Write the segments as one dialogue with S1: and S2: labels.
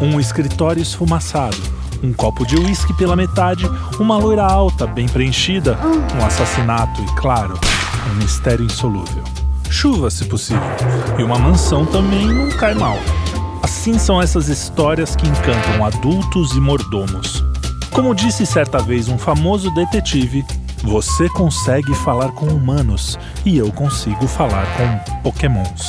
S1: Um escritório esfumaçado, um copo de uísque pela metade, uma loira alta bem preenchida, um assassinato e, claro, um mistério insolúvel. Chuva, se possível, e uma mansão também não cai mal. Assim são essas histórias que encantam adultos e mordomos. Como disse certa vez um famoso detetive, você consegue falar com humanos e eu consigo falar com pokémons.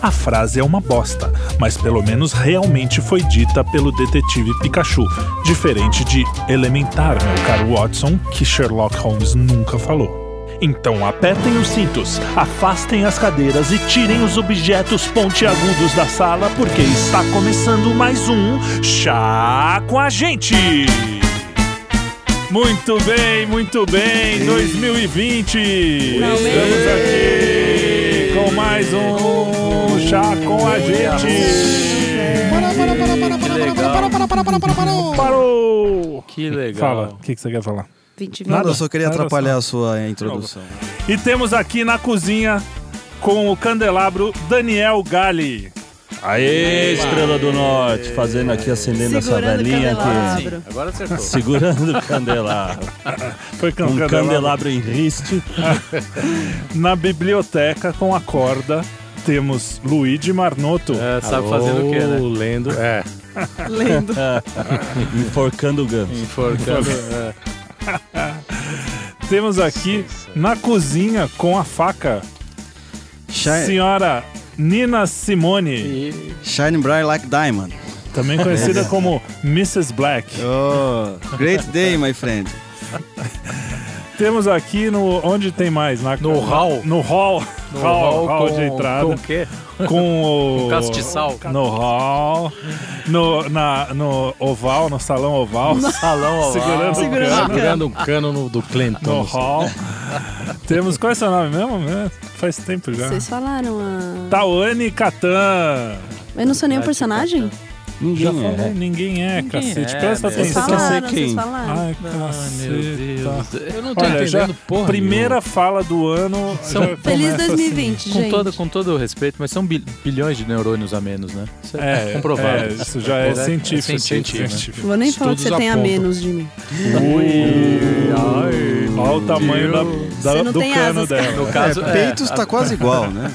S1: A frase é uma bosta, mas pelo menos realmente foi dita pelo detetive Pikachu, diferente de elementar, meu caro Watson, que Sherlock Holmes nunca falou. Então apertem os cintos, afastem as cadeiras e tirem os objetos pontiagudos da sala, porque está começando mais um Chá com a Gente! Muito bem, muito bem, 2020! Estamos aqui com mais um Chá com a Gente!
S2: Para, para, para, para, para, para, para, para, para, para, para, para.
S1: Parou!
S3: Que legal.
S1: Fala, o que, que você quer falar?
S4: 20
S1: Nada.
S4: Nada.
S2: Eu só queria
S1: Nada,
S2: atrapalhar a sua introdução.
S1: E temos aqui na cozinha com o candelabro Daniel Gali.
S3: Aê, Estrela do Norte, fazendo aqui, acendendo essa
S4: Segurando o
S3: velhinha aqui.
S4: candelabro.
S5: Agora acertou.
S3: Segurando o candelabro.
S1: Foi com
S3: Um
S1: o
S3: candelabro em riste.
S1: Na biblioteca com a corda temos Luigi Marnoto.
S5: É, sabe fazer o quê, né?
S3: Lendo.
S5: É,
S4: Lendo.
S3: Enforcando o ganso.
S5: enforcando. é.
S1: Temos aqui na cozinha com a faca
S2: Shine,
S1: senhora Nina Simone,
S5: é. E
S2: shine bright like diamond.
S1: também conhecida como Mrs. Black.
S2: Oh, great day, my friend.
S1: Temos aqui no onde tem mais na
S5: No hall.
S1: no hall, hall,
S5: no hall
S1: hall
S5: com,
S1: de entrada.
S5: Com o quê?
S1: com o
S5: Com castiçal.
S1: no hall, no, na, no oval, no salão oval,
S5: Salão oval.
S1: Segurando-
S4: Segurando o
S5: Segurando um cano no- do
S1: no
S5: Clinton.
S1: hall. Temos qual é seu nome mesmo? É, Faz tempo já.
S4: Vocês falaram a.
S1: Tawane Catan.
S4: Eu não sou nenhum personagem?
S1: Já
S3: Ninguém
S1: falei,
S3: é.
S1: ninguém é, cacete.
S5: é,
S1: Presta
S5: meu.
S4: Vocês
S3: Pensa
S1: atenção.
S3: que eu sei
S4: falaram, vocês
S3: quem.
S4: falaram.
S1: Ai, caceta.
S5: Eu não tô
S1: Olha, já
S5: entendendo porra.
S1: primeira fala do ano.
S5: São-
S1: já é
S4: Feliz
S1: começa
S4: 2020,
S5: nenhuma.
S4: gente.
S5: Com todo, com todo o respeito, mas são bil- bilhões de neurônios a menos, né? Isso é
S1: É,
S5: comprovado.
S1: é, isso já é
S5: É
S1: científico.
S5: científico, né?
S4: Vou nem falar que
S5: Estudos
S4: você tem a
S5: apontam.
S4: menos de mim.
S1: Olha o tamanho da- da-
S4: Você não
S1: do
S4: tem
S1: cano
S4: asas,
S1: dela.
S5: No
S2: É,
S5: caso, é,
S2: peitos tá quase igual, né?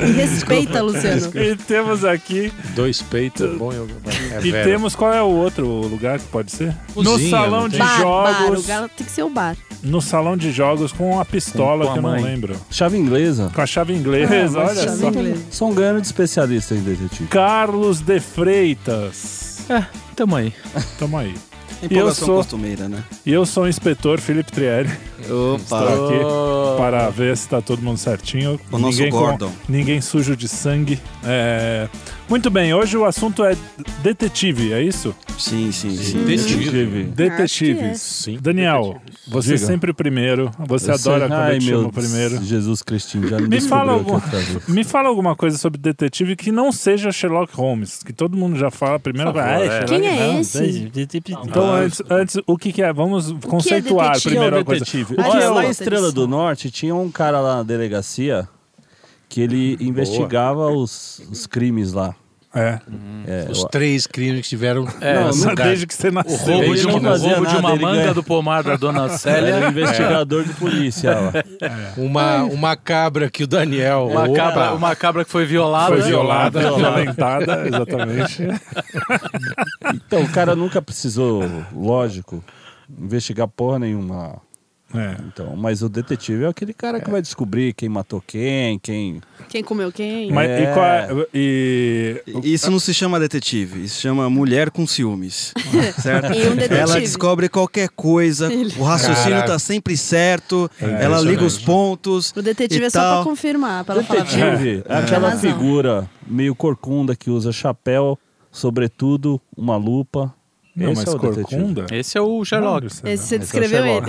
S4: Me respeita, Luciano.
S1: E temos aqui
S5: dois peitos. Bom, eu, é
S1: E
S5: velho.
S1: temos qual é o outro lugar que pode ser? no
S5: Cozinha,
S1: salão
S5: não
S1: de
S5: tem?
S4: Bar, bar.
S1: jogos.
S4: O galo tem que ser o bar.
S1: No salão de jogos com a pistola
S3: Com a
S1: que eu não
S3: mãe.
S1: lembro.
S3: Chave inglesa.
S1: Com a chave inglesa, olha
S4: Ah, Chave
S1: É só.
S4: inglesa.
S3: Só um ganho de especialista em detetive.
S1: Carlos de Freitas.
S5: É, tamo aí.
S1: Tamo aí.
S2: Empolgação
S1: sou-
S2: costumeira, né?
S1: E eu sou o inspetor Felipe Trielli
S5: Tá
S2: Opa.
S1: aqui
S5: Ô,
S1: para ver se tá todo mundo certinho.
S2: O nosso
S1: ninguém
S2: Gordon.
S1: ninguém sujo de sangue. É, Muito bem, hoje o assunto é detetive, é isso?
S2: Tá. Sim, sim, sim.
S3: Detetive.
S1: Detetives.
S5: Sim.
S1: Daniel, você
S3: Diga.
S1: sempre o primeiro. Você
S3: Eu
S1: adora
S3: sei-
S1: quando
S3: Ai,
S1: eu te
S3: meu
S1: chamo primeiro.
S3: Jesus Cristinho, já me,
S1: Me fala,
S3: descobriu
S1: alguma,
S3: aqui outra vez.
S1: me fala alguma coisa sobre detetive que não seja Sherlock Holmes, que todo mundo já fala primeiro.
S5: Por favor,
S1: "Ah,
S5: é.
S1: Sherlock
S4: Quem é
S1: Holmes".
S4: esse?
S1: Então, antes, antes, o que, que é? Vamos conceituar
S4: detetive?
S1: primeiro a
S3: Quem é Ah. o
S1: coisa.
S3: detetive?
S4: Ai,
S3: Olha,
S4: eu
S3: lá
S4: amo
S3: em Estrela
S4: detetive.
S3: do Norte tinha um cara lá na delegacia que ele investigava os, os crimes lá.
S1: É.
S3: É,
S6: Os
S3: eu-
S6: três crimes que tiveram.
S5: É,
S3: Não,
S6: nesse
S3: não
S6: lugar.
S1: Desde que você
S5: O
S1: nasceu.
S5: roubo,
S3: Ele
S5: de,
S3: não
S5: uma-
S3: fazia
S5: roubo de uma
S3: nada, ele
S5: manga
S3: ganha.
S5: do pomar da dona
S1: É.
S3: ele
S5: Célia.
S3: era investigador de polícia lá.
S6: Uma, uma cabra que o Daniel.
S5: Uma
S6: Opa!
S5: cabra, uma cabra que foi violada.
S1: Foi violada,
S3: violada.
S1: violentada, exatamente.
S3: Então, o cara nunca precisou, lógico, investigar porra nenhuma lá.
S1: É.
S3: Então, mas o detetive é aquele cara que vai descobrir quem matou quem, quem.
S4: Quem comeu quem?
S1: Mas
S3: É.
S1: e qual é- e-
S2: Isso não se chama detetive, isso se chama mulher com ciúmes. Certo?
S4: E um detetive.
S2: Ela descobre qualquer coisa, o raciocínio
S6: Caraca.
S2: tá sempre certo, ela liga os pontos.
S4: O detetive
S2: e
S4: é só
S2: tal.
S4: pra confirmar, pra ela falar.
S3: Detetive é aquela
S4: Tinha razão.
S3: figura meio corcunda que usa chapéu, sobretudo, uma lupa.
S1: Não,
S3: Esse
S1: mas
S3: é o detetive.
S1: corcunda?
S5: Esse é o Sherlock.
S1: Anderson,
S4: Esse
S1: né?
S4: você descreveu ele.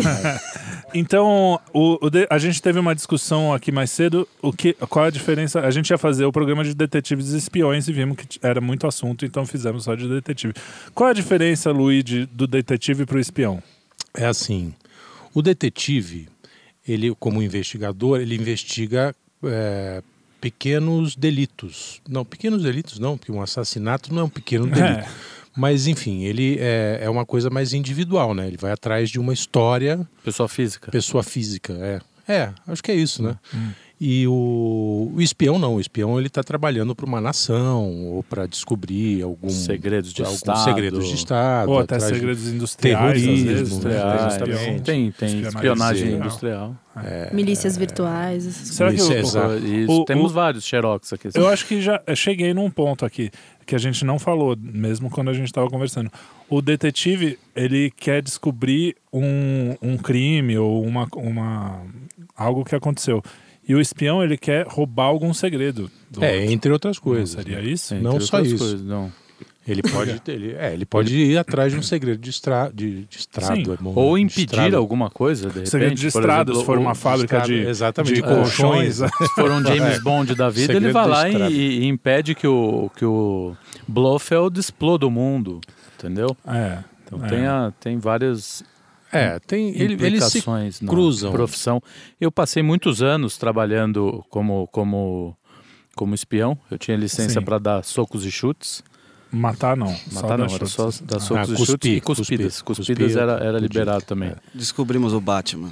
S1: Então, o- o de- a gente teve uma discussão aqui mais cedo. O que, qual a diferença? A gente ia fazer o programa de detetives e espiões e vimos que t- era muito assunto, então fizemos só de detetive. Qual a diferença, Luigi, do detetive pro espião?
S6: É assim. O detetive, ele, como investigador, ele investiga é, pequenos delitos. Não, pequenos delitos não, porque um assassinato não é um pequeno delito.
S1: É.
S6: Mas, enfim, ele é, é uma coisa mais individual, né? Ele vai atrás de uma história,
S5: Pessoa física.
S6: pessoa física, é. É, acho que é isso, né?
S1: Hum,
S6: E o, o espião não, o espião ele está trabalhando para uma nação ou para descobrir algum
S5: Segredos de
S6: alguns
S5: Estado.
S6: segredos de estado,
S1: Ou até
S6: atrás de-
S1: segredos industriais, às vezes.
S6: terrorismo,
S3: né?
S5: Industriais.
S1: tem espião.
S5: Tem, tem.
S1: Espionagem
S5: é, Espionagem
S1: industrial.
S5: industrial.
S4: Milícias virtuais. essas
S1: Será que
S6: Isso,
S5: Tá.
S1: eu,
S6: exato.
S5: Então, é Isso.
S1: O-
S5: Temos
S1: o-
S5: vários Xerox aqui. assim.
S1: eu acho que já cheguei num ponto aqui que a gente não falou, mesmo quando a gente estava conversando. O detetive, ele quer descobrir um, um crime ou uma, uma algo que aconteceu. E o espião, ele quer roubar algum segredo. do
S6: É,
S1: outro.
S6: entre outras
S1: Não
S6: coisas.
S1: Seria
S6: né?
S1: isso?
S5: Entre
S6: não
S5: outras
S6: só isso.
S5: coisas, não.
S6: Ele pode, ele, é, ele pode ir atrás de um segredo de, estra, de, de estrado.
S1: Sim.
S6: é bom,
S5: Ou
S6: de
S5: impedir
S6: estrado.
S5: alguma coisa, de repente.
S1: Segredo de
S5: por
S1: estrada,
S5: exemplo,
S1: se for
S5: o-
S1: uma fábrica
S6: estrado,
S1: de,
S6: exatamente,
S1: de
S6: de colchões.
S1: colchões. né?
S5: Se for um James Bond da vida,
S6: assim. É. Segredo
S5: ele vai
S6: da
S5: lá e,
S6: estrada.
S5: e impede que o, que o Blofeld exploda o mundo, entendeu?
S1: É.
S5: Então
S1: É.
S5: tem, a- tem várias
S6: É, tem, ele, ele se
S5: implicações na
S6: cruzam.
S5: profissão. Eu passei muitos anos trabalhando como, como, como espião. Eu tinha licença
S1: Sim.
S5: para dar socos e chutes.
S1: Matar não. só
S5: Matar
S1: dar
S5: não, era
S1: chutes.
S5: só dar socos
S6: Ah,
S5: e
S6: cuspir,
S5: chutes e
S6: cuspir,
S5: cuspidas.
S6: cuspir, É.
S5: Cuspidas era, era
S6: podia.
S5: liberado também.
S2: Descobrimos o Batman.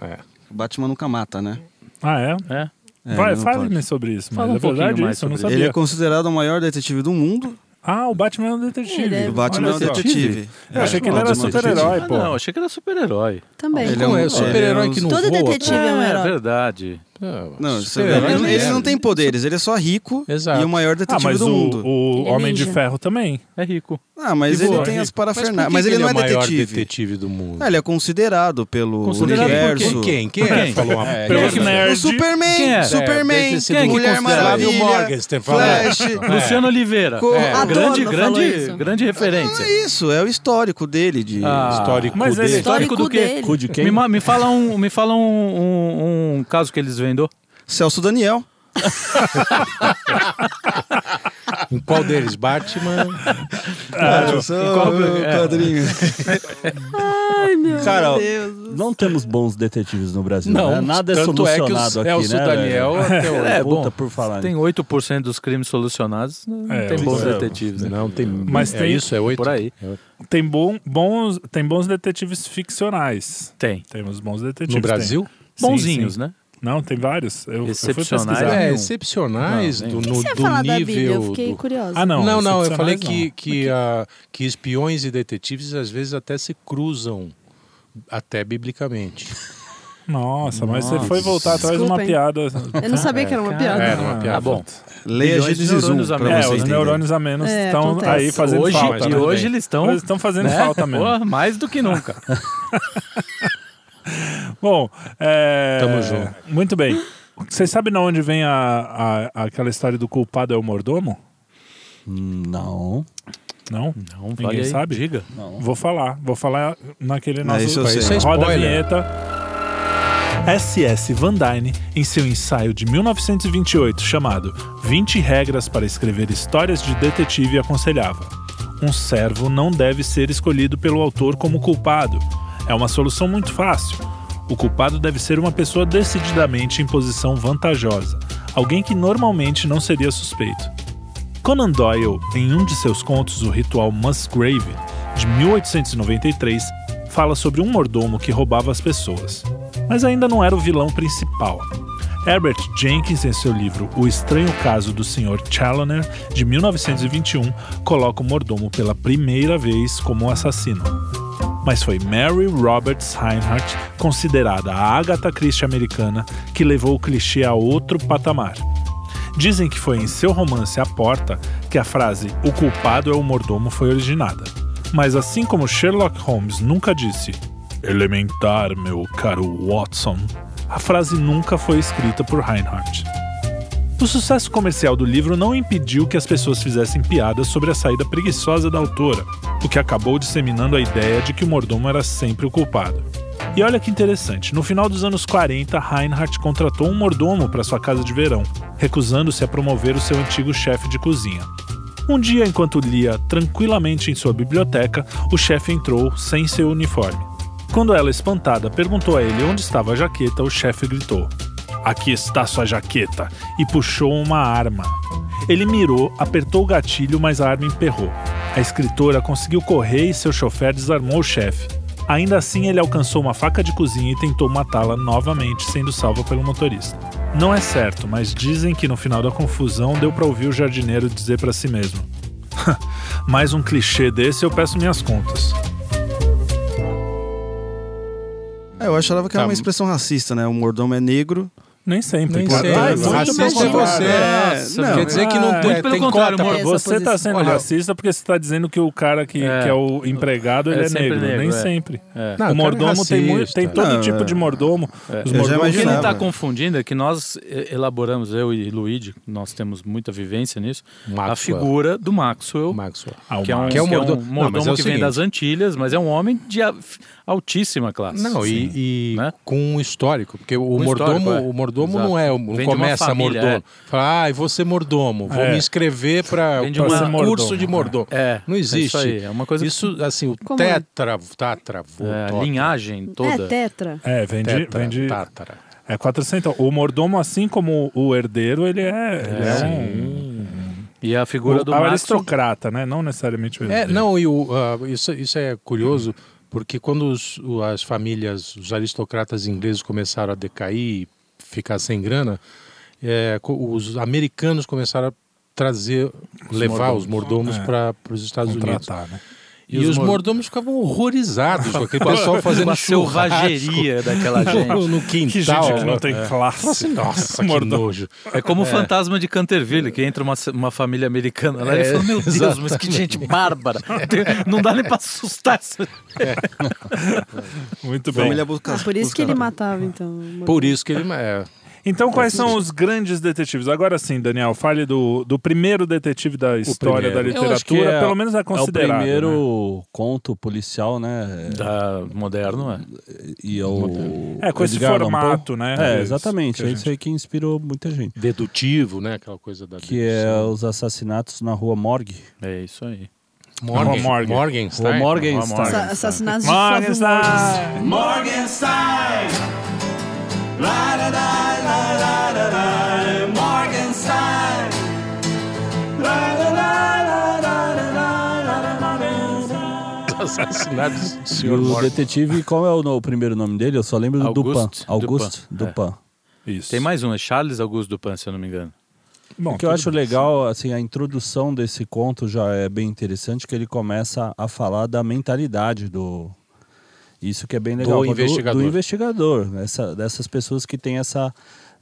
S6: É.
S2: O Batman nunca mata, né?
S1: Ah, é?
S5: É.
S2: É,
S1: Vai,
S2: não pode.
S1: fale-me sobre isso, mas
S5: Fala um
S1: é verdade
S5: pouquinho mais
S1: isso, eu não
S5: sobre
S1: sabia.
S2: Ele é considerado o maior detetive do mundo.
S1: Ah, o Batman é um detetive.
S4: Ele é-
S2: O Batman é
S1: Olha
S2: um
S1: só.
S2: detetive.
S1: Eu achei que
S2: o
S1: ele era
S2: Batman é um
S1: super-herói,
S5: Ah,
S1: pô.
S5: não, achei que era super-herói.
S4: Também.
S2: Ele é
S6: Como
S2: um-
S6: é,
S2: ele é
S6: super-herói
S2: um-
S6: que não
S4: Todo
S6: voa.
S4: detetive é um herói.
S5: verdade.
S6: É,
S2: Não, isso é
S6: super-herói
S2: verdade.
S6: não
S2: ele,
S6: é.
S2: não tem poderes, ele é só rico
S6: Exato.
S2: e o maior
S1: Ah,
S2: detetive
S1: mas
S2: do
S1: o,
S2: mundo.
S1: o
S4: Ele é
S1: Homem de
S4: ninja.
S1: Ferro também.
S5: É rico.
S2: Ah, mas
S1: E
S2: ele
S1: boa,
S2: tem
S1: né?
S2: as
S6: Mas por
S2: parafernálias.
S6: que
S2: Mas,
S6: que
S2: ele não é,
S6: o maior
S2: detetive.
S6: detetive do mundo.
S2: Ah, ele é considerado pelo
S5: Considerado por
S2: universo.
S6: Por quem? Quem
S5: Por
S6: é
S5: quem?
S6: que falou uma
S1: Pelo
S6: merda?
S1: que merda.
S2: O Superman,
S5: Quem é?
S2: Superman,
S6: deve ter sido
S2: Mulher
S6: considerado
S2: Maravilha,
S6: o Morgenstern, fala.
S2: Flash.
S1: É.
S5: Luciano Oliveira.
S2: Co-
S6: É.
S2: Ah,
S4: Adorno
S5: Grande,
S4: falou
S5: grande,
S4: isso.
S5: grande referência.
S2: É isso, é o histórico dele de
S5: Ah,
S6: Histórico
S1: mas ele-
S6: dele.
S5: Histórico do quê?
S4: dele.
S6: Cu de
S5: Me,
S6: quem?
S5: ma- me fala, um, me fala um, um- um caso que eles vendam.
S2: Celso Daniel.
S6: Em qual deles? Batman?
S2: Ah, sou
S5: qual-
S2: o
S5: é.
S2: quadrinho.
S4: Ai, meu
S3: Cara,
S4: Deus.
S3: Não temos bons detetives no Brasil. né? Nada é
S6: tanto é que o
S3: solucionado aqui,
S6: Celso
S3: né?
S6: Daniel
S3: velho?
S6: até hoje.
S5: É,
S3: Puta
S5: bom,
S3: por falar.
S5: Tem 8% dos crimes solucionados,
S4: Uhum.
S5: não
S1: É,
S5: tem bons
S1: pois é.
S5: detetives, né?
S6: Não, tem.
S1: Mas
S6: é
S1: tem-
S6: isso, é oito.
S5: Por aí.
S1: Tem, bom, bons, tem bons detetives ficcionais.
S5: Tem.
S1: Temos bons detetives.
S6: No
S1: tem.
S6: Brasil?
S1: Sim,
S5: Bonzinhos,
S1: sim.
S5: né?
S1: Não, tem vários. Eu, eu fui
S5: Excepcionais.
S1: pesquisar.
S6: É,
S5: Não.
S6: excepcionais
S5: Não,
S6: do,
S5: nem-
S4: O
S6: no,
S4: que você ia
S6: do
S4: falar da
S6: nível.
S4: Bíblia? Eu fiquei
S6: do-
S4: curiosa.
S1: Ah, não.
S6: Não, não, eu
S1: excepcionais
S6: falei
S1: não.
S6: que, que, ah, que espiões e detetives às vezes até se cruzam, até biblicamente.
S1: Nossa, mas
S5: Nossa.
S1: você foi voltar atrás de uma
S4: Desculpa, hein.
S1: piada.
S4: Eu não sabia que era uma piada.
S6: Era uma É, piada.
S5: Ah, bom.
S2: Leia
S5: Milhões de
S2: Gênesis 1
S5: neurônios a
S2: pra
S5: menos.
S1: É,
S2: você
S1: os
S2: entender.
S1: neurônios a menos
S4: É,
S1: estão
S4: acontece.
S1: aí fazendo
S5: hoje,
S1: falta.
S5: e
S1: né?
S5: hoje eles estão...
S1: Eles estão fazendo
S5: né?
S1: falta mesmo. Ah,
S5: Pô, mais do que nunca.
S1: Bom, é...
S6: Tamo junto.
S1: Muito bem. Vocês sabem de onde vem a, a- aquela história do culpado é o mordomo?
S3: Hum,
S1: um
S3: Não.
S1: Não?
S5: Não,
S1: Ninguém
S5: fale aí.
S1: sabe?
S5: Diga.
S1: Vou falar. Vou falar naquele
S2: Ah,
S1: nosso...
S2: isso eu sei.
S6: Isso é
S1: Roda a
S6: spoiler.
S1: vinheta. S.S. Van Dyne, em seu ensaio de 1928 chamado 20 regras para escrever histórias de detetive, aconselhava: Um servo não deve ser escolhido pelo autor como culpado. É uma solução muito fácil. O culpado deve ser uma pessoa decididamente em posição vantajosa, alguém que normalmente não seria suspeito. Conan Doyle, em um de seus contos, O Ritual Musgrave, de 1893, fala sobre um mordomo que roubava as pessoas, mas ainda não era o vilão principal. Herbert Jenkins, em seu livro O Estranho Caso do Sr. Challoner, de 1921, coloca o mordomo pela primeira vez como assassino. Mas foi Mary Roberts Reinhardt, considerada a Agatha Christie americana, que levou o clichê a outro patamar. Dizem que foi em seu romance A Porta que a frase O culpado é o mordomo foi originada. Mas assim como Sherlock Holmes nunca disse Elementar, meu caro Watson, a frase nunca foi escrita por Reinhardt. O sucesso comercial do livro não impediu que as pessoas fizessem piadas sobre a saída preguiçosa da autora, o que acabou disseminando a ideia de que o mordomo era sempre o culpado. E olha que interessante, no final dos anos 40, Reinhardt contratou um mordomo para sua casa de verão, recusando-se a promover o seu antigo chefe de cozinha. Um dia, enquanto lia tranquilamente em sua biblioteca, o chefe entrou sem seu uniforme. Quando ela, espantada, perguntou a ele onde estava a jaqueta, o chefe gritou: Aqui está sua jaqueta. E puxou uma arma. Ele mirou, apertou o gatilho, mas a arma emperrou. A escritora conseguiu correr e seu chofer desarmou o chefe. Ainda assim, ele alcançou uma faca de cozinha e tentou matá-la novamente, sendo salva pelo motorista. Não é certo, mas dizem que no final da confusão deu para ouvir o jardineiro dizer para si mesmo: Mais um clichê desse, eu peço minhas contas.
S2: É, eu achava que era
S6: Tá.
S2: uma expressão racista, né? O mordomo é negro.
S1: Nem sempre.
S6: Nem
S1: claro.
S6: sempre.
S1: Ah,
S6: Ah,
S1: é muito
S6: racista
S1: bom.
S6: é você.
S2: Nossa,
S6: Quer dizer que não
S1: Ah,
S6: tem,
S5: muito pelo
S6: tem
S5: contrário,
S6: cota.
S4: amor.
S6: pra-
S4: Essa
S1: Você tá
S4: posição.
S1: sendo
S6: Olha,
S1: racista porque você tá dizendo que o cara que,
S5: É.
S1: que é o empregado ele
S5: É
S1: é,
S5: sempre
S1: negro.
S5: negro,
S1: Nem
S5: é.
S1: sempre.
S5: É.
S6: Não,
S1: o mordomo tem,
S6: Ah, cara é
S1: muito, tem
S6: racista.
S1: todo
S2: Não,
S1: tipo
S2: é.
S1: de mordomo. Os
S2: Eu já
S1: mordomos
S5: O que ele está
S2: imaginava.
S5: confundindo é que nós eh, elaboramos, eu e Luigi, nós temos muita vivência nisso,
S6: Maxwell.
S5: a figura do Maxwell,
S6: Maxwell.
S1: Ah, o
S5: que é um,
S1: Max.
S5: que é um mordomo,
S6: mordomo- Não, mas é o
S5: que vem
S6: seguinte.
S5: das Antillas, mas é um homem de a- altíssima classe.
S6: Não,
S5: Sim.
S6: e, e
S5: Né?
S6: com um histórico, porque o
S5: Um
S6: mordomo,
S5: histórico, é.
S6: o mordomo
S5: Exato.
S6: não é, não
S5: Vem de uma
S6: começa
S5: família,
S6: mordomo.
S5: é.
S6: Fala, ah, e você mordomo, vou
S1: É.
S6: me inscrever para
S5: Vem de uma-
S6: um curso
S1: mordomo,
S6: de
S1: né?
S6: mordomo.
S5: É,
S6: não
S5: é
S6: existe.
S5: isso aí, é uma coisa-
S6: Isso, assim, o
S4: Como é?
S6: tetra, tatra, vô,
S5: É, a
S6: tota,
S5: linhagem toda.
S4: É, tetra.
S1: É, vem de.
S6: tetra,
S1: Vem de
S6: tátara.
S1: é 400. O mordomo, assim como o herdeiro, ele é, ele é um.
S5: E a figura do
S1: o-
S5: Maxwell.
S1: aristocrata, né? Não necessariamente o
S6: É,
S1: herdeiro.
S6: não, e o, ah, isso, isso é curioso, porque quando os- o- as famílias, os aristocratas ingleses começaram a decair e ficar sem grana, é, co- os americanos começaram a trazer, levar os mordomos para os Estados Unidos.
S1: contratar, né?
S6: E, os,
S5: mor-
S6: mordomos ficavam horrorizados com aquele pessoal
S5: Com
S6: fazendo
S5: a
S6: churrasco
S5: selvageria daquela gente.
S6: no, no quintal.
S1: Que gente que não tem
S6: Fala assim,
S1: classe.
S6: nossa, que
S1: Mordomo.
S6: nojo.
S5: É como o fantasma de Canterville, que entra uma, uma família americana lá e ele fala: Meu Deus, mas que gente bárbara! Não dá nem pra assustar essa
S1: Muito bem.
S2: Família busca,
S4: Ah, por isso que ele matava, então.
S6: Por isso que ele... É,
S1: Então, quais são os grandes detetives? Agora sim, Daniel, fale do, do primeiro detetive da história da
S3: primeiro. Eu acho que
S1: literatura,
S3: é-
S1: pelo menos é
S3: É o
S1: considerado. né?
S3: primeiro conto policial, né?
S5: Da moderno, é.
S3: E é o.
S1: É, com esse
S3: Edgar Allan Poe.
S1: formato, né?
S3: É,
S1: Que-
S3: exatamente.
S1: que a
S3: É isso aí que inspirou muita gente.
S6: dedutivo, né? Aquela coisa da
S3: Que é os assassinatos na rua Morgue.
S5: É isso aí.
S1: Morgan.
S6: Morgan,
S3: Ah, é, Rua
S6: Morgenstein.
S5: Morgenstein.
S3: Morgenstein.
S4: Assa- assassinatos de Flávio Morris.
S1: Morgenstein!
S2: Morgenstein! Lá, lá, lá, lá, lá, lá, lá, Morgenstein! Lá, lá, lá, lá, lá, lá, lá, lá, lá, lá, lá.
S6: Assassinatos do
S3: E
S6: Sr.
S3: o
S6: Morgan.
S3: detetive, qual é o, no- o primeiro nome dele? Eu só lembro do Dupan. É.
S5: Auguste
S3: Auguste
S5: Dupin.
S3: Dupan.
S1: Isso.
S5: Tem mais um, é Charles Augusto Dupin, se eu não me engano.
S1: Bom,
S3: O que eu
S1: tudo
S3: acho legal, assim, a introdução desse conto já é bem interessante, que ele começa a falar da mentalidade do... Isso que é bem legal.
S6: investigador.
S3: Do investigador. Essa, dessas pessoas que têm essa,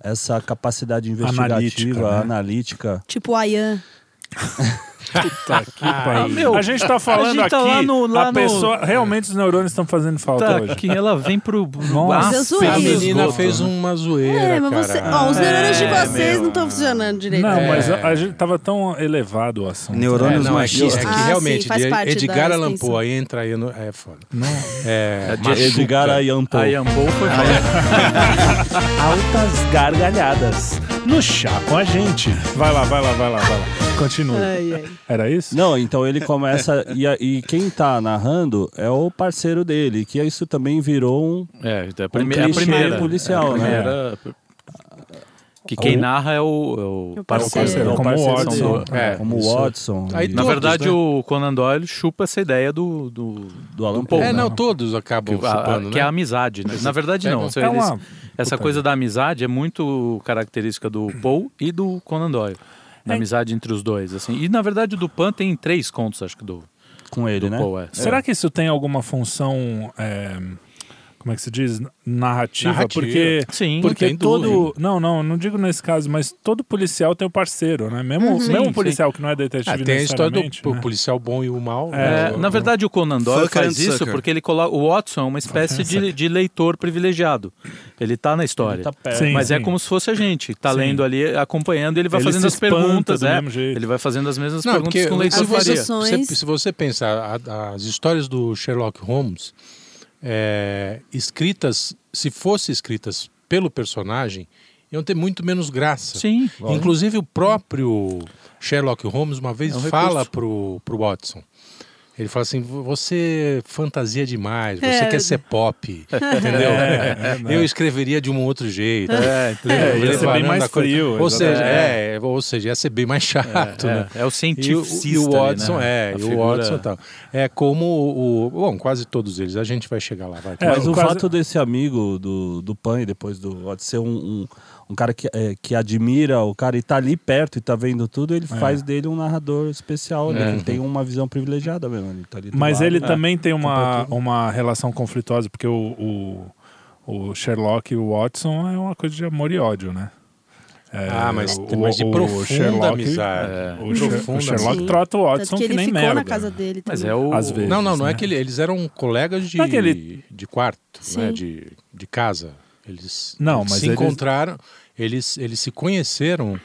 S3: essa capacidade investigativa,
S1: Analítica, né?
S3: analítica.
S4: Tipo o Ayan.
S1: Ah, meu. A gente tá falando
S5: A gente tá
S1: aqui,
S5: lá no- lá
S1: a
S5: no-
S1: pessoa... Realmente os neurônios estão fazendo falta hoje.
S5: Tá, que ela vem pro.
S1: Nossa,
S4: eu zoei.
S6: A
S4: Fez
S6: menina fez uma zoeira,
S4: É, mas
S6: cara.
S4: você.
S5: Ah,
S4: Ó, os neurônios de vocês não estão funcionando direito.
S1: Não,
S4: É.
S1: mas a, a gente tava tão elevado o assunto.
S6: É,
S2: Neurônios
S6: não, é que, é
S2: machistas.
S6: que
S4: Ah, sim,
S6: realmente,
S4: faz
S6: de-
S4: parte
S6: Edgar
S4: da
S6: Allan
S4: extensão.
S6: Poe, aí entra aí no... É foda.
S5: É,
S6: É,
S5: de- é
S3: Edgar Allan Poe.
S5: A Yambo foi pra-
S1: Altas gargalhadas. No chá com a gente. Vai lá, vai lá, vai lá, vai lá. Continua.
S4: Ai, ai.
S1: Era isso?
S3: Não, então ele começa... e, a- e quem tá narrando é o parceiro dele, que é isso também virou um...
S5: É, da prime- a
S3: clichê
S5: primeira. É
S3: policial,
S5: a primeira, Que quem narra é o, é o
S4: parceiro,
S5: parceiro.
S1: como
S3: parceiro
S1: o Watson.
S3: do-
S6: É,
S3: né? como o
S6: isso.
S3: Watson.
S6: Aí
S3: e-
S5: Na
S6: Todos,
S5: verdade,
S6: né?
S5: o Conan Doyle chupa essa ideia do, do,
S3: Do Alan
S5: do
S3: Poe,
S5: Poe.
S6: É, não,
S5: né?
S6: todos acabam
S5: A- a-
S6: chupando,
S5: que é a
S6: né?
S5: amizade, né? Na verdade,
S6: É
S5: não.
S6: uma-
S5: Isso-
S1: é uma-
S5: eles- essa coisa da amizade é muito característica do Poe e do Conan Doyle. Da
S1: É.
S5: amizade entre os dois, assim. E, na verdade, o Dupan tem três contos, acho que, do,
S3: com ele,
S5: do
S3: né?
S5: Poe. É.
S1: Será que isso tem alguma função, é, como é que se diz, narrativa?
S6: Narrativa.
S1: Porque,
S5: Sim.
S1: porque
S6: tem
S1: todo,
S6: dúvida.
S1: não, não, não digo nesse caso, mas todo policial tem o parceiro, né? Mesmo,
S5: Uhum.
S1: mesmo
S5: Sim,
S1: policial que não é
S6: Ah,
S1: detetive
S6: tem a história do
S1: necessariamente,
S6: po-
S1: né?
S6: policial bom e o mal.
S5: É,
S6: né?
S5: na verdade, o Conan Doyle
S2: Fucker and
S5: faz isso
S2: sucker.
S5: porque ele coloca. O Watson é uma espécie de, de leitor privilegiado. Ele tá na história.
S3: perto.
S1: Sim,
S5: Mas é
S1: sim.
S5: como se fosse a gente. Tá
S1: Sim.
S5: lendo ali, acompanhando, ele vai
S1: Ele se
S5: fazendo as
S1: espanta
S5: perguntas,
S1: do
S5: é.
S1: mesmo jeito.
S5: Ele vai fazendo as mesmas
S6: Não,
S5: perguntas
S6: porque
S5: que um
S6: se
S5: leitor
S6: você,
S5: faria.
S4: Associações.
S6: se, se você pensar, a- as histórias do Sherlock Holmes, é, escritas, se fossem escritas pelo personagem, iam ter muito menos graça.
S5: Sim.
S6: Inclusive o próprio Sherlock Holmes uma vez
S5: É um
S6: fala
S5: recurso.
S6: pro, pro Watson. Ele fala assim: "Vo- você fantasia demais, você
S4: É,
S6: quer
S4: verdade.
S6: ser pop, entendeu? eu escreveria de um outro jeito.
S5: É, entendeu?
S6: Ele
S1: ia ser bem
S6: varando
S1: mais
S6: a coisa.
S1: frio,
S6: Ou seja,
S5: exatamente.
S6: é, ou seja, ia ser bem mais chato, né?
S5: É, é o
S6: E o,
S5: cientista.
S6: e o Watson,
S5: ali, né?
S6: é,
S5: A
S6: e o
S5: figura-
S6: Watson e tal. É como o, o- Bom, quase todos eles. A gente vai chegar lá, vai.
S1: É,
S6: Mas
S1: eu
S3: Mas o
S1: quase-
S3: fato desse amigo do, do Pan e depois do Odd ser um, um, um cara que, é, que admira o cara e tá ali perto e tá vendo tudo, ele faz dele um narrador especial, né? Ele tem uma visão privilegiada mesmo. Ele tá ali do
S1: Mas
S3: lado.
S6: né?
S1: ele
S3: É.
S1: também tem uma,
S6: Um
S1: uma relação conflituosa, porque o, o, o Sherlock e o Watson é uma coisa de amor e ódio, né? É,
S6: Ah, mas-
S1: o-
S6: mas de
S1: o
S6: profunda
S1: Sherlock-
S6: amizade.
S1: O, Sher-
S6: Profunda
S1: o Sherlock
S4: amizade.
S1: trata o
S4: Tanto
S1: Watson
S4: que
S1: que,
S4: ele
S1: nem
S4: ficou
S1: merda.
S4: na casa dele também.
S5: Mas é o.
S1: Às vezes.
S6: Não, não, não é
S1: né?
S6: que ele- eles eram colegas de,
S1: Não é que ele-
S6: de quarto, né,
S4: Sim.
S6: de, de casa. Eles
S1: Não, mas
S6: se
S1: eles-
S6: encontraram, eles, eles se conheceram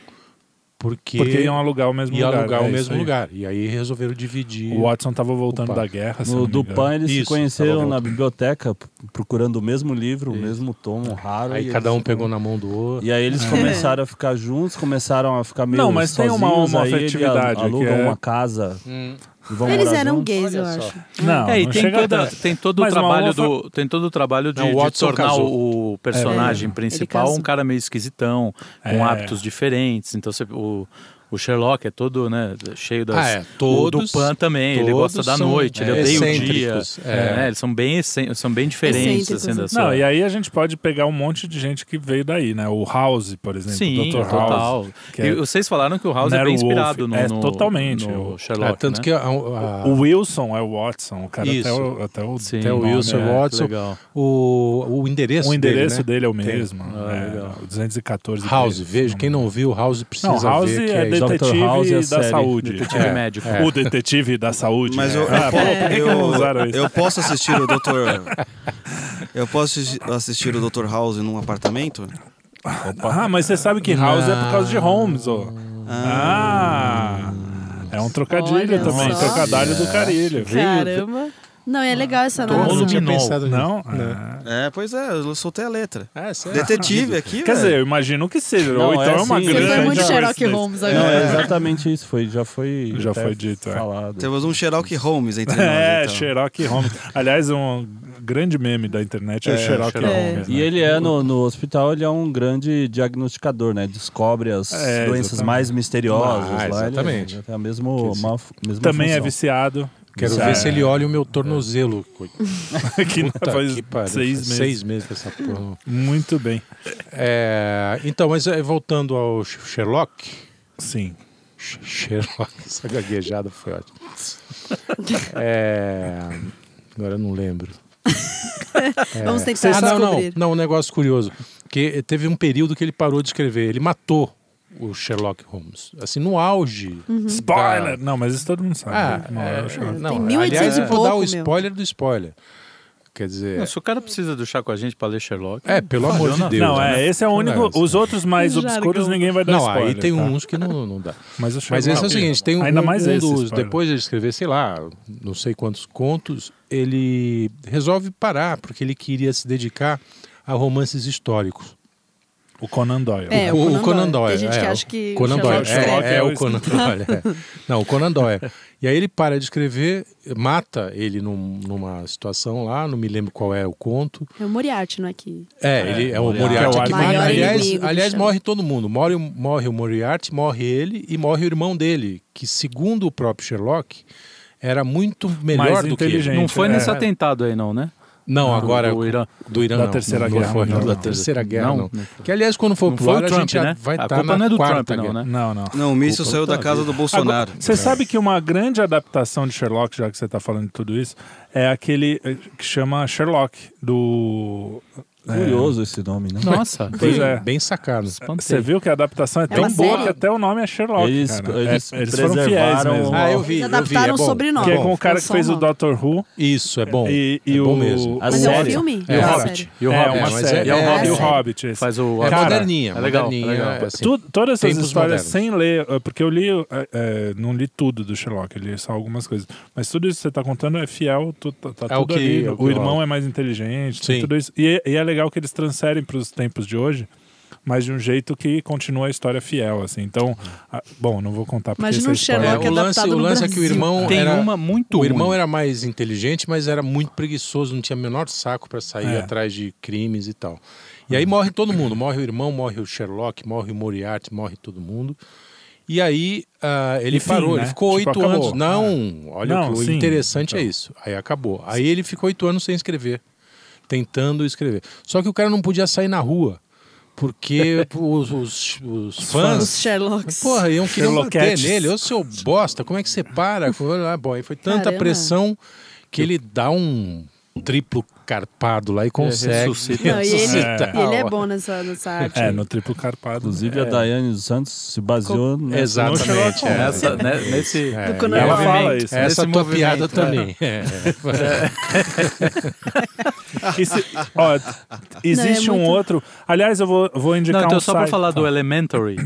S6: porque,
S1: Porque iam alugar o mesmo
S6: iam
S1: lugar.
S6: alugar
S1: é
S6: o
S1: isso
S6: mesmo
S1: aí.
S6: lugar. E aí resolveram dividir.
S1: O Watson tava voltando
S6: Opa.
S1: da guerra. se eu
S3: No
S1: não me
S3: do
S1: engano.
S3: Pan eles
S6: Isso,
S3: se conheceram
S6: tava
S3: na
S6: voltando.
S3: biblioteca p- procurando o mesmo livro, o mesmo tomo raro.
S6: aí
S3: e
S6: cada
S3: eles-
S6: um
S1: né?
S6: pegou É. na mão do outro.
S3: E aí eles começaram a ficar juntos, começaram a ficar meio
S1: Não, mas tem uma
S3: sozinhos, aí ele
S1: homoafetividade, que
S3: alugam
S1: é-
S3: uma casa
S6: Hum.
S3: e vão
S4: Eles
S3: morar
S4: eram
S3: juntos.
S4: gays, eu
S6: Olha só.
S4: acho.
S1: Não,
S5: É, e
S1: Ah, não
S5: tem,
S1: chega
S5: toda-
S1: tanto.
S5: tem todo o
S1: Mas uma
S5: trabalho
S1: alfa-
S5: do tem todo o trabalho de,
S6: Não, o
S5: de
S6: Watson
S5: tornar
S6: casou.
S5: o personagem principal
S4: casou.
S5: um cara meio esquisitão, com
S1: É.
S5: hábitos diferentes. Então você- o, o Sherlock é todo, né, cheio das
S6: Ah, é.
S5: o
S6: Todos-
S5: do Pan também, ele
S6: todos
S5: gosta da
S6: são,
S5: noite, ele
S6: é,
S5: odeia o dia.
S6: excêntricos, é.
S5: É. né, eles são bem excê- são bem diferentes
S4: Excêntricos,
S5: assim, da
S4: né?
S5: sua-
S1: Não, e é, aí a gente pode pegar um monte de gente que veio daí, né? O House, por exemplo.
S5: Sim,
S1: o Dr.
S5: total.
S1: House. que
S5: E
S1: é-
S5: vocês falaram que o House é
S1: Nero
S5: bem
S1: Wolfe,
S5: inspirado no,
S1: é,
S5: no-
S1: totalmente.
S5: no
S1: É,
S5: Sherlock,
S6: É, tanto
S5: né?
S6: que a- a-
S1: O Wilson é o Watson, o cara
S6: Isso.
S1: até o, até o,
S5: Sim.
S1: até o
S5: nome,
S6: Wilson
S1: Wilson.
S5: é,
S6: Watson,
S5: legal.
S6: o, o endereço
S1: O endereço
S6: dele, né?
S1: dele, é o
S6: Tem.
S1: mesmo.
S5: Ah,
S1: é,
S5: legal.
S1: o 214.
S6: né? House,
S1: deles,
S6: veja,
S1: não-
S6: quem não viu, House precisa
S1: Não, House
S6: ver. que
S1: é
S6: isso.
S1: detetive
S3: Dr. House é
S1: da
S3: série.
S1: saúde.
S5: Detetive
S1: É.
S5: médico.
S1: O detetive da saúde.
S2: Mas eu,
S1: Ah,
S2: eu, po-
S1: pô, por que que não usaram
S2: eu,
S1: isso?
S2: eu posso assistir o Dr. Eu posso assistir o Dr. House num apartamento?
S1: Ah, mas você sabe que House é por causa de Holmes, ó. Ah. É um trocadilho
S4: Olha
S1: também,
S4: só.
S1: trocadalho do carilho.
S4: Caramba. Não, é legal essa
S6: Eu
S4: narração.
S6: não tinha
S5: Luminol.
S6: pensado nisso.
S1: Não? Ah.
S2: É, pois é, eu soltei a letra.
S6: Ah, sério?
S2: Detetive aqui, velho.
S1: Quer
S4: É.
S1: dizer, eu imagino que seja.
S3: Não,
S1: Ou então
S3: é
S1: é uma
S3: assim,
S1: grande.
S4: Você foi muito Sherlock
S1: coincidência.
S4: Holmes
S3: Não,
S4: agora.
S3: é exatamente isso, foi, já foi
S1: Já
S3: até
S1: foi dito, é.
S3: falado.
S6: Então,
S2: Temos um Sherlock Holmes entre nós.
S1: É,
S2: então.
S1: Sherlock Holmes. Aliás, um grande meme da internet é, o Sherlock
S5: Sherlock
S1: Holmes.
S3: E
S1: né?
S3: ele é, no, no hospital, ele é um grande diagnosticador, né? Descobre as
S1: É,
S3: doenças
S1: exatamente.
S3: mais misteriosas.
S6: Ah,
S3: lá, ele-
S6: exatamente.
S3: ele tem a mesmo, uma, mesma
S1: Também é
S3: função.
S1: viciado.
S6: Quero
S1: Viciado.
S6: ver se ele olha o meu tornozelo. Coitado,
S1: que não faz
S6: que pariu.
S1: seis meses.
S6: Seis meses com essa porra.
S1: Muito bem.
S6: É, então, mas é, voltando ao Sh- Sherlock.
S1: Sim.
S6: Sh- Sherlock, essa gaguejada foi ótima. É, agora eu não lembro.
S4: Vamos tentar
S6: Ah, não, não,
S4: descobrir.
S6: não, um negócio curioso. Que teve um período que ele parou de escrever. Ele matou o Sherlock Holmes. Assim, no auge.
S1: Spoiler! Não, mas isso todo mundo sabe. né?
S6: Ah,
S1: Não,
S6: é,
S1: eu acho-
S6: não,
S4: Uhum. Tem 1800
S6: aliás, eu
S4: e
S6: vou dar o
S4: pouco, meu.
S6: spoiler do spoiler. Quer dizer,
S5: Não, se o cara precisa do chá com a gente pra ler Sherlock,
S6: é, pelo amor de Deus.
S1: não, é,
S6: né?
S1: esse é o único.
S6: Não,
S1: Os outros mais
S4: Jargão.
S1: obscuros ninguém vai dar
S6: Não,
S1: spoiler.
S6: aí tem
S1: tá?
S6: uns que não, não dá.
S1: Mas, eu chego
S6: Mas esse
S1: lá.
S6: é o seguinte, tem um,
S1: Ainda mais
S6: um
S1: esse
S6: dos,
S1: spoiler.
S6: depois de escrever, sei lá, não sei quantos contos, ele resolve parar, porque ele queria se dedicar a romances históricos.
S1: O Conan Doyle.
S4: É, o
S6: o,
S4: Conan
S6: Conan
S4: Doyle. Tem
S6: Doyle.
S4: gente
S6: é,
S4: que
S6: o
S4: acha que
S6: Conan Doyle.
S4: Sherlock
S6: É, é,
S1: escreve.
S6: o Conan Doyle. é. Não, o Conan Doyle. E aí ele para de escrever, mata ele num- numa situação lá, não me lembro qual é o conto.
S4: É o Moriarty, não é que...
S6: É, ele é o
S3: Moriarty.
S6: Moriarty.
S1: Que é o
S6: que
S1: maior
S6: mata. aliás,
S4: inimigo do
S6: aliás
S4: Sherlock.
S6: morre todo mundo. Morre, o- morre o Moriarty, morre ele e morre o irmão dele, que segundo o próprio Sherlock, era muito melhor
S1: Mais
S6: do que
S1: inteligente.
S6: ele.
S5: não foi
S1: é.
S5: nesse atentado aí não, né?
S6: Não, agora
S5: do Irã.
S6: do Irã
S1: Da
S6: não,
S1: Terceira
S6: não
S1: Guerra
S6: foi,
S1: Mundial,
S6: da
S1: não.
S6: Terceira Guerra
S5: Não,
S6: não. Que aliás quando for
S5: Não
S6: pro
S5: foi
S6: ar
S5: o
S6: a
S5: Trump,
S6: gente já
S5: né?
S6: vai
S5: A
S6: estar
S5: culpa
S6: na
S5: não é do
S6: quarta
S5: Trump, não,
S6: guerra.
S5: né?
S1: Não, não.
S2: Não, o míssil saiu da casa do
S1: tá Agora,
S2: Bolsonaro.
S1: Você sabe que uma grande adaptação de Sherlock, já que você está falando de tudo isso, é aquele eh, que chama Sherlock, do. é,
S3: Curioso esse nome, né?
S5: Nossa,
S1: Pois
S6: Bem,
S1: é.
S6: bem sacado.
S1: Você viu que a adaptação é tão
S4: uma
S1: boa
S4: série.
S1: que até o nome é Sherlock.
S3: Eles-
S1: cara.
S3: eles
S1: É, eles foram fiéis
S3: preservaram
S1: mesmo.
S3: a-
S6: Ah,
S4: Eles
S6: eu vi, eu vi, é
S4: adaptaram o
S6: bom,
S4: sobrenome.
S1: Que é
S6: é
S1: com
S6: bom.
S1: o cara que fez o Doctor Who.
S6: Isso, é bom.
S1: E- e
S6: é bom
S1: o-
S6: mesmo.
S3: A
S4: Mas é um
S3: série.
S4: filme?
S6: É.
S4: É uma
S1: Cara,
S4: série.
S5: E o
S1: é,
S5: Hobbit,
S1: uma
S6: mas é-
S1: série.
S6: é
S1: o Hobbit,
S4: série.
S1: o Hobbit, esse.
S5: faz o
S6: É
S1: Cara,
S6: moderninha,
S5: é legal,
S6: moderninha.
S5: é legal.
S6: é assim.
S1: Tu- todas essas
S6: Tempos
S1: histórias
S6: modernos.
S1: sem ler, eh, porque eu li, eh, eh, não li tudo do Sherlock, eu li só algumas coisas. Mas tudo isso que você está contando é fiel, tu, tá, tá
S6: É o
S1: tudo
S6: que-
S1: ali.
S6: é o
S1: o
S6: que rola.
S1: irmão é mais inteligente, tem
S6: Sim.
S1: tudo isso. E, é- e é legal que eles transferem para os tempos de hoje mas de um jeito que continua a história fiel, assim. Então, a- bom, não vou contar porque
S4: Imagina
S1: essa
S4: um
S1: história...
S4: Sherlock
S6: É, o lance,
S4: adaptado
S6: o
S4: no
S6: lance é que o
S4: Brasil.
S6: irmão
S5: Tem
S6: era,
S5: uma muito
S6: o irmão
S5: ruim.
S6: era mais inteligente, mas era muito preguiçoso, não tinha o menor saco para sair
S1: É.
S6: atrás de crimes e tal. E aí morre todo mundo, morre o irmão, morre o Sherlock, morre o Moriarty, morre todo mundo. E aí ah, ele
S1: Enfim,
S6: parou,
S1: né?
S6: ele ficou
S1: Tipo,
S6: oito
S1: acabou. É.
S6: anos. Não, olha
S1: Não,
S6: o que o
S1: sim,
S6: interessante é
S1: então.
S6: isso. Aí acabou. Aí ele ficou oito anos sem escrever, tentando escrever. Só que o cara não podia sair na rua. Porque os, os- os fãs
S4: Os Sherlocks.
S6: Porra, iam querer bater
S1: Sherlockettes.
S6: nele. Ô, seu bosta, como é que você para? Ah, bom, aí foi tanta
S4: Caramba.
S6: pressão que ele dá um triplo carpado lá e consegue.
S5: ressuscita.
S4: Não, e ele,
S6: ressuscitar.
S4: e ele é bom nessa, nessa arte.
S1: É, no triplo carpado.
S3: Inclusive,
S1: é.
S3: a Daiane dos Santos se baseou nessa-
S6: Exatamente. é.
S5: Nessa, né, nesse,
S6: É,
S4: quando
S6: e
S4: ela
S6: ela-
S1: fala isso,
S5: nesse
S6: Essa tua
S5: movimento,
S6: piada
S5: é.
S6: também. É.
S1: E se- ó, t- existe
S4: Não, é
S1: um
S4: muito-
S1: outro... Aliás, eu vou, vou
S5: Não,
S1: indicar
S5: então
S1: um
S5: só pra
S1: site-
S5: falar do Elementary,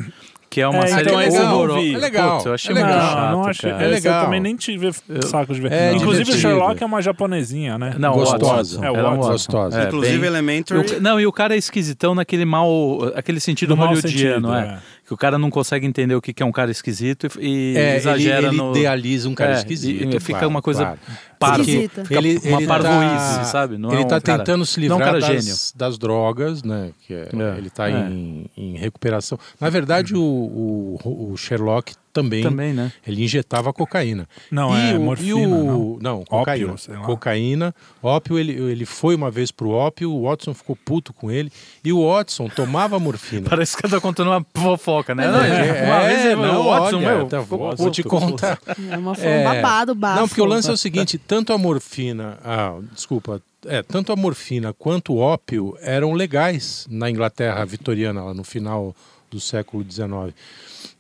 S5: que é uma
S1: É,
S5: série
S1: então é legal.
S5: horrorosa.
S1: É
S6: legal.
S5: Putz, eu achei
S6: É
S5: muito
S6: legal. É
S5: chato,
S1: não, não achei.
S5: cara.
S1: essa
S6: legal.
S1: Eu também nem tive saco de ver.
S6: É
S1: Inclusive,
S6: divertido.
S1: o Sherlock é uma japonesinha, né?
S5: Não, o
S6: Gostosa.
S5: Watson.
S1: É, o
S5: Era um
S1: Watson.
S6: Gostosa.
S5: É,
S7: Inclusive,
S5: bem-
S7: Elementary.
S5: E o- não, e o cara é esquisitão naquele mal, aquele sentido
S1: No mau
S5: hollywoodiano,
S1: sentido,
S5: é. Que o cara não consegue entender o que que é um cara esquisito e, e
S6: É, ele,
S5: exagera
S6: ele
S5: no...
S6: idealiza um cara
S5: É,
S6: esquisito.
S5: e- e fica
S6: claro,
S5: uma coisa
S6: claro.
S5: parva.
S6: Porque
S4: Esquisita.
S6: fica Ele,
S5: Uma
S6: ele
S5: parvoíce,
S6: tá,
S5: sabe? Não é
S6: ele
S5: um
S6: tá
S5: cara-
S6: tentando se
S5: não é um
S6: livrar
S5: cara gênio.
S6: das, das drogas, né? Que é-
S5: É,
S6: ele tá
S5: é.
S6: em, em recuperação. Na verdade, o, o- o Sherlock também,
S5: Também, né?
S6: ele injetava cocaína.
S1: Não,
S6: e
S1: é
S6: o,
S1: morfina,
S6: e o-
S1: não?
S6: cocaína.
S1: Ópio, sei lá.
S6: cocaína. Ópio, ele, ele foi uma vez pro ópio, o Watson ficou puto com ele. E o Watson tomava morfina.
S5: Parece que eu tô contando uma fofoca, né?
S6: É,
S5: uma vez eu-
S6: não,
S5: o Watson,
S6: olha,
S5: meu,
S6: tá,
S5: o
S6: vou,
S5: Watson-
S6: vou te contar.
S4: É uma foi um babado, bafo.
S6: Não, porque o lance é o seguinte: tanto a morfina, ah, desculpa, é, tanto a morfina quanto o ópio eram legais na Inglaterra vitoriana, lá no final do século XIX.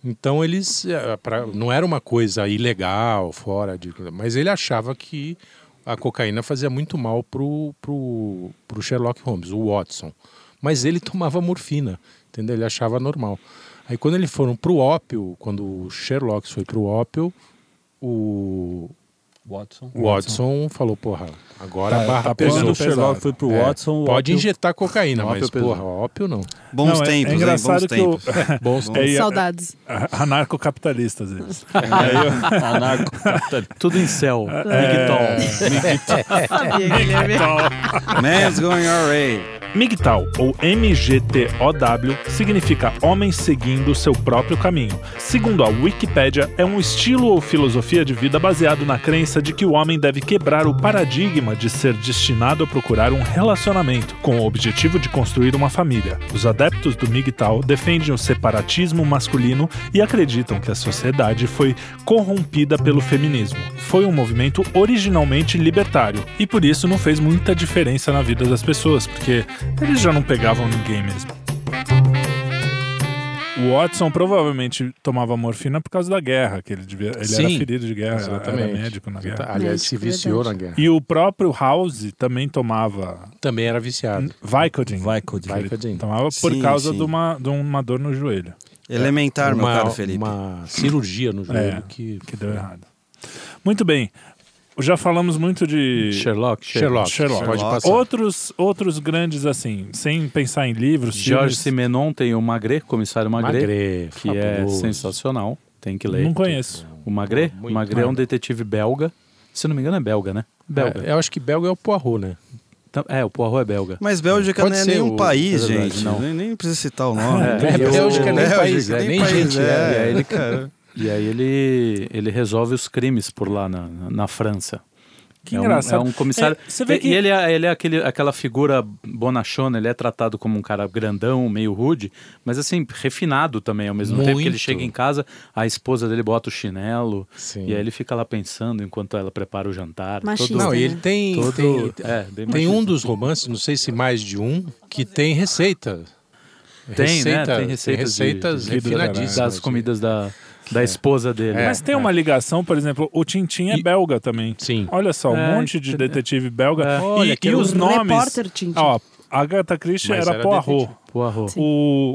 S6: Então eles. eh, pra- não era uma coisa ilegal, fora de. Mas ele achava que a cocaína fazia muito mal pro, pro, pro Sherlock Holmes, o Watson. Mas ele tomava morfina, entendeu? Ele achava normal. Aí quando eles foram pro ópio, quando o Sherlock foi pro ópio, o
S3: Watson.
S6: o Watson falou, porra, agora a
S1: Tá-
S6: barra
S1: tá
S6: pesou.
S3: Quando o
S1: pesado.
S3: Sherlock foi pro
S6: É,
S3: Watson, o
S6: Pode
S3: Watson-
S6: injetar cocaína,
S7: Ópio
S6: mas
S7: pesou.
S6: porra, ópio não.
S7: Bons
S1: Não, é-
S7: tempos,
S1: é
S7: hein?
S1: engraçado
S7: Bons
S1: que o-
S7: tempos.
S6: Bons
S1: É, e-
S4: Saudades.
S1: a- Anarcocapitalistas eles.
S5: Tudo em céu.
S1: É.
S5: Mictol.
S4: Sabia, Guilherme.
S7: Man's going alright.
S1: MGTOW, Então, ou MGTOW, significa Homem Seguindo Seu Próprio Caminho. Segundo a Wikipédia, é um estilo ou filosofia de vida baseado na crença de que o homem deve quebrar o paradigma de ser destinado a procurar um relacionamento, com o objetivo de construir uma família. Os adeptos do MGTOW defendem o separatismo masculino e acreditam que a sociedade foi corrompida pelo feminismo. Foi um movimento originalmente libertário e por isso não fez muita diferença na vida das pessoas, porque eles já não pegavam ninguém mesmo. O Watson provavelmente tomava morfina por causa da guerra, que ele devia, ele era
S6: Sim, Tá.
S1: ferido de guerra, era- era médico na guerra.
S6: Aliás,
S4: Médico,
S6: se viciou
S4: verdade.
S6: na guerra.
S1: E o próprio House também tomava
S6: Também era viciado.
S1: Vicodin.
S3: Vicodin.
S1: Ele
S6: Vicodin.
S1: Tomava por
S7: Sim,
S1: causa
S7: sim.
S1: de uma, de uma dor no joelho.
S7: Elementar, meu
S6: uma,
S7: caro Tá, Felipe.
S6: uma cirurgia no joelho
S1: É.
S6: que...
S1: que deu errado. Muito bem. Já falamos muito de
S5: Sherlock.
S6: Sherlock,
S1: Sherlock.
S6: pode
S7: Sherlock.
S6: passar.
S1: Outros, outros grandes, assim, sem pensar em livros,
S5: Georges
S1: filmes,
S5: Simenon tem o Magret, comissário Magret,
S6: Magret,
S5: que
S6: fabuloso.
S5: é sensacional. Tem que ler.
S1: não conheço.
S5: O Magret?
S6: Muito
S5: o Magret é um detetive belga. Se não me engano, é belga, né? Belga.
S6: É, eu acho que belga é o Poirot, né?
S5: Então- É, o Poirot é belga.
S7: Mas Bélgica
S6: Pode
S7: não é
S6: ser
S7: nenhum
S6: o-
S7: país,
S5: é verdade,
S7: gente.
S5: não.
S7: Nem, nem precisa citar o nome.
S5: É,
S7: Nem-
S5: é
S7: Eu-
S5: Bélgica, nem
S7: Bélgica,
S6: país, é, nem gente,
S7: é.
S5: é, é ele que-
S7: cara.
S5: E aí ele, ele resolve os crimes por lá na, na, na França.
S1: Que
S5: é
S1: engraçado.
S5: Um, é um comissário.
S1: É, você vê
S5: e,
S1: que-
S5: e ele é, ele é aquele, aquela figura bonachona, ele é tratado como um cara grandão, meio rude, mas assim, refinado também ao mesmo tempo. Que ele
S6: Muito.
S5: chega em casa, a esposa dele bota o chinelo,
S6: Sim.
S5: e aí ele fica lá pensando enquanto ela prepara o jantar.
S4: Machista.
S5: todo-
S6: Não, e ele
S4: né?
S6: tem...
S5: Todo-
S6: tem,
S5: é, bem
S6: tem
S5: machista.
S6: um dos romances, não sei se mais de um, que tem receita.
S5: Tem,
S6: receita,
S5: né? Tem receitas, de-
S6: receitas
S5: de- de-
S6: refinadíssimas. né? É.
S5: das comidas da, da esposa dele.
S1: Mas tem uma ligação, por exemplo, o Tintin é belga também.
S6: Sim.
S1: Olha só, um
S5: É,
S1: monte de detetive belga.
S5: É.
S1: E,
S5: Olha,
S1: e
S5: que
S1: os
S4: o
S1: nomes...
S4: repórter Tintin.
S1: Ó, Agatha Christie
S6: Mas
S1: era,
S6: era
S1: Poirot.
S5: Poirot.
S1: O,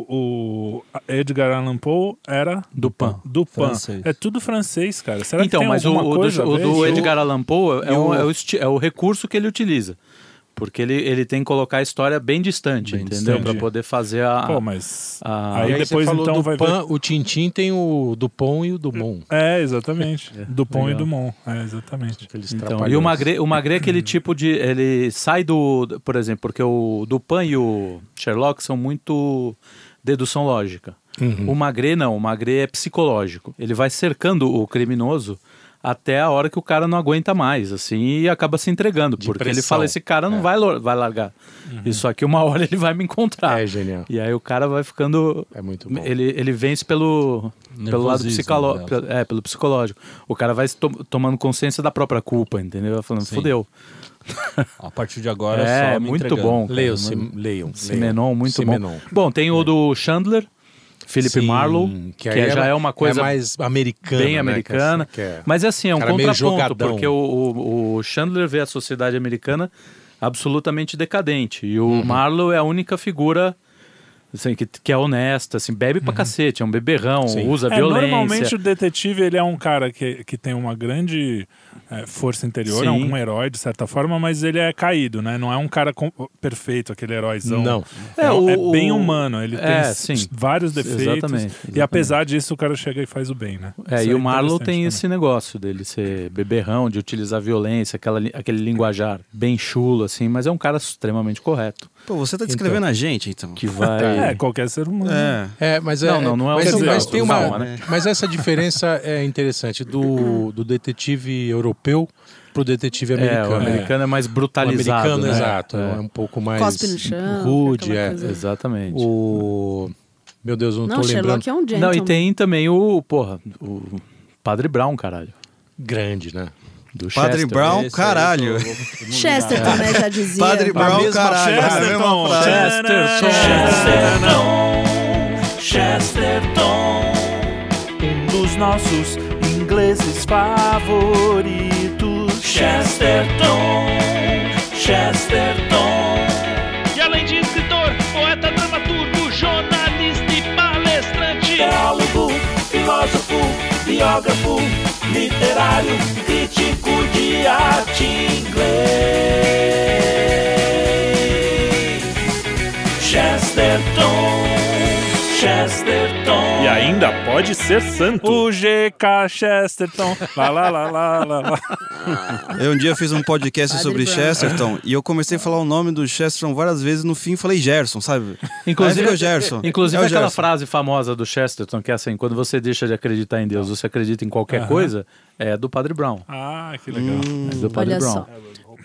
S1: o Edgar Allan Poe era...
S5: Dupin.
S1: Dupin.
S3: Francês.
S1: É tudo francês, cara. Será que
S5: então,
S1: tem
S5: mas o,
S1: alguma
S5: o do-
S1: coisa a
S5: o
S1: ver? Eu-
S5: do Edgar Allan Poe é,
S6: e
S5: um-
S6: o-
S5: é o, esti- é o recurso que ele utiliza. Porque ele, ele tem que colocar a história bem distante,
S1: Bem
S5: entendeu?
S1: distante.
S5: Para poder fazer a.
S1: Pô, mas.
S5: a-
S1: aí
S6: E aí você
S1: depois
S6: falou
S1: então
S6: do
S1: vai ver.
S6: Pan, O Tintim tem o Dupont e o Dumont.
S1: É, exatamente. Dupont
S5: legal.
S1: e Dumont. É, exatamente.
S6: Aqueles
S5: Então,
S6: trapalhões.
S5: e o Magre, o Magre é aquele tipo de. Ele sai do. Por exemplo, porque o Dupan e o Sherlock são muito dedução lógica.
S6: Uhum.
S5: O Magre não, o Magre é psicológico. Ele vai cercando o criminoso até a hora que o cara não aguenta mais, assim, e acaba se entregando. porque ele
S6: pressão. É. Uhum.
S5: fala: esse cara não vai, lo- vai largar. Isso aqui, uma hora ele vai me encontrar.
S6: É genial.
S5: E aí o cara vai ficando.
S6: É muito bom.
S5: Ele, ele vence pelo, pelo lado
S3: Nervosismo,
S5: psicolo,
S3: né?
S5: pe- é, pelo psicológico. O cara vai to- tomando consciência da própria culpa, entendeu? Vai Falando,
S3: Sim.
S5: fudeu.
S3: A partir de agora
S5: é,
S3: só me
S5: muito
S3: entregando.
S5: bom. cara.
S6: Leiam,
S5: Mano,
S6: se, leiam.
S5: Simenon, muito
S6: Simenon.
S5: bom. Bom, tem o do Chandler, Felipe
S6: Sim,
S5: Marlowe, que,
S6: aí
S5: é- já é uma coisa
S6: é mais americana.
S5: bem
S6: né,
S5: americana.
S6: que é assim, que é-
S5: Mas assim, é um
S6: cara meio
S5: contraponto,
S6: jogadão.
S5: porque o, o- o Chandler vê a sociedade americana absolutamente decadente. E o
S6: Uhum.
S5: Marlowe é a única figura assim, que, que é honesta, assim, bebe pra cacete, é um beberrão,
S6: Uhum. Sim.
S5: usa
S1: É,
S5: violência.
S1: normalmente o detetive ele é um cara que, que tem uma grande é, força interior, é
S5: Sim.
S1: um herói de certa forma, mas ele é caído, né? Não é um cara com- perfeito, aquele heróizão.
S6: Não.
S1: É,
S5: É,
S1: um- é
S5: o-
S1: bem
S5: o-
S1: humano, ele tem
S5: É,
S1: s-
S5: sim.
S1: vários defeitos.
S5: Exatamente,
S1: E
S5: exatamente.
S1: apesar disso, o cara chega e faz o bem, né?
S5: É,
S1: Isso
S5: e o Marlowe
S1: interessante
S5: tem
S1: também.
S5: esse negócio dele ser beberrão, de utilizar violência, aquela li- aquele linguajar bem chulo, assim, mas é um cara extremamente correto.
S7: Pô, você tá descrevendo a gente, então.
S5: Que vai.
S1: É, qualquer ser humano.
S7: É.
S6: É, mas
S5: Não, não, não é o
S6: mas,
S5: César,
S6: mas tem uma,
S5: calma, né?
S6: mas essa diferença é interessante do, do detetive europeu pro detetive
S5: É,
S6: americano.
S5: o americano é, mais brutalizado.
S6: O
S5: né?
S6: americano, exato,
S5: É,
S6: é. um pouco mais
S4: Cospe no chão,
S6: rude,
S4: aquela
S6: é.
S4: coisa.
S5: Exatamente.
S6: O meu Deus, eu não,
S4: Não,
S6: tô lembrando.
S4: Sherlock é um gentleman.
S5: Não, e tem também o, porra, o Padre Brown, caralho.
S4: é um
S6: Grande, né?
S5: Do
S7: Padre
S5: Chester.
S7: Brown,
S3: Esse aí
S7: caralho.
S3: eu tô- vou- vou-
S4: Chesterton, né, já dizia.
S7: Padre Brown,
S6: mesma
S7: caralho. é a
S1: Chesterton,
S7: mesma frase.
S5: Chesterton.
S1: Chesterton, um dos nossos ingleses favoritos. Chesterton, Chesterton.
S8: E além de escritor, poeta, dramaturgo, jornalista e palestrante.
S1: Teólogo, filósofo, biógrafo, literário, crítico de arte inglês. Chesterton, Chesterton. E ainda pode ser santo. O GK Chesterton. Lá, lá, lá, lá, lá, lá.
S7: Eu um dia fiz um podcast
S4: Padre
S7: sobre
S4: Brown.
S7: Chesterton e eu comecei a falar o nome do Chesterton várias vezes no fim falei Gerson, sabe?
S5: Inclusive,
S7: Aí ficou Gerson.
S5: Inclusive
S7: É o
S5: aquela
S7: Gerson.
S5: frase famosa do Chesterton, que é assim, quando você deixa de acreditar em Deus, você acredita em qualquer coisa, é do Padre Brown.
S1: Ah, que legal.
S5: É do Padre
S4: Hum, Olha
S5: Brown.
S4: só.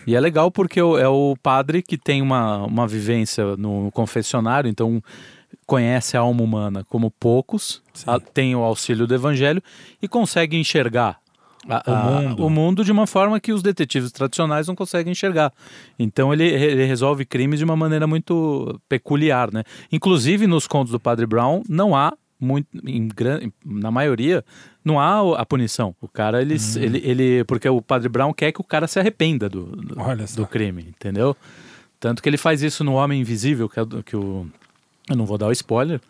S5: E é legal porque o- é o padre que tem uma, uma vivência no confessionário, então conhece a alma humana como poucos, a- tem o auxílio do evangelho e consegue enxergar a-
S1: O
S5: a-
S1: mundo.
S5: o mundo de uma forma que os detetives tradicionais não conseguem enxergar. Então ele, re- ele resolve crimes de uma maneira muito peculiar, né? Inclusive nos contos do Padre Brown não há muito em gran- em- na maioria não há o- a punição. O cara ele,
S3: Uhum.
S5: s- ele, ele porque o Padre Brown quer que o cara se arrependa do, do,
S1: Olha só.
S5: do crime, entendeu? Tanto que ele faz isso no Homem Invisível, que, é do- que o eu não vou dar o spoiler,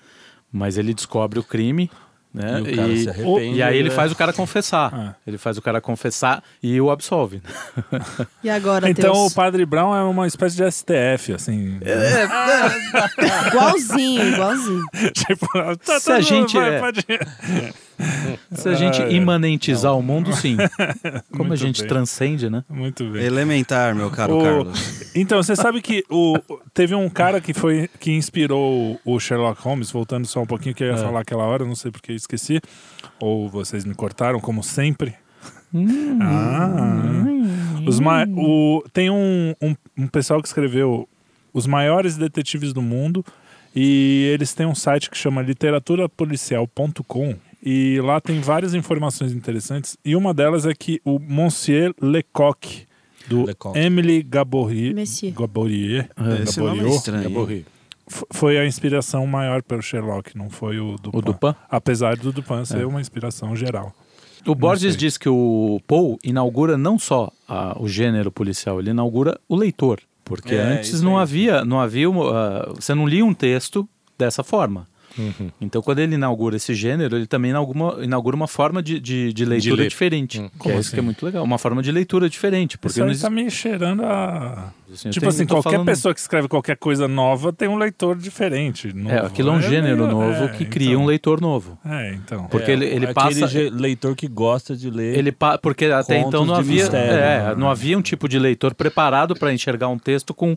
S5: mas ele descobre o crime, né?
S3: E o cara se arrepende,
S5: e aí ele
S3: né? Ah.
S5: faz o cara confessar. Ele faz o cara confessar e o absolve.
S4: E agora,
S1: Então
S4: Teus?
S1: o Padre Brown é uma espécie de STF, assim.
S4: Igualzinho, igualzinho.
S1: tipo, tá
S5: Se a
S1: todo-
S5: gente
S1: vai-
S5: é-
S1: pode-
S5: Se a gente
S3: Ah, é.
S5: imanentizar o mundo, sim. Como
S1: Muito
S5: a gente
S1: bem.
S5: transcende, né?
S1: Muito bem.
S7: Elementar, meu caro
S1: O-
S7: Carlos.
S1: Então, você sabe que o, teve um cara que foi que inspirou o Sherlock Holmes, voltando só um pouquinho, que eu ia falar aquela hora, não sei porque eu esqueci. Ou vocês me cortaram, como sempre. Ah. Os ma o, tem um, um, um pessoal que escreveu Os Maiores Detetives do Mundo. E eles têm um site que chama literaturapolicial.com. E lá tem várias informações interessantes. E uma delas é que o Monsieur Lecoq, do
S3: Lecoq.
S1: Emily Gaborie,
S4: Monsieur.
S1: Gaborier,
S7: Esse nome é
S1: Gaboriau,
S7: estranho.
S6: Morri.
S1: né, f- foi a inspiração maior para o Sherlock, não foi o Dupin.
S5: O Dupin?
S1: Apesar do Dupin ser
S7: É.
S1: uma inspiração geral.
S5: O Borges diz que o Poe inaugura não só a- o gênero policial, ele inaugura o leitor. Porque
S3: É,
S5: antes
S3: isso
S5: não
S3: aí.
S5: havia, não havia uma- ah, você não lia um texto dessa forma. Então, quando ele inaugura esse gênero, ele também inaugura, inaugura uma forma de, de, de leitura
S6: ler.
S5: diferente. que, é, isso que é muito legal. Uma forma de leitura diferente. Porque
S1: Isso
S5: não
S1: aí
S5: existe-
S1: tá me cheirando a.
S5: Assim, eu
S1: tipo
S5: tenho-
S1: assim,
S5: eu tô
S1: qualquer
S5: falando-
S1: pessoa que escreve qualquer coisa nova tem um leitor diferente. novo.
S5: É, aquilo é um gênero
S1: meio-
S5: novo
S1: é,
S5: que cria
S1: então.
S5: um leitor novo.
S1: É, então.
S5: Porque ele, ele
S3: Aquele
S5: passa.
S3: ge- leitor que gosta de ler.
S5: Ele pa- porque até
S3: Contos
S5: então não
S3: de
S5: havia,
S3: mistério,
S5: é,
S3: né?
S5: não havia um tipo de leitor preparado para enxergar um texto com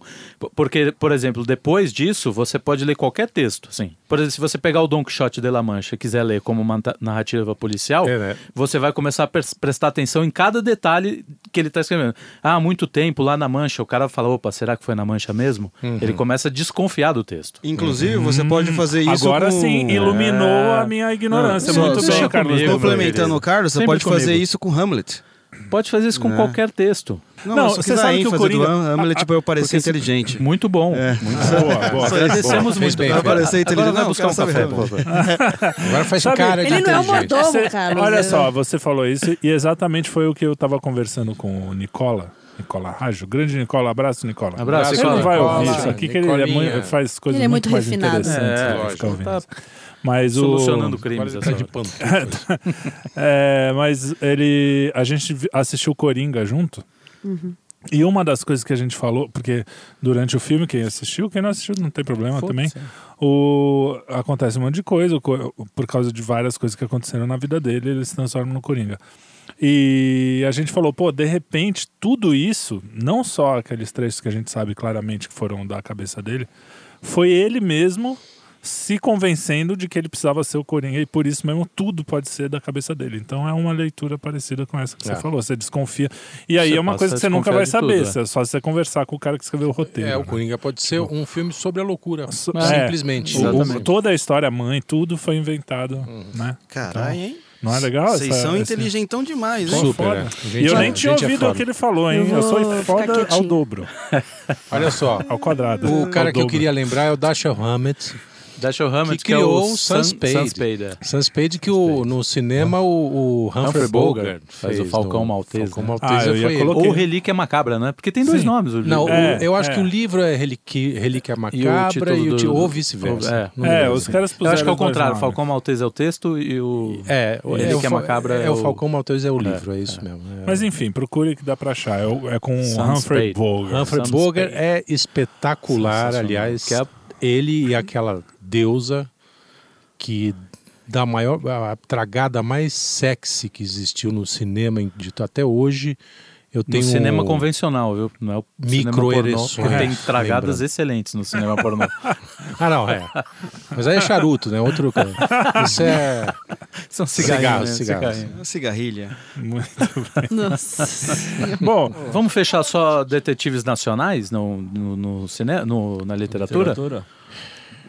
S5: porque por exemplo depois disso você pode ler qualquer texto assim por exemplo se você pegar o Don Quixote de La Mancha e quiser ler como uma ta- narrativa policial
S6: É, né?
S5: você vai começar a pres- prestar atenção em cada detalhe que ele está escrevendo ah, há muito tempo lá na Mancha o cara fala opa será que foi na Mancha mesmo ele começa a desconfiar do texto
S7: Inclusive, você pode fazer isso
S1: Agora
S7: com... É.
S1: sim, iluminou a minha ignorância.
S5: Não,
S1: É Muito
S5: só-
S1: bem,
S5: só
S1: Carlos.
S5: comigo,
S1: Dutra.
S7: Complementando o Carlos, você
S5: Sempre
S7: pode fazer
S5: comigo.
S7: isso com Hamlet.
S5: pode fazer isso com qualquer texo
S7: Não,
S1: Não,
S7: mas se
S1: você
S7: quiser
S1: sabe que o
S7: ênfase
S1: Coringa-
S7: do Ham- Hamlet para eu parecer inteligente.
S5: muito bom muito
S1: Boa, boa.
S7: é
S5: agradecemos
S6: Fez
S5: muito
S6: bem,
S7: Vai
S6: Agora
S7: parecer
S5: Agora
S7: inteligente.
S5: vai
S7: Não,
S5: buscar um
S7: o cara
S5: café,
S7: sabe
S5: pô.
S7: Hamlet.
S6: Agora faz
S1: Sabe,
S6: cara de
S4: ele não é um
S6: inteligente.
S4: mordomo,
S1: Você-
S4: Carlos.
S1: Olha
S4: né?
S1: só, você falou isso e exatamente foi o que eu tava conversando com o Nicola. Nicola Rajo, grande Nicola, abraço Nicola.
S5: Abraço,
S1: Ele
S5: Nicola.
S1: não vai ouvir
S6: Nicola,
S1: isso aqui, que ele é
S6: Nicolinha.
S1: muito, faz coisas
S4: Ele é
S1: muito,
S4: muito
S1: mais
S4: refinado.
S1: interessantes.
S5: É,
S1: do que ficar ouvindo
S5: tá
S1: isso. Mas o
S5: solucionando
S6: Agora
S5: crimes
S6: ele
S5: essa
S6: tá
S5: hora.
S6: de pantufa.
S1: É, mas ele. A gente vi- assistiu Coringa junto. E uma das coisas que a gente falou, porque durante o filme, quem assistiu, quem não assistiu, não tem problema também. O, acontece um monte de coisa, o co- por causa de várias coisas que aconteceram na vida dele, ele se transforma no Coringa. E a gente falou, pô, de repente, tudo isso, não só aqueles trechos que a gente sabe claramente que foram da cabeça dele, foi ele mesmo se convencendo de que ele precisava ser o Coringa e por isso mesmo tudo pode ser da cabeça dele. Então é uma leitura parecida com essa que você
S6: É.
S1: falou. Você desconfia. E aí
S5: Você
S1: é uma
S5: passa
S1: coisa
S5: a
S1: que você nunca vai
S5: desconfiar de
S1: saber.
S5: tudo,
S1: é só você conversar com o cara que escreveu o roteiro.
S6: É, o
S1: né?
S6: Coringa pode ser um filme sobre a loucura.
S1: So-
S6: Simplesmente.
S1: É, o- o-
S5: Exatamente.
S1: toda a história, a mãe, tudo foi inventado,
S6: Hum.
S1: né?
S7: Caralho, hein?
S1: Não é legal?
S7: Vocês
S1: essa-
S7: são
S1: esse-
S7: inteligentão demais, hein?
S6: Super.
S1: foda.
S6: é.
S1: E eu
S6: Gente-
S1: nem tinha
S6: gente é
S1: ouvido
S6: foda.
S1: o que ele falou, hein?
S4: Eu
S1: Eu, sou
S4: vou
S1: foda
S4: ficar
S1: ao
S4: quietinha.
S1: dobro,
S6: Olha só.
S1: ao quadrado.
S6: O cara
S1: Ao
S6: que eu
S1: dobro.
S6: queria lembrar é o Dasha Hammett.
S5: Dashiell Hammett,
S6: Que
S5: que, é o
S6: criou o
S5: Sun-
S6: Sunspade.
S5: Sunspade, é.
S6: Sam Spade, que o, no cinema o, o Humphrey,
S5: Humphrey Bogart
S6: Bogart
S5: faz
S6: fez
S5: o Falcão
S6: no-
S5: Maltese,
S6: Falcão
S5: né?
S1: Ah,
S6: Maltese
S1: eu ia
S6: foi ele.
S1: colocar-
S5: Ou
S1: Ok.
S5: Relíquia Macabra, né? Porque tem dois
S1: Sim.
S5: nomes. O
S6: Não, o-
S1: É,
S6: eu acho
S1: é.
S6: que o livro é Reliqui- Relíquia Macabra e, o ti- ou vice-versa.
S5: É.
S6: Não
S1: É,
S6: lembro,
S1: os
S6: assim.
S1: caras
S5: Eu
S1: puseram.
S5: acho que é o
S1: dois
S5: contrário.
S1: nomes.
S5: Falcão Maltese é o texto e o...
S6: É, o- é, o
S5: Relíquia
S6: Fa-
S5: Macabra
S6: é,
S5: é
S6: o
S5: o-
S6: Falcão Maltese é o livro, é, isso mesmo. é.
S1: Mas enfim, procure que dá pra achar. É, o- é com o
S5: Sam
S1: Humphrey
S5: Spade.
S1: Bogart.
S6: Humphrey
S5: Sam
S6: Bogart
S5: Spade.
S6: é espetacular,
S5: Sensacional.
S6: aliás.
S5: Que é-
S6: Ele e aquela deusa que dá a maior a tragada mais sexy que existiu no cinema em- dito até hoje. Eu
S5: No
S6: tenho
S5: cinema convencional, viu? Não é o cinema pornô,
S6: Microereções,
S5: que tem
S6: lembra.
S5: tragadas excelentes no cinema pornô.
S6: Ah, não, é. Mas aí é charuto, né? Outro cara. Isso é
S5: São cigarros,
S6: Cigarro, cigarro.
S7: Uma Cigarrilha.
S4: Nossa.
S1: Bom,
S5: Vamos fechar só detetives nacionais no, no, no cine- no- na literatura?
S3: Literatura.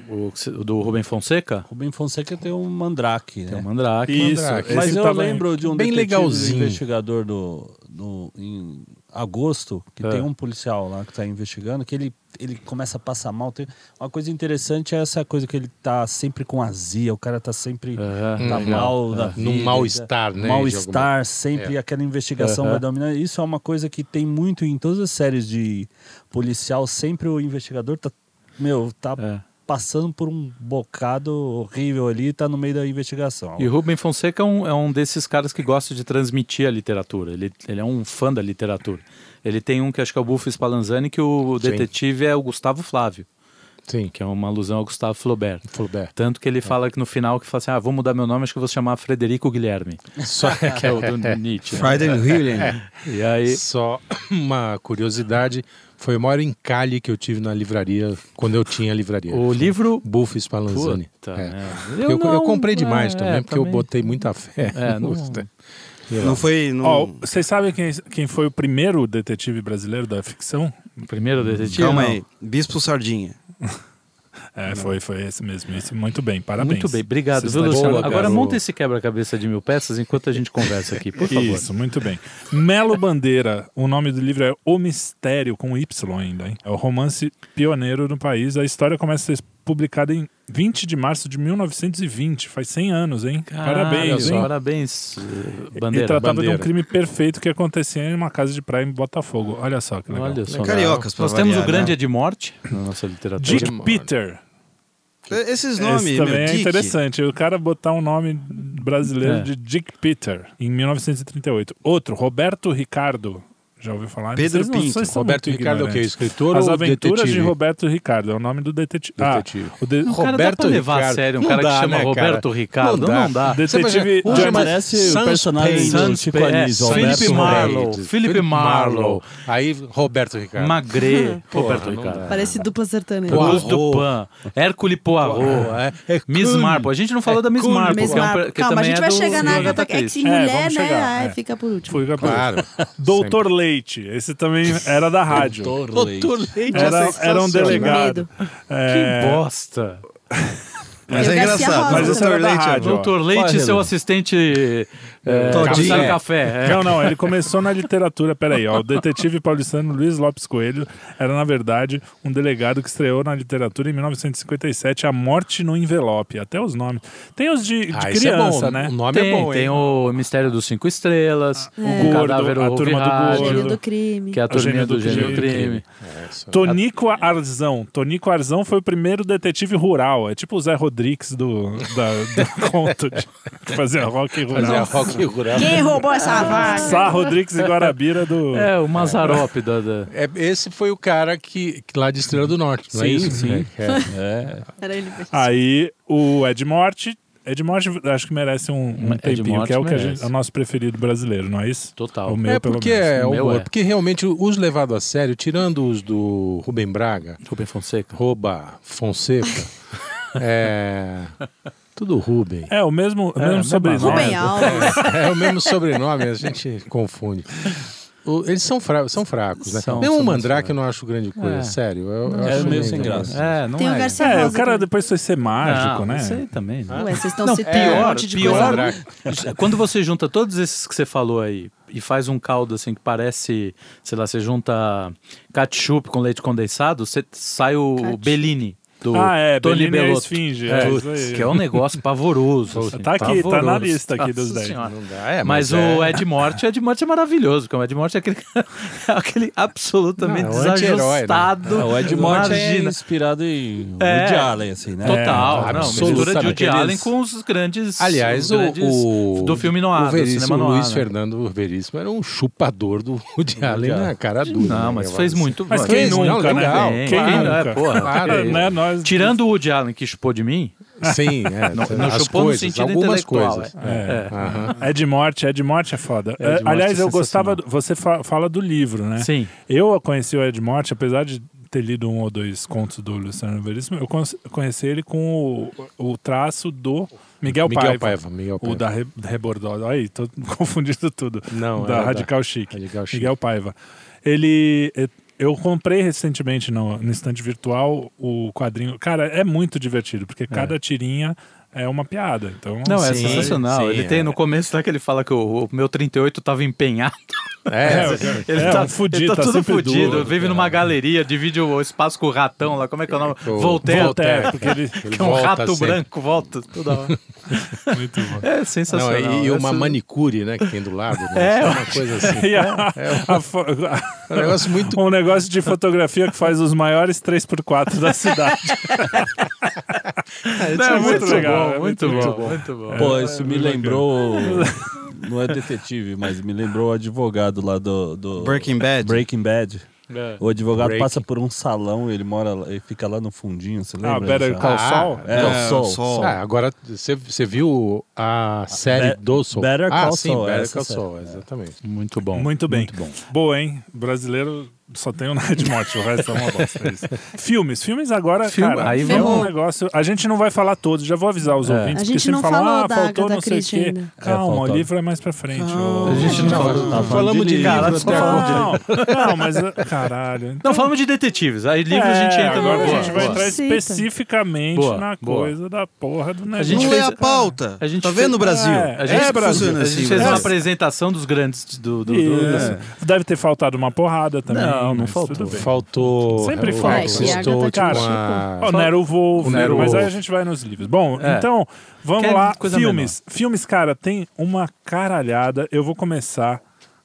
S5: O, do Rubem Fonseca?
S3: Rubem Fonseca tem um mandrake,
S5: Tem
S3: né?
S5: o Mandrake.
S1: isso.
S6: Mandrake.
S1: esse
S3: Mas eu
S1: tava-
S3: lembro de um
S6: bem
S3: detetive
S6: legalzinho.
S3: investigador do, do, em agosto, que
S5: É.
S3: tem um policial lá que está investigando, que ele, ele começa a passar mal. Tem- uma coisa interessante é essa coisa que ele tá sempre com azia, o cara tá sempre
S5: É,
S3: tá mal da vida,
S6: num mal-estar, né? de alguma- É.
S3: Mal-estar, sempre aquela investigação
S5: Aham.
S3: vai dominar. Isso é uma coisa que tem muito em todas as séries de policial, sempre o investigador tá, meu, tá
S5: É.
S3: passando por um bocado horrível ali, tá no meio da investigação.
S5: E Rubem Fonseca é um, é um desses caras que gosta de transmitir a literatura. Ele, ele é um fã da literatura. Ele tem um que acho que é o Buffo Spallanzani, que o
S6: Sim.
S5: detetive é o Gustavo Flávio,
S6: Sim, um
S5: que é uma alusão ao Gustavo Flaubert.
S6: Flaubert.
S5: Tanto que ele fala que no final que fala assim: ah, vou mudar meu nome, acho que eu vou se chamar Frederico Guilherme,
S6: Só
S5: que é o do Nietzsche. né?
S7: Friday William.
S5: E aí.
S6: Só uma curiosidade, foi o maior encalhe que eu tive na livraria, quando eu tinha livraria.
S5: O livro.
S6: Buff Spallanzani.
S5: Puta,
S6: É.
S5: né?
S6: Eu, eu
S5: não-
S6: comprei demais
S5: é,
S6: também,
S5: é,
S6: porque eu botei muita fé.
S5: É,
S6: no-
S5: não-
S7: Não foi... não-
S1: Ó, vocês sabem quem, quem foi o primeiro detetive brasileiro da ficção?
S5: O primeiro detetive.
S7: Calma
S5: não.
S7: aí. Bispo Sardinha.
S1: É, foi, foi esse mesmo. Esse, muito bem, parabéns.
S5: Muito bem, obrigado,
S1: Vocês
S5: viu,
S1: deixaram-
S5: Luciano?
S1: Boa,
S5: Agora
S1: garoto.
S5: monta esse quebra-cabeça de mil peças enquanto a gente conversa aqui, por favor.
S1: Isso, muito bem. Melo Bandeira, o nome do livro é O Mistério, com Y ainda, hein? É o romance pioneiro no país. A história começa a ser publicada em 20 de março de 1920, faz 100 anos, hein?
S5: Caralho,
S1: parabéns, hein?
S5: Parabéns, eh,
S1: Ele
S5: Bandeira.
S1: tratava de
S5: Bandeira.
S1: um crime perfeito que acontecia em uma casa de praia em Botafogo. Olha só que legal.
S5: Olha só.
S7: Cariocas, pra
S5: Nós temos o
S7: variar,
S5: grande
S7: né?
S5: Edmorte na nossa literatura.
S1: Dick Peter,
S7: Esses nomes,
S1: Esse também
S7: meu,
S1: é
S7: Dick.
S1: interessante. O cara botar um nome brasileiro de Dick Peter em 1938. Outro, Roberto Ricardo. Já ouviu falar?
S6: Pedro
S1: não,
S6: Pinto.
S1: são
S6: Roberto
S1: muito
S6: Ricardo é o quê?
S1: ignorantes.
S6: Escritor
S1: As
S6: ou
S1: Aventuras de
S6: detetive?
S1: Roberto Ricardo. É o nome do detetive. Ah,
S6: Detetive.
S1: o de-
S5: O cara dá pra levar a sério um
S6: Não
S5: cara que
S6: dá,
S5: chama
S6: né,
S5: Roberto
S6: cara?
S5: Ricardo? Não
S6: Não
S5: dá.
S6: dá.
S1: Detetive
S6: Você imagina, um
S1: Johnny-
S6: James-
S3: Parece o
S6: Sans
S3: personagem do
S5: Sans
S3: Chico
S5: Pe- é,
S3: Anísio,
S5: Sans
S3: Alberto
S5: Felipe
S6: Felipe
S5: Marlowe.
S6: Marlowe.
S5: Felipe Marlowe.
S6: Aí, Roberto Ricardo.
S5: Magre. Roberto
S6: não dá.
S5: Ricardo.
S4: Parece dupla sertaneja.
S6: Porra.
S5: Cruz Dupan. Hércules Poirot.
S6: é, é
S5: Miss Marple. A gente não falou da Miss Marple,
S4: Mesmo
S5: que, é um,
S4: a-
S5: per- que
S4: Calma, a
S5: também
S4: gente
S5: é
S4: vai
S5: do
S4: chegar na
S5: do
S4: Agatha É que
S5: Christie.
S4: se
S1: É,
S4: mulher,
S1: vamos
S4: né?
S1: chegar,
S4: Ai,
S1: é.
S4: fica por último.
S1: Fui capaz.
S6: Claro.
S1: Doutor Leite. Esse também era da rádio.
S6: Doutor Leite
S7: assim,
S6: é
S1: Era, era um
S6: sensacional.
S1: delegado. É,
S5: Que bosta.
S7: Mas
S4: Eu
S7: é
S4: Garcia
S7: engraçado.
S4: Rosa.
S1: Mas esse
S7: Dr.
S1: era da
S7: Leite,
S1: rádio. ó.
S5: Doutor Leite e seu assistente é,
S7: Todinho.
S5: Comissário
S7: É.
S5: Café. é.
S1: Não, não, ele começou na literatura, peraí, ó. O detetive paulistano Luiz Lopes Coelho era, na verdade, um delegado que estreou na literatura em 1957, A Morte no Envelope, até os nomes. Tem os de, de
S6: Ah, esse é bom.
S1: criança, né?
S6: O nome
S5: Tem,
S6: é bom,
S5: tem um-
S6: hein?
S5: o Mistério dos Cinco Estrelas,
S1: O
S5: o
S1: Gordo,
S5: Cadáver
S1: a
S5: Ouve
S1: Turma do
S5: Rádio,
S1: Gordo.
S4: Gênio do crime.
S5: que é a turminha
S1: Gênio
S5: do
S1: do
S5: Gênio do
S1: Crime.
S5: Crime.
S6: é
S1: Tonico Arzão. Tonico Arzão foi o primeiro detetive rural. É tipo o Zé Rodrigues do, da, do conto de que fazia rock
S6: Mas é
S1: rural.
S6: rock rural.
S4: Quem roubou essa vaga?
S1: Sá Rodrigues e Guarabira do.
S5: É, o Mazarope da... da-
S6: É, esse foi o cara que, que lá de Estrela do Norte, não é
S3: Sim,
S6: isso?
S3: sim.
S6: É, é.
S4: Era ele mesmo.
S1: Aí o Ed Morte. Ed Morte acho que merece um, um
S5: Ed
S1: tempinho, que é
S5: Morte
S1: o, que a
S5: merece.
S1: gente- é o nosso preferido brasileiro, não é isso?
S5: Total.
S1: O meu,
S6: é
S1: pelo
S6: porque
S1: menos.
S6: é
S5: O meu
S6: humor,
S5: é.
S6: porque realmente os levados a sério, tirando os do Rubem Braga,
S5: Rubem Fonseca.
S6: Roba Fonseca, é tudo Rubem.
S1: É, o mesmo, o mesmo
S5: mesmo
S1: sobrenome.
S4: Rubem Alves.
S6: É o mesmo sobrenome, a gente confunde. O- eles são, fra são fracos, né?
S5: São,
S6: Mesmo
S5: são
S6: o
S5: muito
S6: Mandrake eu não acho grande coisa,
S5: É.
S6: sério. Eu, eu
S5: É
S6: acho
S3: meio
S6: bem
S3: sem
S6: legal.
S3: graça.
S5: É, não
S4: Tem o
S5: é.
S4: Garcia
S1: É, o
S4: Rosa
S1: cara
S4: também.
S1: depois foi ser mágico,
S5: Não,
S1: né?
S5: Isso aí também. né?
S4: Ué, vocês estão
S5: Não,
S4: citando um
S5: pior,
S4: monte de
S5: pior.
S4: coisa.
S6: Mandrake.
S5: Quando você junta todos esses que você falou aí e faz um caldo assim que parece, sei lá, você junta ketchup com leite condensado, você sai o
S4: Ketchup.
S5: Bellini do
S1: Ah, é,
S5: Tony
S1: Bellini é
S5: Bellotto.
S1: esfinge, é, isso aí.
S5: que é um negócio pavoroso. assim,
S1: Tá aqui, tá na
S5: pavoroso.
S1: lista aqui dos
S5: Nossa
S1: 10.
S5: Senhora.
S6: Não dá, é,
S5: Mas, o Ed Morte, o Ed Morte é maravilhoso, porque o Ed Morte é aquele, é aquele absolutamente
S6: Não, é um anti-herói, né?
S5: desajustado.
S3: É, o Ed Morte é
S5: margina-
S3: inspirado em
S5: É.
S3: Woody Allen, assim, né?
S5: Total,
S6: É,
S5: não,
S6: absolutamente.
S5: mistura de Woody
S3: Aqueles-
S5: Allen com os grandes.
S6: Aliás,
S5: os
S6: o,
S5: grandes
S6: o-
S5: do filme noir,
S6: o, Veríssimo,
S5: do cinema noir.
S6: Luiz
S5: né?
S6: Fernando Veríssimo era um chupador do Woody Allen na cara dura.
S5: Não,
S6: né,
S5: mas
S6: eu
S5: fez
S6: acho.
S5: muito.
S1: Mas
S5: Ué,
S1: quem
S6: fez, não,
S1: nunca,
S6: legal,
S1: né?
S5: quem
S1: Quem
S5: não, é,
S1: nunca?
S5: porra.
S6: Claro.
S1: né? Nós...
S5: Tirando o Woody Allen que chupou de mim,
S6: Sim, é,
S5: não, não
S6: as
S5: chupou
S6: coisas,
S5: no sentido
S6: algumas
S5: intelectual.
S6: coisas.
S5: é. É.
S6: Aham.
S1: Ed Morte, Ed Morte é foda. É,
S5: Morte
S1: aliás,
S5: é
S1: eu gostava. do- Você fa- fala do livro, né?
S5: Sim.
S1: Eu conheci o Ed Morte, apesar de ter lido um ou dois contos do Luciano Veríssimo, eu con- conheci ele com o, o traço do Miguel,
S6: Miguel
S1: Paiva.
S6: Paiva, Miguel
S1: O
S6: Paiva.
S1: da Re- Rebordosa. Aí, tô confundindo tudo.
S6: Não,
S1: da
S6: era da-
S1: Radical Chic.
S6: Radical Chic.
S1: Miguel Paiva. Ele. eh, Eu comprei recentemente no, no estante virtual o quadrinho. Cara, é muito divertido, porque cada tirinha é uma piada. Então,
S5: Não, é
S6: Sim,
S5: sensacional.
S6: sim,
S5: ele
S6: é.
S5: tem no começo, lá que ele fala que o, o meu 38 tava empenhado.
S6: É,
S5: Ele,
S1: É,
S5: tá,
S1: um fudido,
S5: ele tá,
S1: tá
S5: tudo
S1: sempre
S5: fudido.
S1: duro,
S5: vive numa galeria, divide o espaço com o ratão lá. Como é que é o nome?
S6: o-
S5: Voltaire.
S1: Voltaire, porque ele.
S6: ele
S5: Que é um
S6: volta assim.
S5: rato
S6: sempre.
S5: branco, volta toda hora.
S1: muito bom.
S5: É
S6: Não,
S5: sensacional.
S6: e, e uma
S5: Essa-
S6: manicure, né, que tem do lado. Né?
S5: É,
S6: uma coisa assim.
S1: E a- a fo-
S6: É um negócio muito
S1: um negócio de fotografia que faz os maiores 3x4 da cidade.
S5: Não, é muito,
S1: muito legal,
S5: bom,
S1: é
S5: muito,
S1: muito
S5: bom, muito bom.
S3: Pô, isso me lembrou. Não é detetive, mas me lembrou o advogado lá do. do-
S7: Breaking Bad.
S3: Breaking Bad. O advogado
S6: Breaking.
S3: passa por um salão, ele mora, lá- ele fica lá no fundinho, você lembra?
S1: Ah, Better
S3: dessa-
S1: Call
S6: Ah,
S1: Saul?
S3: É, o Sol.
S7: Sol.
S6: Ah, agora você você viu a série
S3: Be-
S6: do Sol?
S3: Better
S6: ah,
S3: Call
S6: sim,
S3: Saul,
S6: Better
S3: essa
S6: Call
S3: série.
S6: Saul, exatamente.
S5: Muito bom.
S1: Muito bem. Boa, hein? Brasileiro só tem o Night Morte, o resto é uma bosta. é isso. Filmes. Filmes agora,
S5: Filme-
S1: cara,
S5: aí É.
S1: aí vamos
S4: vamos-
S1: um negócio... A gente não vai falar todos, já vou avisar os ouvintes,
S4: A
S1: porque
S4: gente
S1: sempre
S4: não
S1: falam,
S4: falou
S1: ah,
S4: da
S1: faltou
S4: Agatha
S1: não sei o
S4: Christie
S1: quê.
S4: ainda.
S1: Calma, o
S3: faltou.
S1: livro é mais pra
S4: Ah.
S1: frente. ô.
S5: A gente não falou.
S3: Tá
S6: Falamos de
S3: livro.
S6: livro até agora.
S1: Não, não, mas... ah, Caralho.
S5: Não, falamos de detetives. Aí livro a gente
S1: É,
S5: entra
S1: agora
S5: no
S1: a gente vai entrar
S4: Cita.
S1: especificamente
S5: Boa,
S1: na
S5: boa.
S1: coisa da porra do negócio.
S5: gente
S7: Não
S5: fez-
S7: é a pauta.
S5: A gente
S7: tá vendo,
S5: fez-
S7: Brasil?
S1: É,
S5: A gente,
S1: É, Brasil.
S5: a
S7: Funciona
S5: gente
S7: assim,
S5: fez uma
S7: Brasil.
S5: apresentação dos grandes do. do, do-
S1: Isso. Deve ter faltado uma porrada também.
S5: né? Não, não
S1: mas
S5: faltou.
S1: tudo bem.
S6: Faltou.
S1: Sempre
S6: o
S1: falta.
S6: Axis
S1: É, e a
S4: Agatha
S6: Toad
S1: Christie,
S6: com a-
S1: Ó, O Nero Wolf,
S6: O Nero
S1: mas aí a
S6: Wolf.
S1: gente vai nos livros. Bom,
S5: É.
S1: então, vamos
S5: Quer
S1: lá.
S5: coisa
S1: Filmes. Filmes, cara, tem uma caralhada. Eu vou começar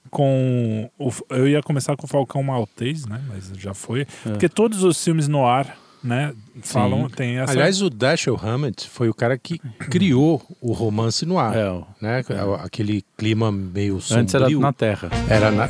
S1: com. o- eu ia começar com o Falcão Maltês, né? Mas já foi. Porque todos os filmes no ar né? Falam, tem essa.
S6: Aliás, o Dashiell Hammett foi o cara que criou o romance no ar.
S5: É, ó.
S6: Né? Aquele clima meio É. sombrio.
S5: Antes era na Terra.
S6: Era na... Ai,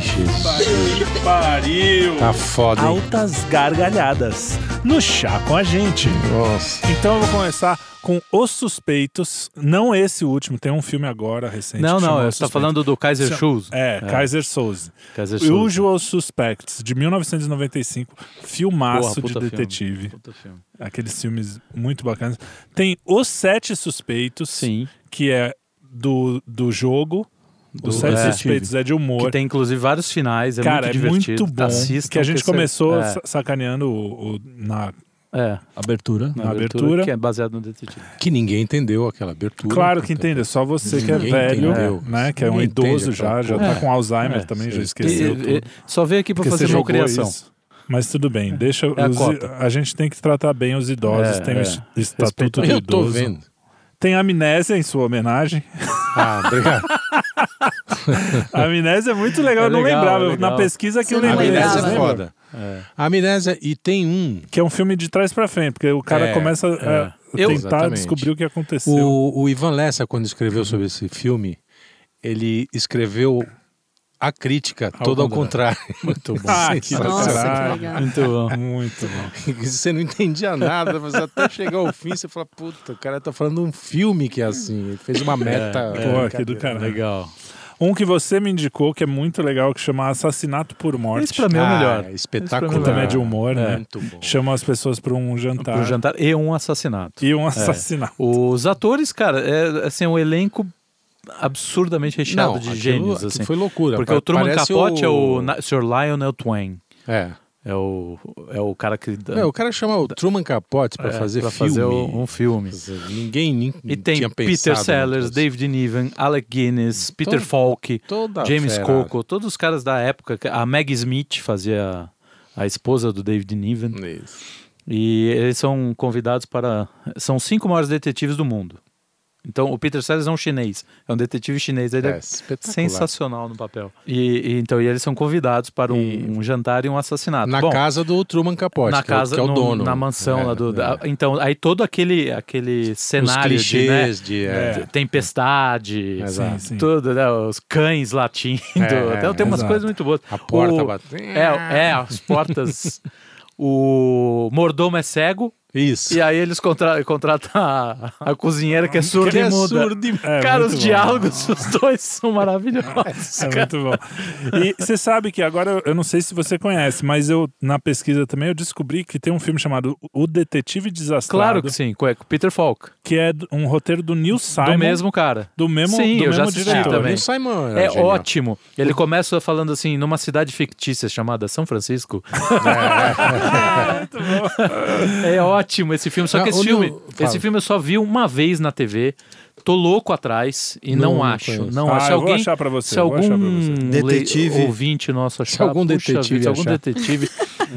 S6: Jesus.
S1: pariu!
S6: Tá foda, hein?
S1: Altas gargalhadas no chá com a gente.
S6: Nossa.
S1: Então eu vou começar com Os Suspeitos, não esse último, tem um filme agora recente.
S5: Não,
S1: que chama
S5: não,
S1: Os
S5: você tá
S1: Suspeitos.
S5: falando do Kaiser
S1: Chama-
S5: Shoes.
S1: É, Kaiser Souze.
S5: Kaiser Shoes.
S1: Usual Suspects, de 1995, filmaço
S5: Porra,
S1: de
S5: puta filme.
S1: detetive.
S5: Puta filme.
S1: Aqueles filmes muito bacanas. Tem Os Sete Suspeitos,
S5: Sim.
S1: que é do, do jogo. Os
S5: Do-
S1: Sete
S5: é.
S1: Suspeitos é de humor.
S5: Que tem inclusive vários finais, é
S1: Cara,
S5: muito
S1: é
S5: divertido.
S1: muito bom.
S5: Assistam,
S1: que a gente
S5: você-
S1: começou
S5: É,
S1: sa- sacaneando o- o- na
S5: é,
S3: Abertura.
S5: na
S1: Na
S5: abertura,
S1: abertura.
S5: que é baseado no detetive.
S6: Que ninguém entendeu aquela abertura.
S1: Claro que entendeu, só você que é
S6: Ninguém
S1: velho,
S6: entendeu.
S1: né? Que é um
S6: Ninguém entende
S1: idoso já,
S6: aquela
S1: já
S5: porra.
S1: tá com Alzheimer
S5: É,
S1: também,
S6: você
S1: já esqueceu tudo.
S5: E- e- só veio aqui pra
S1: Porque
S5: fazer
S1: você
S5: uma
S1: jogou
S5: criação.
S1: isso. Mas tudo bem, deixa
S5: a
S1: os-
S5: cota.
S1: a, gente tem que tratar bem os idosos,
S5: É,
S1: tem
S5: é.
S1: o es- estatuto do
S6: Eu tô
S1: idoso.
S6: vendo.
S1: Tem amnésia em sua homenagem.
S6: Ah, obrigado.
S1: A amnésia é muito legal,
S5: É
S1: eu não
S5: legal,
S1: lembrava.
S5: é
S1: Eu- Na
S5: legal.
S1: pesquisa que eu
S4: Você não
S1: lembrei.
S4: lembrava.
S1: vocês
S6: Amnésia é
S1: lembram?
S6: foda. Amnésia, e tem um.
S1: Que é um filme de trás pra frente, porque o cara
S6: É,
S1: começa a
S5: Eu-
S1: tentar
S6: Exatamente.
S1: descobrir o que aconteceu.
S6: O, o Ivan Lessa, quando escreveu sobre esse filme, ele escreveu a crítica toda ao contrário. Muito bom.
S1: Ah, que
S4: Nossa,
S1: Caralho.
S4: que legal.
S5: Muito bom.
S1: Muito bom.
S6: Você não entendia nada, mas até chegar ao fim você fala, puta, o cara tá falando um filme que é assim. Ele fez uma
S5: é.
S6: meta.
S1: Pô, que do caralho.
S5: Legal.
S1: Um que você me indicou que é muito legal, que chama Assassinato por Morte.
S5: Esse pra mim é o melhor.
S6: Ah,
S1: Que
S6: espetacular.
S1: também é de humor, né?
S6: Muito bom.
S1: Chama as pessoas para um jantar.
S5: Um jantar e um assassinato.
S1: E um assassinato.
S5: Os atores, cara, é assim, um elenco absurdamente recheado
S6: Não,
S5: de
S6: aquilo-
S5: gênios,
S6: aquilo
S5: assim.
S6: foi loucura.
S5: Porque
S6: Pa-
S5: o Truman
S6: parece
S5: Capote é
S6: o-
S5: o Na- Sr. Lionel Twain.
S6: É.
S5: É o, é o cara que dá,
S6: É, o cara chama o Truman Capote pra
S5: é,
S6: fazer
S5: pra
S6: filme.
S5: fazer o- um filme.
S6: Ninguém nem
S5: E tem
S6: tinha
S5: Peter
S6: pensado
S5: Sellers,
S6: nisso.
S5: David Niven, Alec Guinness, Peter
S6: Todo-
S5: Falk,
S6: toda
S5: James
S6: fera.
S5: Coco, todos os caras da época. A Maggie Smith fazia a esposa do David Niven.
S6: Hum. Isso.
S5: E eles são convidados para. São cinco maiores detetives do mundo. Então, o Peter Sellers é um chinês, é um detetive chinês. Ele
S6: É,
S5: é,
S6: espetacular.
S5: sensacional no papel. E, e então, e eles são convidados para um, um jantar e um assassinato.
S6: Na
S5: Bom,
S6: casa do Truman Capote,
S5: na
S6: que, é o-
S5: casa,
S6: que é o,
S5: no-
S6: dono.
S5: na mansão
S6: É,
S5: lá do.
S6: é.
S5: da- então, aí todo aquele, aquele
S6: Os
S5: cenário
S6: clichês
S5: de,
S6: de...
S5: né,
S6: é.
S5: de tempestade,
S6: Exato.
S1: Sim, sim.
S5: tudo, né, os cães latindo.
S6: É,
S5: então, tem umas
S1: exato.
S5: coisas muito boas.
S6: A porta
S5: O-
S6: batendo.
S5: É, é, as portas. o mordomo é cego.
S6: Isso.
S5: E aí eles contra contratam a, a cozinheira que é surda
S6: Que
S5: e
S6: é
S5: muda.
S6: surdo e-
S1: É,
S5: cara,
S1: muito
S5: os
S1: bom.
S5: diálogos, os dois são maravilhosos.
S1: É
S5: cara.
S1: muito bom. E você sabe que agora, eu- eu não sei se você conhece, mas eu, na pesquisa também, eu descobri que tem um filme chamado O Detetive Desastrado,
S5: Claro que sim, com é com Peter Falk.
S1: que é d- um roteiro do Neil Simon.
S5: Do mesmo cara.
S1: Do mesmo,
S5: Sim,
S1: do
S5: eu já
S1: mesmo
S5: assisti
S1: diretor.
S5: também.
S6: O Tipo, Simon era
S5: É
S6: genial.
S5: ótimo. Ele começa falando assim, numa cidade fictícia chamada São Francisco. é ótimo esse filme. Só
S6: Não,
S5: que esse
S6: o
S5: filme,
S6: Neil- fala.
S5: esse filme eu só vi uma vez na TV. Tô louco atrás e não,
S6: Não, não
S5: acho.
S6: conheço.
S5: Não
S1: Ah,
S5: acho. Se
S1: eu vou
S5: alguém,
S1: achar pra você,
S5: Se
S1: eu vou
S5: algum
S1: achar pra você.
S5: le-
S7: Detetive.
S5: ouvinte nosso achar,
S6: algum
S5: puxa
S6: detetive
S5: vida, se algum
S6: achar.
S5: detetive.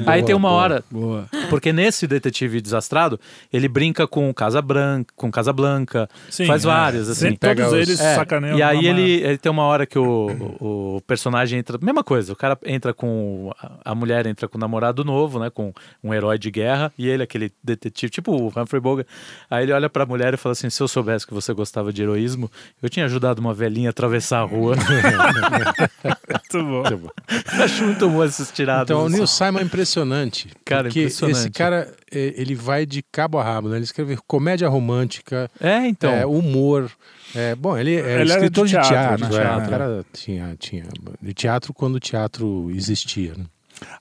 S5: Aí
S6: Boa,
S5: tem uma
S6: boa.
S5: hora
S7: Boa.
S5: porque nesse detetive desastrado, ele brinca com Casa Branca, com Casa Blanca,
S1: Sim,
S5: faz
S1: é.
S5: várias, assim.
S1: Sim, todos
S6: Pega os-
S1: eles
S5: É,
S1: sacaneiam.
S5: e aí
S1: uma-
S5: ele, ele tem uma hora que o, o personagem entra. Mesma coisa, o cara entra com. a- A mulher entra com um namorado novo, né? Com um herói de guerra. E ele, aquele detetive, tipo o Humphrey Bogart. Aí ele olha pra mulher e fala assim: se eu soubesse que você gostava de heroísmo, eu tinha ajudado uma velhinha a atravessar a rua.
S1: Muito bom.
S5: Acho muito bom essas tiradas.
S6: Então, o
S5: assim.
S6: Neil Simon é impressionante.
S5: Cara,
S6: porque
S5: impressionante.
S6: esse cara, é, ele vai de cabo a rabo, né? Ele escreve comédia romântica,
S5: É, então.
S6: é, humor. é, bom, ele é
S1: Ele era de
S6: escritor de
S1: teatro,
S6: teatro.
S1: de
S6: é,
S1: teatro.
S6: O cara tinha, tinha... De teatro quando o teatro existia, né?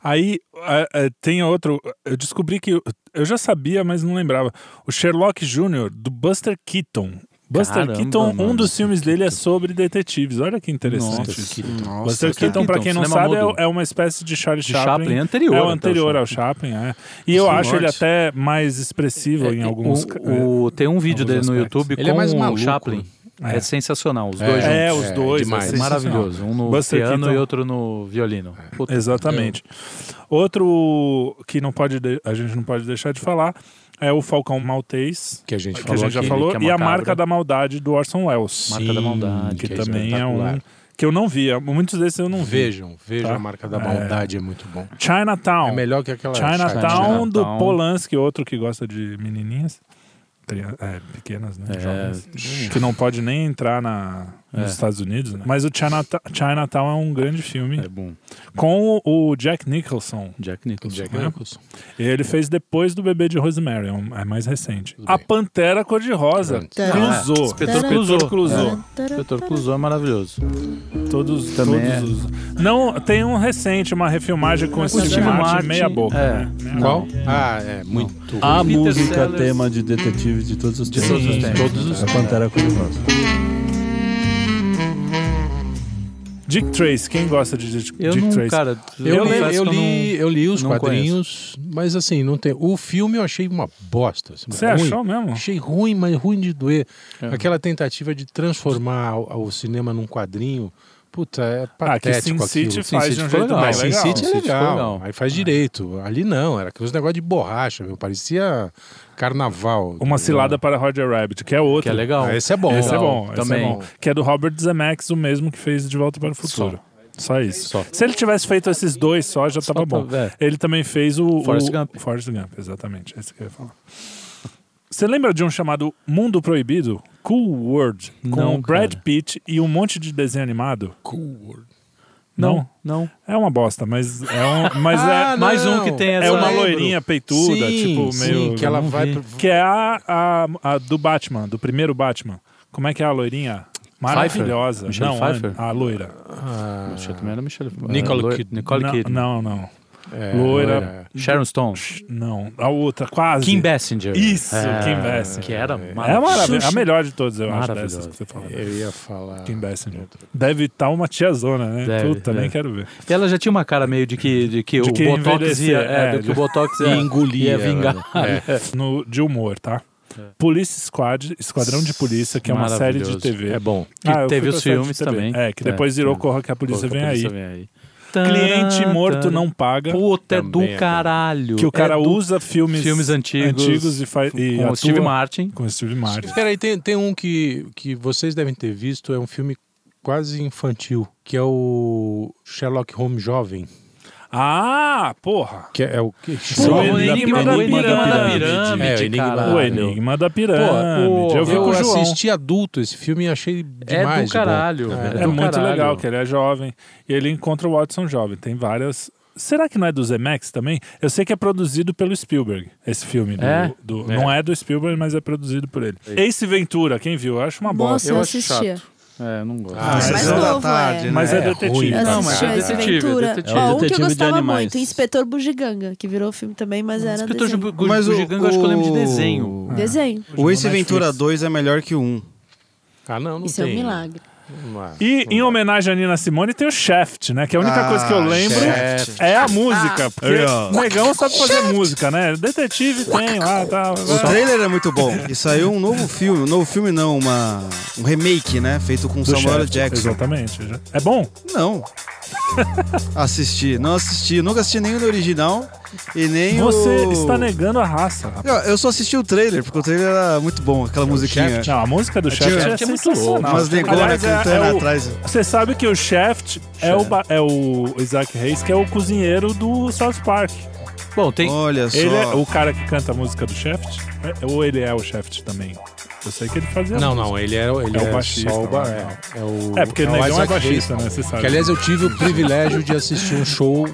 S1: Aí é, é, tem outro. Eu descobri que. Eu já sabia, mas não lembrava. O Sherlock Jr., do Buster Keaton. Buster
S5: Caramba,
S1: Keaton, um
S5: mano.
S1: dos filmes dele é sobre detetives. Olha que interessante
S5: Nossa,
S1: isso.
S7: Nossa,
S1: Buster Keaton, pra quem não
S5: cinema
S1: sabe, é-
S5: mudo.
S1: é, uma espécie de Charles
S5: De
S1: Chaplin.
S5: Chaplin, é anterior
S1: É o
S6: então,
S5: até o
S1: anterior
S6: assim.
S1: ao Chaplin, é. E eu acho ele até mais expressivo em
S5: É,
S1: alguns...
S5: o, o- tem um vídeo dele
S1: alguns
S5: no
S1: aspectos.
S5: YouTube
S6: Ele é
S5: com
S6: mais maluco,
S5: o Chaplin.
S1: né?
S5: É.
S1: É.
S5: sensacional, os dois
S1: é,
S5: juntos.
S1: os
S6: é,
S1: dois.
S6: demais.
S1: é
S6: é
S5: maravilhoso. Um no
S1: Buster
S5: piano
S1: Keaton.
S5: e outro no violino. Puta,
S1: é, Exatamente. Outro que não pode de- a gente não pode deixar de falar é o Falcão Maltês,
S6: Que a gente
S1: que a
S6: falou
S1: gente já
S6: aqui.
S1: falou,
S5: que é
S1: e a
S5: macabro.
S1: Marca da Maldade do Orson Welles,
S5: Marca da Maldade,
S1: que
S6: que é
S1: também é um
S6: espetacular.
S1: que eu não via. Muitos desses eu não vi.
S6: Vejam, vejam
S1: Tá.
S6: a marca da maldade, é muito bom.
S1: Chinatown.
S6: É melhor que aquela
S1: Chinatown do
S5: Chinatown.
S1: Polanski, outro que gosta de menininhas. Cria- é, pequenas, né? Jovens. Que não pode nem entrar na, nos Estados Unidos. né? Mas o Chinata- Chinatown é um grande filme.
S5: É bom.
S1: Com o, o Jack Nicholson.
S5: Jack Nicholson.
S6: Jack Nicholson.
S1: Ele fez depois do Bebê de Rosemary, é um- é mais recente.
S6: Tudo
S1: A
S6: bem.
S1: Pantera Cor-de-Rosa.
S4: Ah,
S1: Clusou.
S5: Inspetor
S1: Inspetor
S5: Clouseau.
S1: Clouseau.
S5: O Dr. Clouseau é maravilhoso.
S1: Todos,
S5: Também
S1: todos
S5: é.
S1: os. Não, tem um recente, uma refilmagem com o Steve,
S5: Steve
S1: Martin,
S5: Martin,
S1: meia boca.
S5: é.
S1: né? Meia
S6: Qual? Ah, é, muito.
S3: A
S5: Peter
S3: música
S5: Sellers.
S3: tema de detetive de todos os tempos. É
S5: todos os tempos.
S3: Todos os A Pantera Cor-de-Rosa.
S1: Dick Trace, quem gosta de Dick,
S5: Eu
S1: Dick
S5: não,
S1: Trace?
S5: cara,
S6: Eu,
S5: eu,
S6: li,
S5: confesso
S6: eu,
S5: que
S6: li, eu li os
S5: não
S6: quadrinhos, mas assim, não tem. O filme eu achei uma bosta. assim,
S1: Você
S6: ruim.
S1: achou mesmo? É.
S6: Achei ruim, mas ruim de doer. Aquela tentativa de transformar o, o cinema num quadrinho. Puta, é patético
S1: Ah, que Sin
S6: aquilo. assim.
S1: City
S5: Sin
S1: faz
S5: City
S1: de um
S5: ficou
S1: jeito
S5: legal.
S1: mais
S6: Mas Sin
S1: legal.
S6: City é
S5: Sin City foi
S6: legal.
S5: legal. É.
S6: Aí faz direito. Ali não, era aqueles negócio de borracha, meu. Parecia carnaval.
S1: Uma cilada para Roger Rabbit, que é outro.
S5: Que é legal.
S6: Ah, esse é bom.
S1: Esse é bom, esse
S5: Também.
S1: é bom. Que é do Robert Zemeckis, o mesmo que fez De Volta para o Futuro. Só, isso.
S5: Só.
S1: Se ele tivesse feito esses dois só, já tava
S5: tá-
S1: bom.
S5: é.
S1: Ele também fez o...
S5: Forrest
S1: o,
S5: Gump.
S1: Forrest Gump, exatamente. É isso que eu ia falar. Você lembra de um chamado Mundo Proibido? Cool World. Com
S5: Não,
S1: o Brad
S5: cara.
S1: Pitt e um monte de desenho animado?
S5: Não, não.
S1: É uma bosta, mas é um... Mas
S6: Ah,
S1: é...
S6: não.
S5: Mais um que tem essa...
S1: É uma
S6: lembro.
S1: loirinha peituda, tipo,
S6: sim,
S1: meio.
S6: que ela
S5: não
S6: vai
S5: vi.
S6: pro-
S1: Que é a, a, a do Batman, do primeiro Batman. Como é que é a loirinha? Maravilhosa.
S5: Michelle
S1: não,
S5: Pfeiffer?
S1: a, a loira.
S6: Ah,
S5: Acho que também era Michelle... É,
S6: Nicole
S5: Lo-
S6: Kidman.
S5: Nicole
S1: não,
S5: Kidman.
S1: não, não.
S6: é,
S1: Loira.
S5: Sharon Stone.
S1: Não. A outra, quase.
S5: Kim Basinger.
S1: Isso,
S5: É,
S1: Kim Basinger.
S5: Que era
S1: É maravilhosa. A
S5: Xuxa.
S1: melhor de todas, eu acho,
S5: Maravilhosa.
S1: dessas que você falou.
S6: Eu ia falar.
S1: Kim Basinger. Deve estar uma tiazona, né?
S5: Deve,
S1: Puta,
S5: deve.
S1: nem quero ver.
S5: E ela já tinha uma cara meio de que, de que
S1: De
S5: o
S1: que
S5: Botox
S1: envelhecer,
S5: ia, é,
S1: é,
S5: do que
S1: de-
S5: o Botox ia,
S6: E engolia,
S5: ia vingar.
S1: é, No, de humor, tá? Police Squad, Esquadrão de Polícia, que é uma série de
S5: É. Maravilhoso.
S1: TV.
S5: É bom. Que
S1: Ah, eu
S5: teve
S1: fui pra
S5: os
S1: série de
S5: filmes
S1: TV.
S5: também.
S1: É, que depois virou Corra que a Polícia,
S5: Corra que
S1: vem,
S5: a Polícia
S1: aí. Cliente morto não paga.
S5: Puta, é
S6: Também é
S5: do
S6: bom.
S5: caralho.
S1: Que o cara
S5: é do-
S1: usa filmes,
S5: filmes antigos,
S1: antigos e faz. E
S5: Com
S1: atua
S5: o Steve Martin.
S1: Com o Steve Martin.
S6: Peraí, tem, tem um que, que vocês devem ter visto, é um filme quase infantil, que é o Sherlock Holmes Jovem,
S1: Ah, porra!
S6: que é, é o que...
S1: Pô,
S5: o
S1: o Enigma
S5: Enigma
S1: da
S5: da
S1: Pirâmide.
S5: Pirâmide.
S6: É, o Enigma
S5: caralho.
S1: o Enigma da Pirâmide.
S5: Pô,
S1: eu vi
S6: eu
S1: com o João.
S6: assisti adulto esse filme e achei
S5: É
S6: demais.
S5: do
S6: de
S5: caralho.
S6: bom. É.
S1: É
S5: do
S1: muito
S5: caralho.
S1: legal que ele é jovem. E ele encontra o Watson jovem. Tem várias. Será que não é do Zemeckis também? Eu sei que é produzido pelo Spielberg, esse filme. do-
S5: É?
S1: do- Não é do Spielberg, mas é produzido por ele. Ace Ventura, quem viu? Eu acho uma bosta.
S4: Nossa, eu
S5: acho
S4: assistia.
S5: É, não gosto.
S6: Ah,
S4: Mas
S7: Mas
S1: é-
S7: é da
S4: novo,
S7: tarde,
S4: é.
S7: né?
S1: Mas é,
S6: É ruim,
S1: detetive.
S4: Eu
S6: Não,
S4: assisti
S5: mas é
S4: esse
S5: detetive, é
S4: Ventura.
S5: detetive.
S4: Ó, um que
S3: Detetive
S4: eu
S3: de
S4: gostava
S3: animais.
S4: muito, Inspetor Bugiganga, que virou filme também, mas era
S5: Espetor de
S4: desenho.
S5: Gu- Gu- Giganga, acho que eu lembro de desenho.
S4: Desenho.
S7: O Ace
S1: No
S7: Ventura
S1: Netflix.
S7: 2 é melhor que o 1.
S6: Ah, não, não
S4: Isso é
S6: tem.
S4: um milagre.
S6: Não há.
S1: E em homenagem à Nina Simone tem o Shaft, né? Que a única
S7: Ah,
S1: coisa que eu lembro
S7: Shaft.
S1: é a música. Porque
S7: Ah, Aí, ó.
S1: o negão sabe fazer música, né? Detetive tem lá, tá.
S7: O trailer é muito bom. E saiu um novo filme. Um novo filme não, uma, um remake, né? Feito com
S1: Do
S7: Samuel
S1: Shaft,
S7: Jackson.
S1: Exatamente. É bom?
S7: Não. assisti. Não assisti. Nunca assisti nem o do original e nem
S1: Você
S7: o...
S1: está negando a raça. rapaz.
S7: Eu, eu só assisti o trailer, porque o trailer era muito bom, aquela musiquinha.
S1: Não, a música do Shaft é,
S7: Shaft
S5: é muito
S1: sensacional.
S5: louco.
S7: Umas negonas
S1: Aliás, é-
S7: cantando
S1: é o-
S7: tá atrás.
S1: Você sabe que o Shaft é o, ba- é o Isaac Reis, que é o cozinheiro do South Park.
S5: Bom, tem.
S7: Olha só.
S1: Ele é o cara que canta a música do Shaft? É- Ou ele é o Shaft também? Eu sei que ele fazia
S6: Não,
S1: música.
S6: não, ele é, ele
S1: É
S6: é,
S1: o baixista,
S6: só o ba-
S1: né?
S6: é, é o
S1: É, porque o
S6: o
S1: negão é
S6: Isaac
S1: baixista,
S6: Hayes.
S1: né? Você sabe.
S6: Que, aliás, eu tive o privilégio de assistir um show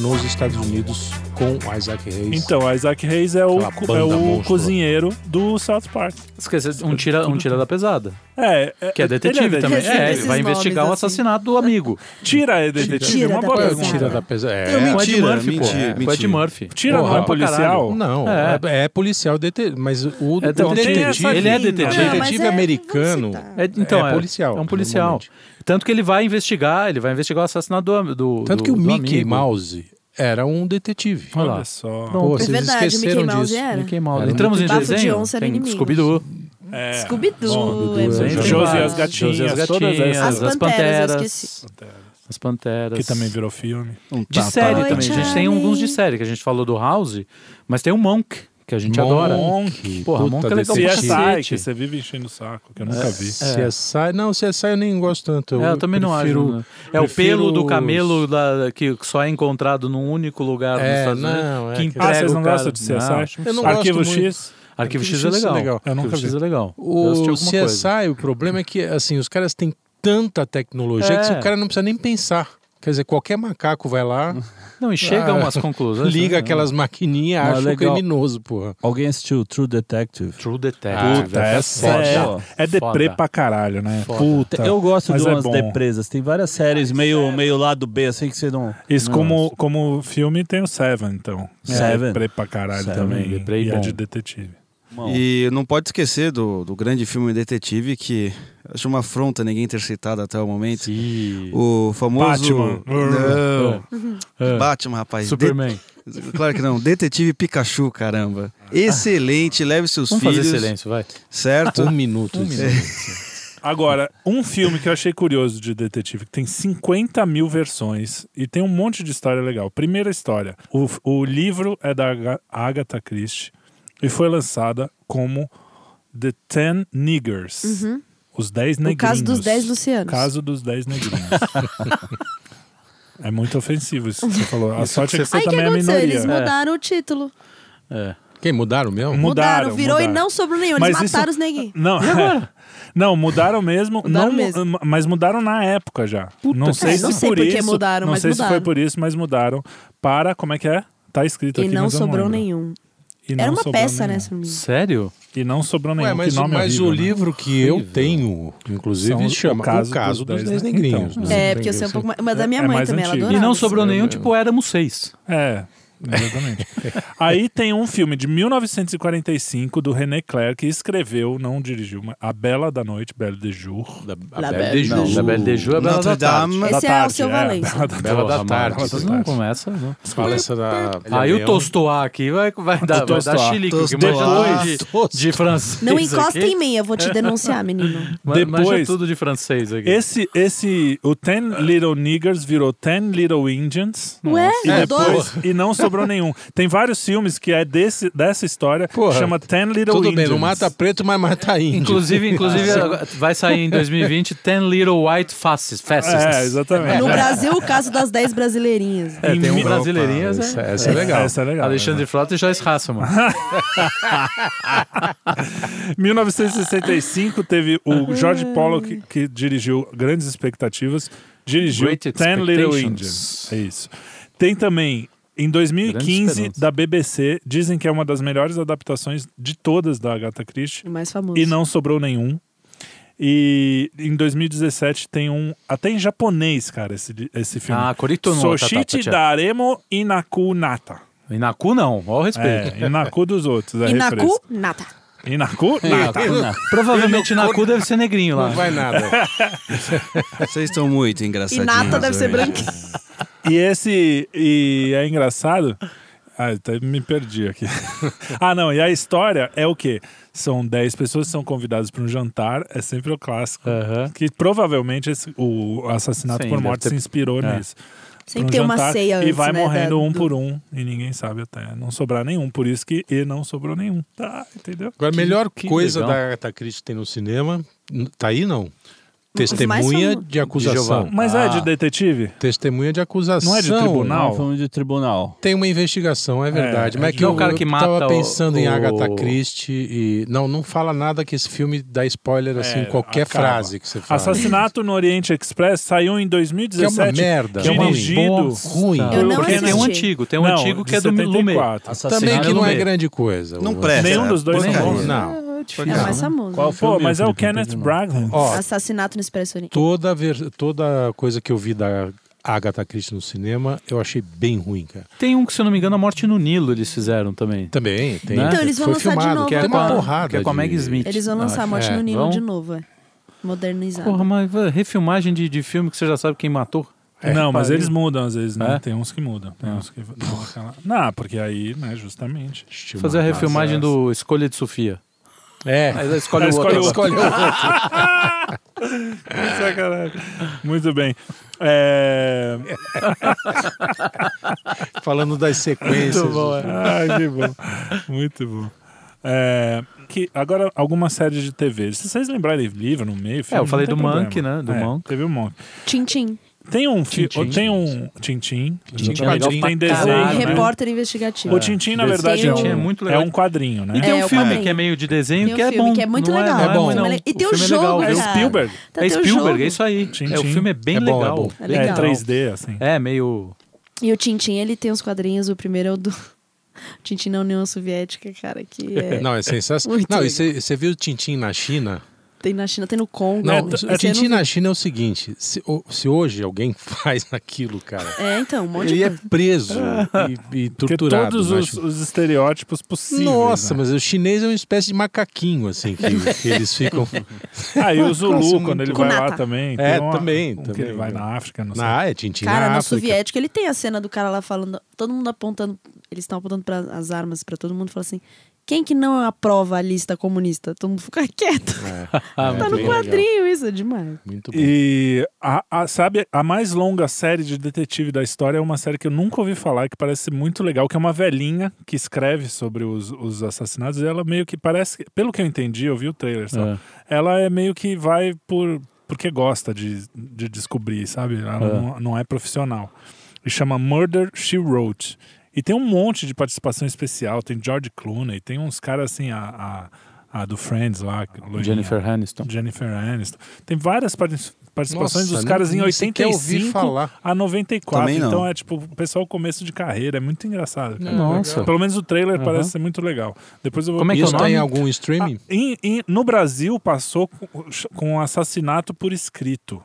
S6: nos Estados Unidos com o Isaac Hayes.
S1: Então, a Isaac Reis é o,
S6: Aquela
S1: cu-
S6: banda
S1: é o
S6: monstro.
S1: cozinheiro do South Park.
S5: Esqueci, um tira, um tira da pesada.
S1: É,
S5: Que é
S1: ele
S5: detetive também.
S4: detetive.
S5: É, ele
S4: Esses
S5: vai
S4: nomes,
S5: investigar o
S4: assim.
S5: assassinato do amigo.
S1: Tira é detetive,
S4: Tira
S1: uma
S4: da
S1: boa
S4: pesada.
S1: pergunta.
S6: Tira da pesada. É,
S7: Eu
S5: Com Ed
S7: Mentira,
S5: Murphy, pô.
S7: mentira,
S5: Com Ed
S7: mentira.
S5: Murphy.
S1: Tira não é
S5: Porra, pra
S1: policial?
S5: caralho.
S6: Não,
S5: É.
S6: é, é policial, dete- mas o,
S5: É
S6: o
S5: detetive.
S6: detetive,
S5: Ele é
S6: o
S5: detetive.
S4: Não, mas
S6: detetive
S4: é-
S6: americano.
S4: vamos citar.
S5: É, então,
S6: É
S5: é,
S6: policial,
S5: É um policial.
S6: normalmente.
S5: Tanto que ele vai investigar, ele vai investigar o assassinato do. do
S6: Tanto
S5: do-
S6: que o
S5: do
S6: Mickey
S5: amigo.
S6: Mouse era um detetive.
S5: Olha lá.
S1: Olha só.
S5: Pronto.
S6: Pô,
S4: É
S6: vocês
S4: verdade, o Mickey
S6: esqueceram
S4: Mouse é.
S6: disso.
S4: era.
S5: Mickey Mouse.
S6: Era um
S5: Entramos em
S4: Bafo de
S5: desenho.
S4: onça era
S5: tem
S4: inimigos.
S5: Scooby-Doo.
S1: É.
S4: Scooby-Doo, é
S5: Tem-
S4: muito
S5: tem
S1: Josie e
S4: legal.
S1: as Gatinhas,
S5: Josie e as
S1: todas
S5: Gatinhas,
S1: essas.
S5: as
S4: As Panteras, eu
S5: Panteras.
S4: esqueci.
S5: As Panteras.
S1: Que também virou filme.
S7: Um
S5: De
S7: tapa,
S5: série
S7: né?
S5: também. A gente tem
S4: Charlie.
S5: alguns de série, que a gente falou do House, mas tem o Monk, que a gente adora.
S6: Monk.
S5: Porra,
S6: Puta,
S5: Monk é legal
S1: CSI,
S5: pra
S6: decepção.
S5: cacete.
S1: que Então, você vive enchendo o saco, que eu nunca vi.
S6: CSI, não, CSI eu nem gosto tanto.
S5: É, eu também não acho.
S6: prefiro-
S5: né? É o
S6: prefiro
S5: pelo do
S6: os-
S5: camelo da- que só é encontrado num único lugar nos
S6: É,
S5: Estados Unidos.
S6: não, é
S5: que
S6: que-
S5: entrega
S1: Ah, vocês não
S5: o cara.
S1: gostam de CSI?
S6: eu não
S1: Arquivo
S6: gosto muito.
S1: X?
S5: Arquivo X é
S6: Arquivo X é
S5: legal.
S6: legal.
S1: Eu nunca
S5: Arquivo X
S1: vi.
S5: é legal. Eu assisti
S6: O
S5: alguma
S6: CSI,
S5: coisa.
S6: o problema é que, assim, os caras têm tanta tecnologia
S5: É.
S6: que o cara não precisa nem pensar. Quer dizer, qualquer macaco vai lá,
S5: Não, e chegam
S6: Ah,
S5: umas conclusões.
S6: liga
S5: né?
S6: aquelas maquininhas,
S3: Mas
S6: acha um
S3: legal.
S6: criminoso, porra.
S3: Alguém assistiu True Detective?
S5: True Detective.
S1: Puta, essa
S5: Ah, foda.
S1: é, é deprê
S5: Foda.
S1: pra caralho, né? Puta.
S3: Eu gosto
S1: Mas
S3: de
S1: é
S3: umas
S1: bom.
S3: depresas. Tem várias séries meio, meio lado B, assim que você não.
S1: Isso
S3: não
S1: como, como filme tem o Seven, então.
S3: Seven.
S1: É deprê pra caralho
S3: Seven,
S1: também.
S5: deprê
S1: e é
S5: bom.
S1: de detetive.
S3: gosta. Bom,
S7: E não pode esquecer do, do grande filme Detetive, que acho uma afronta ninguém ter citado até o momento. O famoso.
S1: Batman.
S7: Não.
S5: É.
S7: Batman, rapaz.
S5: Superman.
S7: De- Claro que não. Detetive Pikachu, caramba. Excelente, leve seus
S5: Vamos
S7: filhos.
S5: fazer silêncio, vai.
S7: Certo? É.
S6: Um minuto. isso.
S1: Agora, um filme que eu achei curioso de detetive, que tem 50 mil versões e tem um monte de história legal. Primeira história: o, o livro é da Aga- Agatha Christie e foi lançada como The Ten Niggers. Os 10
S4: Uhum. No
S1: negrinhos.
S4: caso dos 10 Lucianos.
S1: Caso dos 10 negrinhos. é muito ofensivo isso que você falou. A sorte é que você
S4: Aí o que
S1: também é a
S4: aconteceu?
S1: minoria.
S4: Eles mudaram o título.
S5: É.
S6: Quem mudaram mesmo?
S1: Mu- Mudaram,
S4: virou
S1: mudaram.
S4: e não sobrou nenhum. Eles
S1: Mas isso-
S4: mataram os neguinhos.
S1: Não, não, mudaram mesmo,
S4: Mudaram
S1: não,
S4: mesmo.
S1: mas mudaram na época já. não sei
S4: É,
S1: se
S4: não sei
S1: por
S4: por que
S1: isso,
S4: mudaram,
S1: não
S4: mas
S1: sei se foi
S4: mudaram.
S1: por isso, mas mudaram para como é que é? Tá escrito
S4: E
S1: aqui,
S4: não
S1: mas eu
S4: sobrou
S1: lembro.
S4: nenhum.
S1: E não
S4: Era uma
S1: sobrou
S4: peça,
S1: nenhum.
S4: né? se não me engano.
S5: Sério?
S1: E não sobrou nenhum.
S6: Ué, mas,
S1: que nome
S6: mas
S1: horrível,
S6: o
S1: né?
S6: livro que eu tenho, inclusive,
S1: São o
S6: chama O
S1: Caso
S6: Caso, caso dos
S1: dos Dez
S6: Dez
S1: Ne-
S6: Negrinhos.
S1: Então.
S6: né?
S4: É, porque eu sei um pouco mais. Mas da minha
S1: É
S4: mãe
S1: mais
S4: também,
S1: antigo.
S4: ela
S1: E
S5: E
S4: adorava.
S5: não sobrou nenhum,
S6: né?
S5: tipo, éramos seis.
S1: É, exatamente. Aí tem um filme de 1945 do René Clair que escreveu, não dirigiu, mas A Bela da Noite, Belle de Jour.
S6: Da,
S4: La
S6: a Belle
S4: Belle
S6: de
S4: de
S5: Não,
S6: Jour.
S5: La Belle de Jour é a Bela
S7: Notre
S5: da Tarde.
S7: Dame.
S4: Esse é o seu Valência.
S1: Bela da Tarde.
S6: Bela da
S5: Porra,
S6: Tarde.
S5: mano, Vocês não começam, não.
S6: Fala essa da.
S5: né? Aí o
S6: Leão.
S5: Tostoá aqui vai, vai dar, vai dar
S1: Tostoá.
S5: chilique, porque
S7: Tostoá.
S5: manja tudo de, de francês
S4: Não encosta
S5: aqui.
S4: em mim, eu vou te denunciar, menino.
S5: Ma- manja
S1: Depois-
S5: tudo de francês aqui.
S1: Esse, esse, o Ten Little Niggers virou Ten Little Indians.
S4: Ué,
S1: E
S4: é,
S1: depois, e não sobrou nenhum. Tem vários filmes que é desse, dessa história,
S6: Porra.
S1: que chama Ten Little
S6: Tudo
S1: Indians.
S6: bem, não mata preto, mas mata índio.
S5: Inclusive, inclusive agora vai sair em 2020 Ten Little White Faces.
S1: É,
S5: Faces.
S1: exatamente.
S4: No Brasil, o caso das 10 brasileirinhas.
S5: É, tem um
S1: Opa,
S5: brasileirinhas, né?
S6: Essa, essa é legal.
S1: Essa é legal.
S5: Alexandre Frota e Joyce Hasselman.
S1: né? 1965 teve
S4: Ah.
S1: o George Pollock, que dirigiu Grandes Expectativas, dirigiu
S5: Great
S1: Ten Little
S5: Expectations.
S1: Indians. É isso. Tem também, em 2015,
S5: Esperanças.
S1: da BBC, dizem que é uma das melhores adaptações de todas da Agatha Christie.
S4: O mais famoso.
S1: E não sobrou nenhum. E em 2017 tem um, até em japonês, cara, esse, esse filme.
S5: Ah, Corito no
S1: Soshiti
S5: Tatatatia.
S1: Daremo Inaku Nata.
S5: Inaku não, ao respeito.
S1: É, Inaku dos outros. É
S4: E na cu,
S1: refresco.
S4: nada.
S1: Inaku Nata.
S5: Provavelmente Inaku deve ser negrinho lá.
S6: Não vai nada.
S7: Vocês estão muito
S4: E
S7: engraçadinhos.
S4: nata deve ser
S7: hoje.
S4: branquinha.
S1: E esse. E é engraçado. Ah, até me perdi aqui. ah, não. E a história é o quê? São 10 pessoas que são convidadas para um jantar. É sempre o clássico.
S5: Aham.
S1: Que provavelmente esse- o assassinato
S5: Sim,
S1: por
S5: deve
S1: morte
S5: ter-
S1: se inspirou
S5: é.
S1: nisso.
S4: Sempre
S1: pra um
S4: tem uma
S1: jantar,
S4: ceia
S1: E
S4: antes,
S1: vai
S4: né,
S1: morrendo
S4: da-
S1: um
S4: do-
S1: por um. E ninguém sabe até não sobrar nenhum. Por isso que e não sobrou nenhum. Tá, entendeu?
S6: Agora, a melhor
S5: que
S6: coisa
S5: legal.
S6: da Agatha Christie tem no cinema, n- tá aí não?
S4: mais
S6: Testemunha
S4: famoso.
S6: de acusação.
S5: Jeová.
S1: Mas é de
S5: Ah.
S1: detetive?
S6: Testemunha de acusação.
S1: Não é de tribunal?
S3: Não, filme de tribunal.
S6: Tem uma investigação, é verdade.
S1: é
S6: mas
S1: de-
S6: que
S5: Não é
S6: eu,
S5: o cara que
S6: eu
S5: mata
S6: tava
S5: o-
S6: pensando em
S5: o-
S6: Agatha Christie e. Não, não fala nada que esse filme dá spoiler assim,
S1: É,
S6: em qualquer
S1: acaba.
S6: frase que você fala.
S1: Assassinato no Oriente Express saiu em
S6: Que é
S1: 2017.
S6: uma merda.
S1: Que é
S6: uma
S1: dirigido.
S6: bosta. ruim.
S4: Eu não
S5: Porque tem um
S4: assisti.
S5: antigo, tem um
S1: Não,
S5: antigo
S1: de
S5: que é do Lumet.
S1: 74.
S6: Também que
S5: Assassinato
S6: não é
S5: no
S6: grande coisa.
S7: Não
S6: O-
S7: presta.
S1: Nenhum dos dois
S7: Porcaria.
S1: é bom.
S6: Não.
S4: É o mais famoso.
S3: Qual
S1: Pô,
S3: filme,
S1: mas é o
S3: Felipe?
S1: Kenneth Branagh.
S6: Ó,
S4: Assassinato no Expresso Oriente.
S6: toda, ver, toda coisa que eu vi da Agatha Christie no cinema, eu achei bem ruim, cara.
S5: Tem um que, se eu não me engano, a Morte no Nilo eles fizeram também.
S6: Também, tem.
S5: Então,
S6: que
S4: eles vão
S6: foi
S4: lançar de
S6: filmado,
S4: novo
S6: Que é
S4: Tem
S5: com
S6: uma
S5: a-
S6: porrada.
S5: que é com a
S6: de-
S5: Meg Smith.
S4: Eles vão lançar a Morte
S6: é,
S4: no Nilo
S5: vão?
S4: de novo, é. Modernizado.
S5: Porra, mas vai, refilmagem de, de filme que você já sabe quem matou.
S6: É, Ah.
S1: não, mas
S5: pariu.
S1: eles mudam às vezes, né?
S5: É?
S1: Tem uns que mudam. Tem uns que. dão aquela- Não, porque aí, né, justamente.
S6: Estimado.
S5: Fazer a refilmagem do Escolha de Sofia.
S6: É.
S5: Aí escolhe
S1: Ah,
S5: o
S1: escolhe
S5: outro.
S1: o outro.
S6: Escolheu outro.
S1: É, Sacanagem. Muito bem. É,
S6: falando das sequências.
S1: Ah, que bom. Muito bom. É, que agora, alguma série de TV. Se vocês lembrarem livro no meio, filme,
S5: É, eu falei
S1: não tem
S5: do
S1: problema.
S5: Monk, né? Do
S1: É,
S5: Monk.
S1: Teve o Monk.
S4: Tintim.
S1: Tem um filme.
S5: Tintim.
S1: Tem um. Tintim.
S5: Tintim é
S1: Exatamente.
S5: legal
S1: Tem
S5: pra
S1: desenho.
S5: caralho.
S1: né?
S4: repórter investigativo.
S1: O Tintim, na verdade, é
S4: Tintim é
S1: um,
S5: muito
S1: é
S5: legal.
S1: um quadrinho,
S5: E
S1: né?
S5: tem
S4: É,
S5: um
S4: eu
S5: filme
S4: parei.
S5: que é meio de desenho
S4: Tem um
S5: que é
S4: filme
S5: bom.
S4: que é muito
S5: não
S4: legal.
S5: É,
S6: É bom.
S5: ruim, não.
S4: E tem o
S5: filme é
S4: jogo,
S5: legal,
S1: É
S4: cara.
S5: viu?
S1: o Spielberg.
S4: Tá
S5: É
S4: teu
S5: Spielberg,
S4: jogo.
S5: é isso aí.
S1: Tintim.
S5: É, o filme é bem
S6: É bom,
S5: legal.
S6: é bom.
S4: É
S5: Bem
S1: É
S4: legal.
S1: 3D, assim.
S5: É, meio.
S4: E o Tintim, ele tem uns quadrinhos. O primeiro é o do... Tintim na União Soviética, cara, que é-
S6: Não, é sensacional.
S4: Muito
S6: Não, e
S4: legal.
S6: você você viu o Tintim na China?
S4: tem na China, tem no Congo.
S6: Não, é
S4: Você
S6: o Tintim na China é o seguinte: se, o- se hoje alguém faz aquilo, cara,
S4: É, então, um monte de
S6: ele é
S4: coisa.
S6: preso e, e
S1: Porque
S6: torturado.
S1: todos
S6: na
S1: os,
S6: China.
S1: os estereótipos possíveis.
S6: Nossa,
S1: né?
S6: mas o chinês é uma espécie de macaquinho, assim, que, que eles ficam.
S1: Ah, e o Zulu,
S6: Nossa,
S1: quando ele
S6: muito
S1: vai
S4: bom.
S1: lá
S4: Nata.
S1: também.
S6: É,
S1: tem uma-
S6: também,
S1: um Que
S6: também,
S1: ele vai
S6: né?
S1: na África, não sei.
S6: Na, ah, é Tintim
S4: Cara,
S6: na
S4: no
S6: África.
S4: soviético ele tem a cena do cara lá falando, todo mundo apontando, eles estão apontando para as armas para todo mundo, fala assim: "Quem que não aprova a lista comunista?" Todo mundo fica quieto.
S5: Ah,
S4: tá
S6: muito
S4: no
S6: bem
S4: quadrinho isso, é demais.
S6: Muito bom.
S1: E a, a- sabe, a mais longa série de detetive da história é uma série que eu nunca ouvi falar, que parece muito legal, que é uma velhinha que escreve sobre os, os assassinatos, e ela meio que parece, que- pelo que eu entendi, eu vi o trailer só,
S5: É.
S1: ela é meio que vai por porque gosta de, de descobrir, sabe? Ela não, não é profissional. E chama Murder She Wrote. E tem um monte de participação especial, tem George Clooney, tem uns caras assim, a, a, a do Friends lá, loirinha.
S5: Jennifer Aniston.
S1: Jennifer Aniston. Tem várias parti- participações
S6: Nossa,
S1: dos caras
S6: nem-
S1: em
S6: nem sequer
S1: 85
S6: ouvi falar.
S1: a 94.
S7: Também não.
S1: Então é tipo, o pessoal começo de carreira. É muito engraçado. cara.
S5: Nossa.
S1: Pelo menos o trailer
S5: Aham.
S1: parece ser muito legal. Depois eu vou...
S5: Como é que
S6: E
S5: é o
S6: isso tá
S5: nome?
S6: em algum streaming?
S1: Ah, em- em- no Brasil passou com, com assassinato por escrito.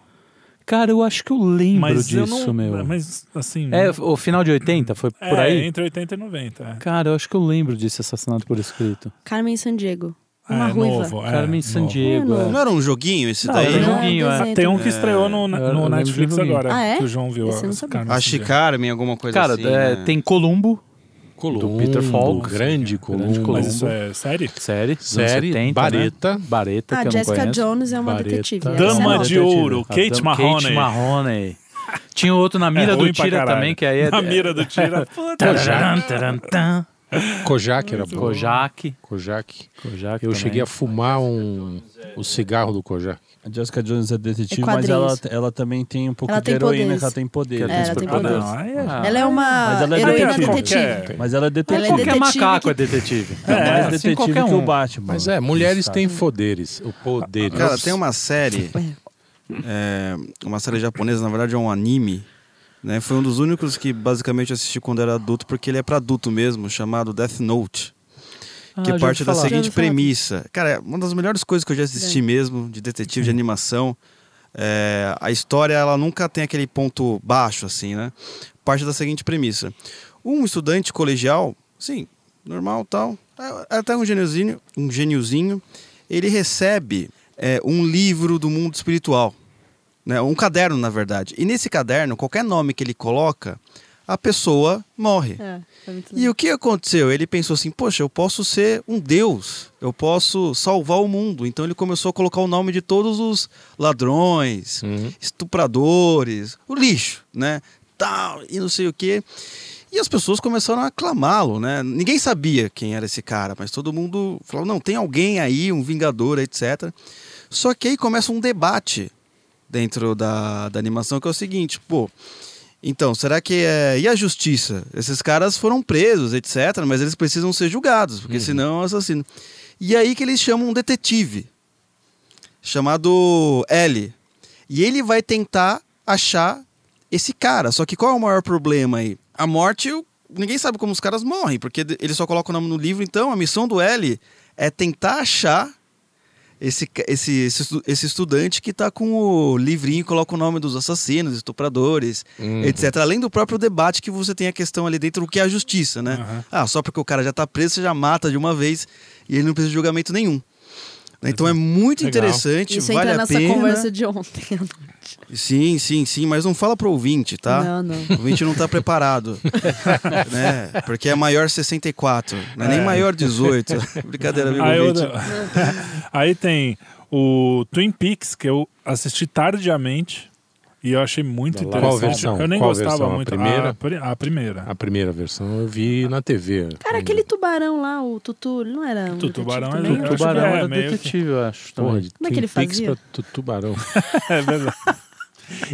S5: Cara, eu acho que eu lembro
S1: Mas eu
S5: disso,
S1: não,
S5: meu.
S1: Mas assim...
S5: É, o final de 80, foi
S1: é,
S5: por aí?
S1: entre 80 e 90. é.
S5: Cara, eu acho que eu lembro desse assassinato por escrito.
S4: Carmen Sandiego. Uma
S1: é,
S4: ruiva.
S1: novo. é,
S5: Carmen
S1: novo.
S5: Sandiego.
S4: É,
S5: é.
S7: Não era um joguinho esse
S5: Não,
S7: daí?
S5: era um
S4: Ah,
S5: joguinho, é.
S4: desenho
S1: Tem um
S4: também.
S1: que estreou no,
S5: Eu
S1: no
S5: lembro
S1: Netflix
S5: de um joguinho.
S1: agora,
S4: Ah, é?
S1: que o João viu.
S4: Esse eu não
S1: as
S4: sabia.
S1: Carmen
S7: A Chicarmen, alguma coisa
S5: Cara,
S7: assim.
S5: é,
S7: né?
S5: tem Columbo,
S6: Colombo,
S5: Peter Falk. Grande
S6: Grande Colombo.
S1: Mas
S5: Colombo.
S1: isso é série?
S5: série, dos anos
S6: Série,
S5: 70,
S6: Bareta.
S5: né? Bareta,
S4: Ah,
S5: que eu não
S4: Jessica
S5: conheço.
S4: Jones é uma
S6: Vareta.
S4: detetive.
S5: né?
S4: essa
S1: Dama
S4: é nova.
S1: de Ouro, Kate
S5: Ah, Dama-
S1: Mahoney.
S5: Kate Mahoney. Tinha outro na mira
S1: É ruim
S5: do
S1: pra
S5: Tira
S1: caralho.
S5: também, que aí é...
S1: Na mira do tira.
S5: Taran, taran, tan.
S6: Kojak era bom.
S5: Kojak.
S6: Kojak.
S5: Kojak
S6: Eu
S5: também.
S6: cheguei a fumar um, o cigarro do Kojak.
S3: A Jessica Jones é detetive,
S4: É
S3: mas ela,
S4: quadrinhos.
S3: ela também tem um pouco
S4: Ela
S3: de
S4: tem
S3: heroína,
S4: poderes.
S3: que ela tem poder.
S5: Que ela
S4: É, ela tem
S1: Ah,
S4: poderes.
S1: não, aí é-
S5: Ah,
S4: Ela é uma
S3: Mas ela é
S4: heroína
S1: detetive.
S4: detetive.
S1: Qualquer-
S3: Mas ela é
S4: Ela
S3: detetive.
S4: é
S5: Qualquer
S4: detetive
S5: macaco
S4: que-
S5: é detetive.
S1: É,
S3: mais
S1: assim,
S3: detetive
S5: qualquer
S3: que
S5: um.
S3: o Batman.
S6: Mas é, mulheres
S3: Sabe?
S6: têm poderes. O poderes.
S7: Cara, tem uma série. é, uma série japonesa, na verdade é um anime. Né? Foi um dos únicos que basicamente eu assisti quando era adulto, porque ele é pra adulto mesmo, chamado Death Note. que
S5: Ah, já
S7: parte
S5: ouvi
S7: da
S5: falar.
S4: Já
S7: seguinte
S4: ouvi falar.
S7: premissa. Cara, é uma das melhores coisas que eu já assisti mesmo, de detetive,
S5: Uhum.
S7: de animação. É, a história, ela nunca tem aquele ponto baixo, assim, né? Parte da seguinte premissa. Um estudante colegial, sim, normal, tal, é- é até um geniozinho, um geniozinho ele recebe é, um livro do mundo espiritual. Né? Um caderno, na verdade. E nesse caderno, qualquer nome que ele coloca, a pessoa morre.
S4: É, foi muito legal.
S7: E o que aconteceu? Ele pensou assim: poxa, eu posso ser um deus, eu posso salvar o mundo. Então ele começou a colocar o nome de todos os ladrões, estupradores, o lixo, né? Tal, e não sei o quê. E as pessoas começaram a aclamá-lo, né? Ninguém sabia quem era esse cara, mas todo mundo falou: não, tem alguém aí, um vingador, etc. Só que aí começa um debate dentro da, da animação que é o seguinte: pô, então, será que é. E a justiça? Esses caras foram presos, etc., mas eles precisam ser julgados, porque senão é um assassino. E aí que eles chamam um detetive, chamado L. E ele vai tentar achar esse cara. Só que qual é o maior problema aí? A morte, o- ninguém sabe como os caras morrem, porque de- eles só colocam o nome no livro. Então, a missão do L é tentar achar esse, ca- esse, esse, estu- esse estudante que tá com o livrinho e coloca o nome dos assassinos, estupradores, etc. Além do próprio debate que você tem a questão ali dentro do que é a justiça, né? Ah, só porque o cara já tá preso, você já mata de uma vez e ele não precisa de julgamento nenhum. Então é muito
S1: Legal.
S7: interessante,
S4: Isso
S7: vale
S4: entra
S7: a
S4: nessa
S7: pena.
S4: conversa de ontem.
S7: Sim, sim, sim, mas não fala pro ouvinte, tá?
S4: Não, não.
S7: O ouvinte não tá preparado, né? Porque é maior 64, não é, nem maior 18. Brincadeira, amigo
S1: Aí, Ah, eu-
S7: ouvinte.
S1: Aí tem o Twin Peaks, que eu assisti tardiamente. E eu achei muito
S6: Da Lara.
S1: interessante.
S6: Qual versão?
S1: Eu nem
S6: Qual
S1: gostava
S6: versão? A
S1: muito.
S6: primeira?
S1: A, pri- a primeira.
S6: A primeira versão eu vi na TV.
S4: Cara, aquele tubarão lá, o Tutu, ele não era um
S1: Tutu
S4: detetive
S1: Barão
S4: também?
S1: era-
S4: Eu
S5: O
S4: acho que
S5: tubarão
S1: é,
S5: era
S1: meio que-
S5: detetive, eu acho.
S6: Porra,
S5: Também.
S6: de
S4: Como é que ele
S6: Twin Peaks
S4: fazia?
S6: pra tu- tubarão.
S1: É verdade.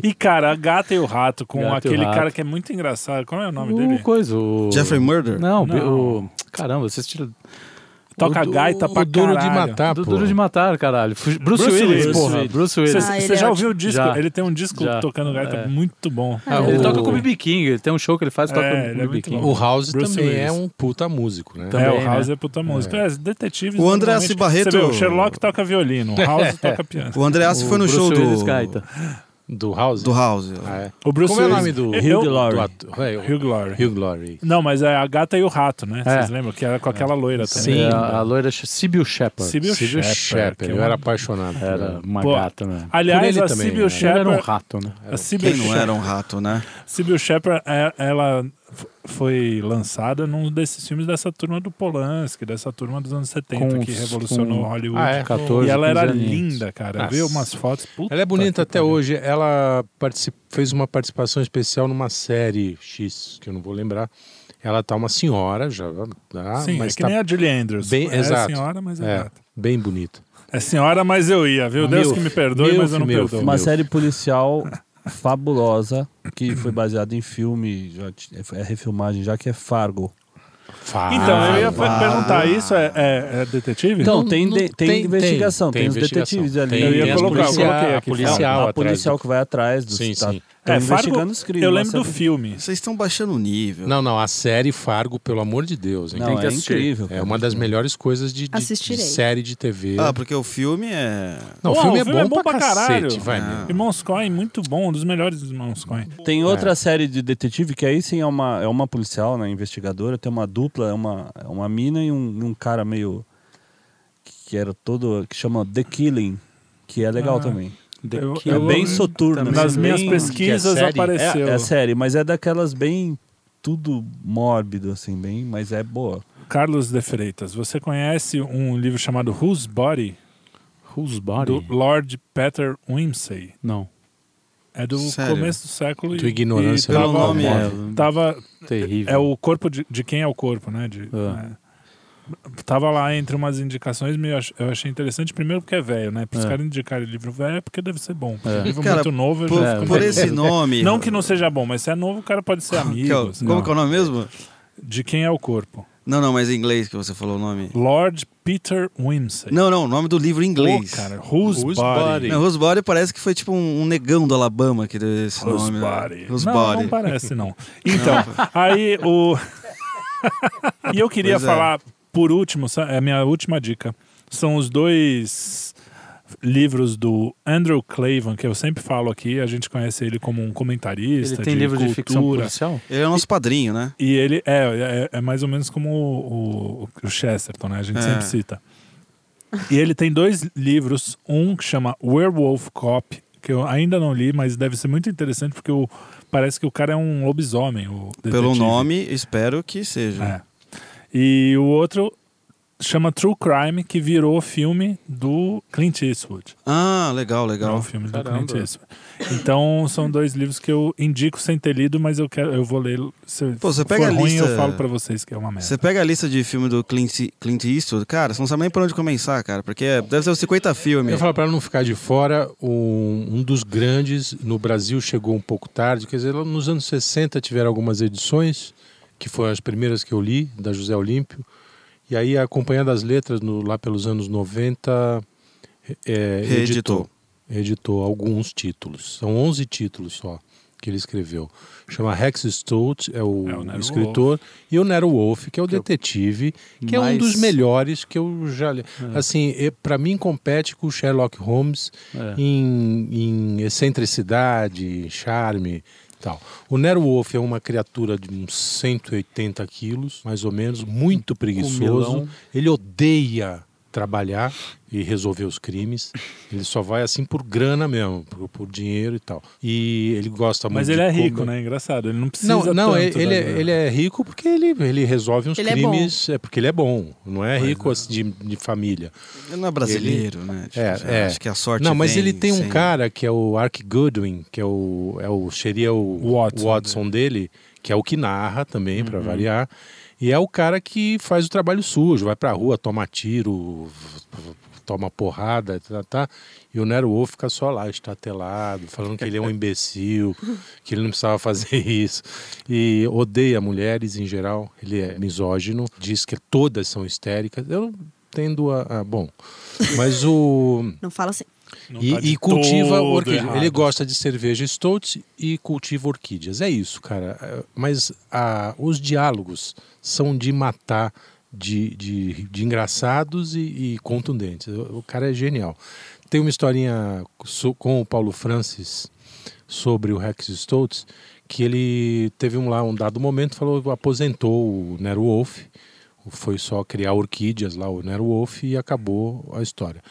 S1: E, cara, a gata e o rato com
S5: Gata e o
S1: aquele
S5: Rato.
S1: cara que é muito engraçado. Qual é o nome
S5: O
S1: dele?
S5: coisa, o...
S7: Jeffrey Murder?
S5: Não,
S1: Não.
S5: o... Caramba, vocês tiram...
S1: Toca
S6: O du-
S1: gaita pra
S6: o Duro de
S1: caralho.
S6: Matar,
S5: do
S6: pô.
S5: Duro de Matar, caralho. Fu- Bruce,
S1: Ah, Bruce
S5: Willis,
S1: Willis.
S5: porra.
S1: Willis.
S5: Bruce Willis.
S4: Ah, ele
S1: Você
S4: é
S1: já
S4: ótimo.
S1: ouviu o disco?
S5: Já.
S1: Ele tem um disco
S5: Já.
S1: tocando gaita
S5: É.
S1: muito bom.
S6: Ah,
S5: Ele
S6: o-
S5: toca com o B.B. King, ele tem um show que ele faz e toca
S1: É,
S5: com
S1: ele
S5: o
S1: é
S5: B.B.
S1: muito
S5: King.
S1: bom.
S6: O House
S1: Bruce
S6: também
S1: Willis.
S6: é um puta músico, né?
S5: Também,
S1: é, o House
S5: né?
S1: é puta música. É, detetives.
S7: O Andreas
S1: normalmente-
S7: Barreto-
S1: Você vê, o Sherlock toca violino,
S6: É.
S1: o House toca piano.
S7: O André Assi
S5: O
S7: foi no
S5: Bruce
S7: show
S5: Willis
S7: do,
S5: Gaita.
S6: Do House?
S7: do House.
S6: Ah, é.
S1: O Bruce
S6: Como é o
S1: Willis-
S6: nome do
S1: Eu-
S6: do
S1: Glory.
S6: ator? É, o-
S1: Hugh Glory.
S6: Hugh Glory.
S1: Não, mas é a gata e o rato, né?
S5: É.
S1: Vocês lembram? Que era com aquela loira também. É.
S5: Sim, a, a loira Ch- Sibyl Shepard.
S1: Sibyl
S6: É. Sibyl
S1: Shepard, que
S6: Shepard.
S1: é
S6: Eu
S1: uma-
S6: era apaixonado. por
S5: Era
S6: ela.
S5: uma
S1: Pô,
S5: gata, né?
S6: Por
S1: Aliás,
S6: ele
S1: a
S6: também,
S1: Sibyl
S6: né?
S5: Ele era um
S1: Shepard...
S5: rato, né?
S1: A Sibyl
S7: Quem não
S1: Shepard,
S7: era um rato, né?
S1: Sibyl Shepard, é- ela f- foi lançada num desses filmes dessa turma do Polanski, dessa turma dos anos 70,
S5: Com
S1: que
S5: os-
S1: revolucionou
S5: com-
S1: Hollywood.
S6: Ah, é?
S5: 14,
S1: E ela era
S5: 15 aninhos.
S1: linda, cara.
S6: Ah,
S1: Viu umas fotos. Puta
S6: Ela é bonita
S1: que
S6: até
S1: pariu.
S6: hoje. Ela particip- fez uma participação especial numa série X, que eu não vou lembrar. Ela tá uma senhora já, ah,
S1: Sim,
S6: mas
S1: é que
S6: tá
S1: nem a Julie Andrews.
S6: bem,
S1: é
S6: exato.
S1: senhora, mas é,
S6: É,
S1: gata.
S6: bem bonita.
S1: É senhora, mas eu ia, viu? Deus
S6: Milf,
S1: que me perdoe, mas eu não
S6: milf,
S1: perdoo. Mas
S6: milf. Meu
S3: Uma
S6: Deus.
S3: série policial fabulosa que foi baseada em filme, já t- é refilmagem, já que é Fargo.
S6: Fala.
S1: Então, eu
S6: Ah,
S1: ia per- perguntar, isso é, é- é detetive?
S3: Então, tem, de- tem,
S6: tem-
S3: investigação,
S6: tem
S3: tem, os
S6: investigação.
S3: detetives ali.
S6: Tem-
S1: Eu ia tem as colocar, eu policia- coloquei a aqui.
S3: É a
S6: policial
S3: policial,
S6: atrás do-
S3: que vai atrás dos...
S6: Sim, sim.
S1: é,
S3: tão
S1: Fargo,
S3: investigando os crimes.
S1: eu
S3: lá,
S1: lembro do
S3: sabe?
S1: filme.
S7: Vocês estão baixando o nível.
S6: Não, não, a série Fargo, pelo amor de Deus. hein?
S3: Não,
S6: Tem
S3: é
S6: que assistir.
S3: incrível,
S6: É
S3: cara.
S6: uma das melhores coisas de, de- de,
S4: Assistirei.
S6: série de TV.
S7: Ah, porque o filme é.
S6: não,
S1: Uau,
S6: o filme é bom, pra, Ah.
S1: caralho.
S6: cacete, vai mesmo.
S1: Irmãos Coen, muito bom, um dos melhores dos Irmãos Coen.
S3: Tem outra série de detetive que aí sim é uma, é uma policial, né, investigadora, tem uma dupla, é uma, é uma mina e um, um cara meio... que era todo... que chama The Killing, que é legal
S1: Ah.
S3: também.
S1: Eu-
S3: É
S1: eu-
S3: bem soturna.
S5: também.
S3: assim,
S1: Nas minhas
S3: bem-
S1: pesquisas
S6: que é série?
S1: apareceu.
S3: É, é série, mas é daquelas bem... tudo mórbido, assim, bem... mas é boa.
S1: Carlos de Freitas, você conhece um livro chamado Whose Body?
S5: Whose body?
S1: Do Lord Peter Wimsey.
S5: Não.
S1: É do
S7: Sério?
S1: começo do século. e-
S6: Tua ignorância
S1: e
S7: pelo
S1: tava,
S7: nome, é.
S1: tava,
S5: Terrível.
S1: É o corpo de, de quem é o corpo, né? De,
S5: Ah.
S1: é. Tava lá entre umas indicações, meio ach- eu achei interessante. Primeiro porque é velho, né? Para os
S5: É.
S1: caras indicarem livro velho é porque deve ser bom. Porque
S5: É.
S1: livro
S7: Cara,
S1: muito novo, eu
S7: Por,
S1: já
S5: É,
S1: fico
S7: por
S1: meio-
S7: esse nome.
S1: Não que não seja bom, mas se é novo, o cara pode ser
S7: Que é o-
S1: amigo. assim.
S7: como que é o nome mesmo?
S1: De quem é o corpo?
S7: Não, não, mas em inglês que você falou o nome.
S1: Lord Peter Wimsey.
S7: Não, não, o nome do livro em inglês.
S1: Pô, cara, Whose,
S6: Whose
S1: Body?
S6: Body?
S7: Não, Whose Body parece que foi tipo um, um negão do Alabama que deu esse
S1: Whose
S7: nome. né?
S1: Body.
S7: Whose
S1: não,
S7: Body.
S1: não é um parece, não. Então, aí o... e eu queria
S7: Pois é.
S1: falar, por último, sa- é a minha última dica. São os dois livros do Andrew Clavin, que eu sempre falo aqui. A gente conhece ele como um comentarista
S5: Ele tem livro de ficção
S1: cultura.
S5: policial?
S7: Ele é o nosso padrinho, né?
S1: E ele é, é, é mais ou menos como o, o- o Chesterton, né? A gente
S7: É.
S1: sempre cita. E ele tem dois livros, um que chama Werewolf Cop, que eu ainda não li, mas deve ser muito interessante, porque o- parece que o cara é um lobisomem. O
S7: Pelo
S1: detetive.
S7: nome, espero que seja.
S1: É. E o outro chama True Crime, que virou filme do Clint Eastwood.
S7: Ah, legal,
S1: Virou
S7: legal.
S1: É um filme do
S5: Caramba.
S1: Clint Eastwood. Então, são dois livros que eu indico sem ter lido, mas eu quero eu vou ler. Se
S7: Pô, você
S1: for
S7: pega a
S1: ruim,
S7: lista-
S1: eu falo pra vocês que é uma merda.
S7: Você pega a lista de filme do Clint, Clint Eastwood, cara, você não sabe nem por onde começar, cara, porque é- deve ser uns 50
S6: Eu ia
S7: filmes.
S6: falar para ela não ficar de fora, um, um dos grandes no Brasil chegou um pouco tarde, quer dizer, lá nos anos 60 tiveram algumas edições, que foram as primeiras que eu li, da José Olímpio, e aí acompanhando as letras no- lá pelos anos 90, é,
S7: Reeditou.
S6: editou, editou alguns títulos, são 11 títulos só que ele escreveu. Chama Rex Stout, é o,
S1: É, o Nero
S6: escritor, e o Nero Wolf, que é o detetive, que é um
S5: mais-
S6: dos melhores que eu já li.
S1: É.
S6: Assim, para mim compete com o Sherlock Holmes
S5: É.
S6: em, em excentricidade, em charme e tal. O Nero Wolf é uma criatura de uns 180 quilos, mais ou menos, muito preguiçoso.
S5: Comilão.
S6: Ele odeia trabalhar e resolver os crimes. Ele só vai assim por grana mesmo, por, por dinheiro e tal. E ele gosta muito
S1: Mas
S6: de
S1: ele é rico,
S6: como-
S1: né? Engraçado. Ele não precisa.
S6: Não, não,
S1: tanto
S6: ele,
S1: da
S7: né?
S6: ele é,
S1: grana.
S6: ele é rico porque ele, ele resolve uns
S4: Ele é
S6: crimes. É, porque ele é bom. Não é rico assim, de, de família.
S7: Ele não é brasileiro, né? Tipo,
S6: É,
S7: sei lá,
S6: é.
S7: Acho que a sorte
S6: Não, mas
S7: vem
S6: ele tem um
S7: sem-
S6: cara que é o Ark Goodwin, que é o, é o seria o
S1: Watson
S6: Watson, dele, que é o que narra também, pra variar. E é o cara que faz o trabalho sujo, vai pra rua, toma tiro, toma porrada, tá, tá. E o Nero Wolf fica só lá, estatelado, falando que ele é um imbecil, que ele não precisava fazer isso. E odeia mulheres em geral, ele é misógino, diz que todas são histéricas. Eu tendo a. a bom. Mas o.
S4: Não fala assim.
S1: Não
S6: E,
S1: tá de
S6: e cultiva
S1: todo
S6: orquídeas.
S1: errado.
S6: Ele gosta de cerveja Stout e cultiva orquídeas. É isso, cara. É, Mas ah, os diálogos são de matar, de, de, de engraçados e, e contundentes. O, o cara é genial. Tem uma historinha so- com o Paulo Francis sobre o Rex Stoltz que ele teve um lá um dado momento falou aposentou o Nero Wolf foi só criar orquídeas lá o Nero Wolf e acabou a história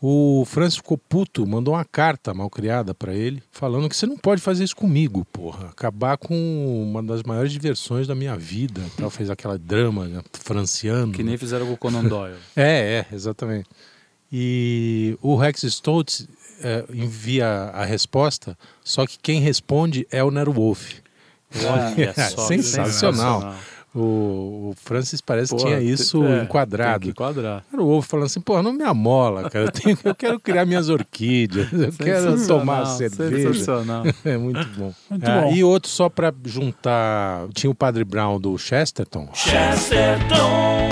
S6: o Francis ficou puto mandou uma carta mal criada para ele falando que você não pode fazer isso comigo porra acabar com uma das maiores diversões da minha vida tal fez aquela drama né, franciano
S5: Que nem fizeram com o Conan Doyle.
S6: é, é, exatamente. E o Rex Stoltz é, envia a resposta, só que quem responde é o Nero Wolf.
S5: Olha só. que
S6: Sensacional. O, o Francis parece que tinha
S5: Porra,
S6: isso
S5: é,
S6: enquadrado.
S5: Tem que enquadrar.
S6: Era o ovo falando assim, pô, não me amola, cara. Eu, tenho- eu quero criar minhas orquídeas, eu quero tomar cerveja.
S5: Sensacional.
S6: É muito bom.
S1: Muito
S6: Ah,
S1: bom.
S6: E outro só pra juntar, tinha o Padre Brown do Chesterton.
S8: Chesterton,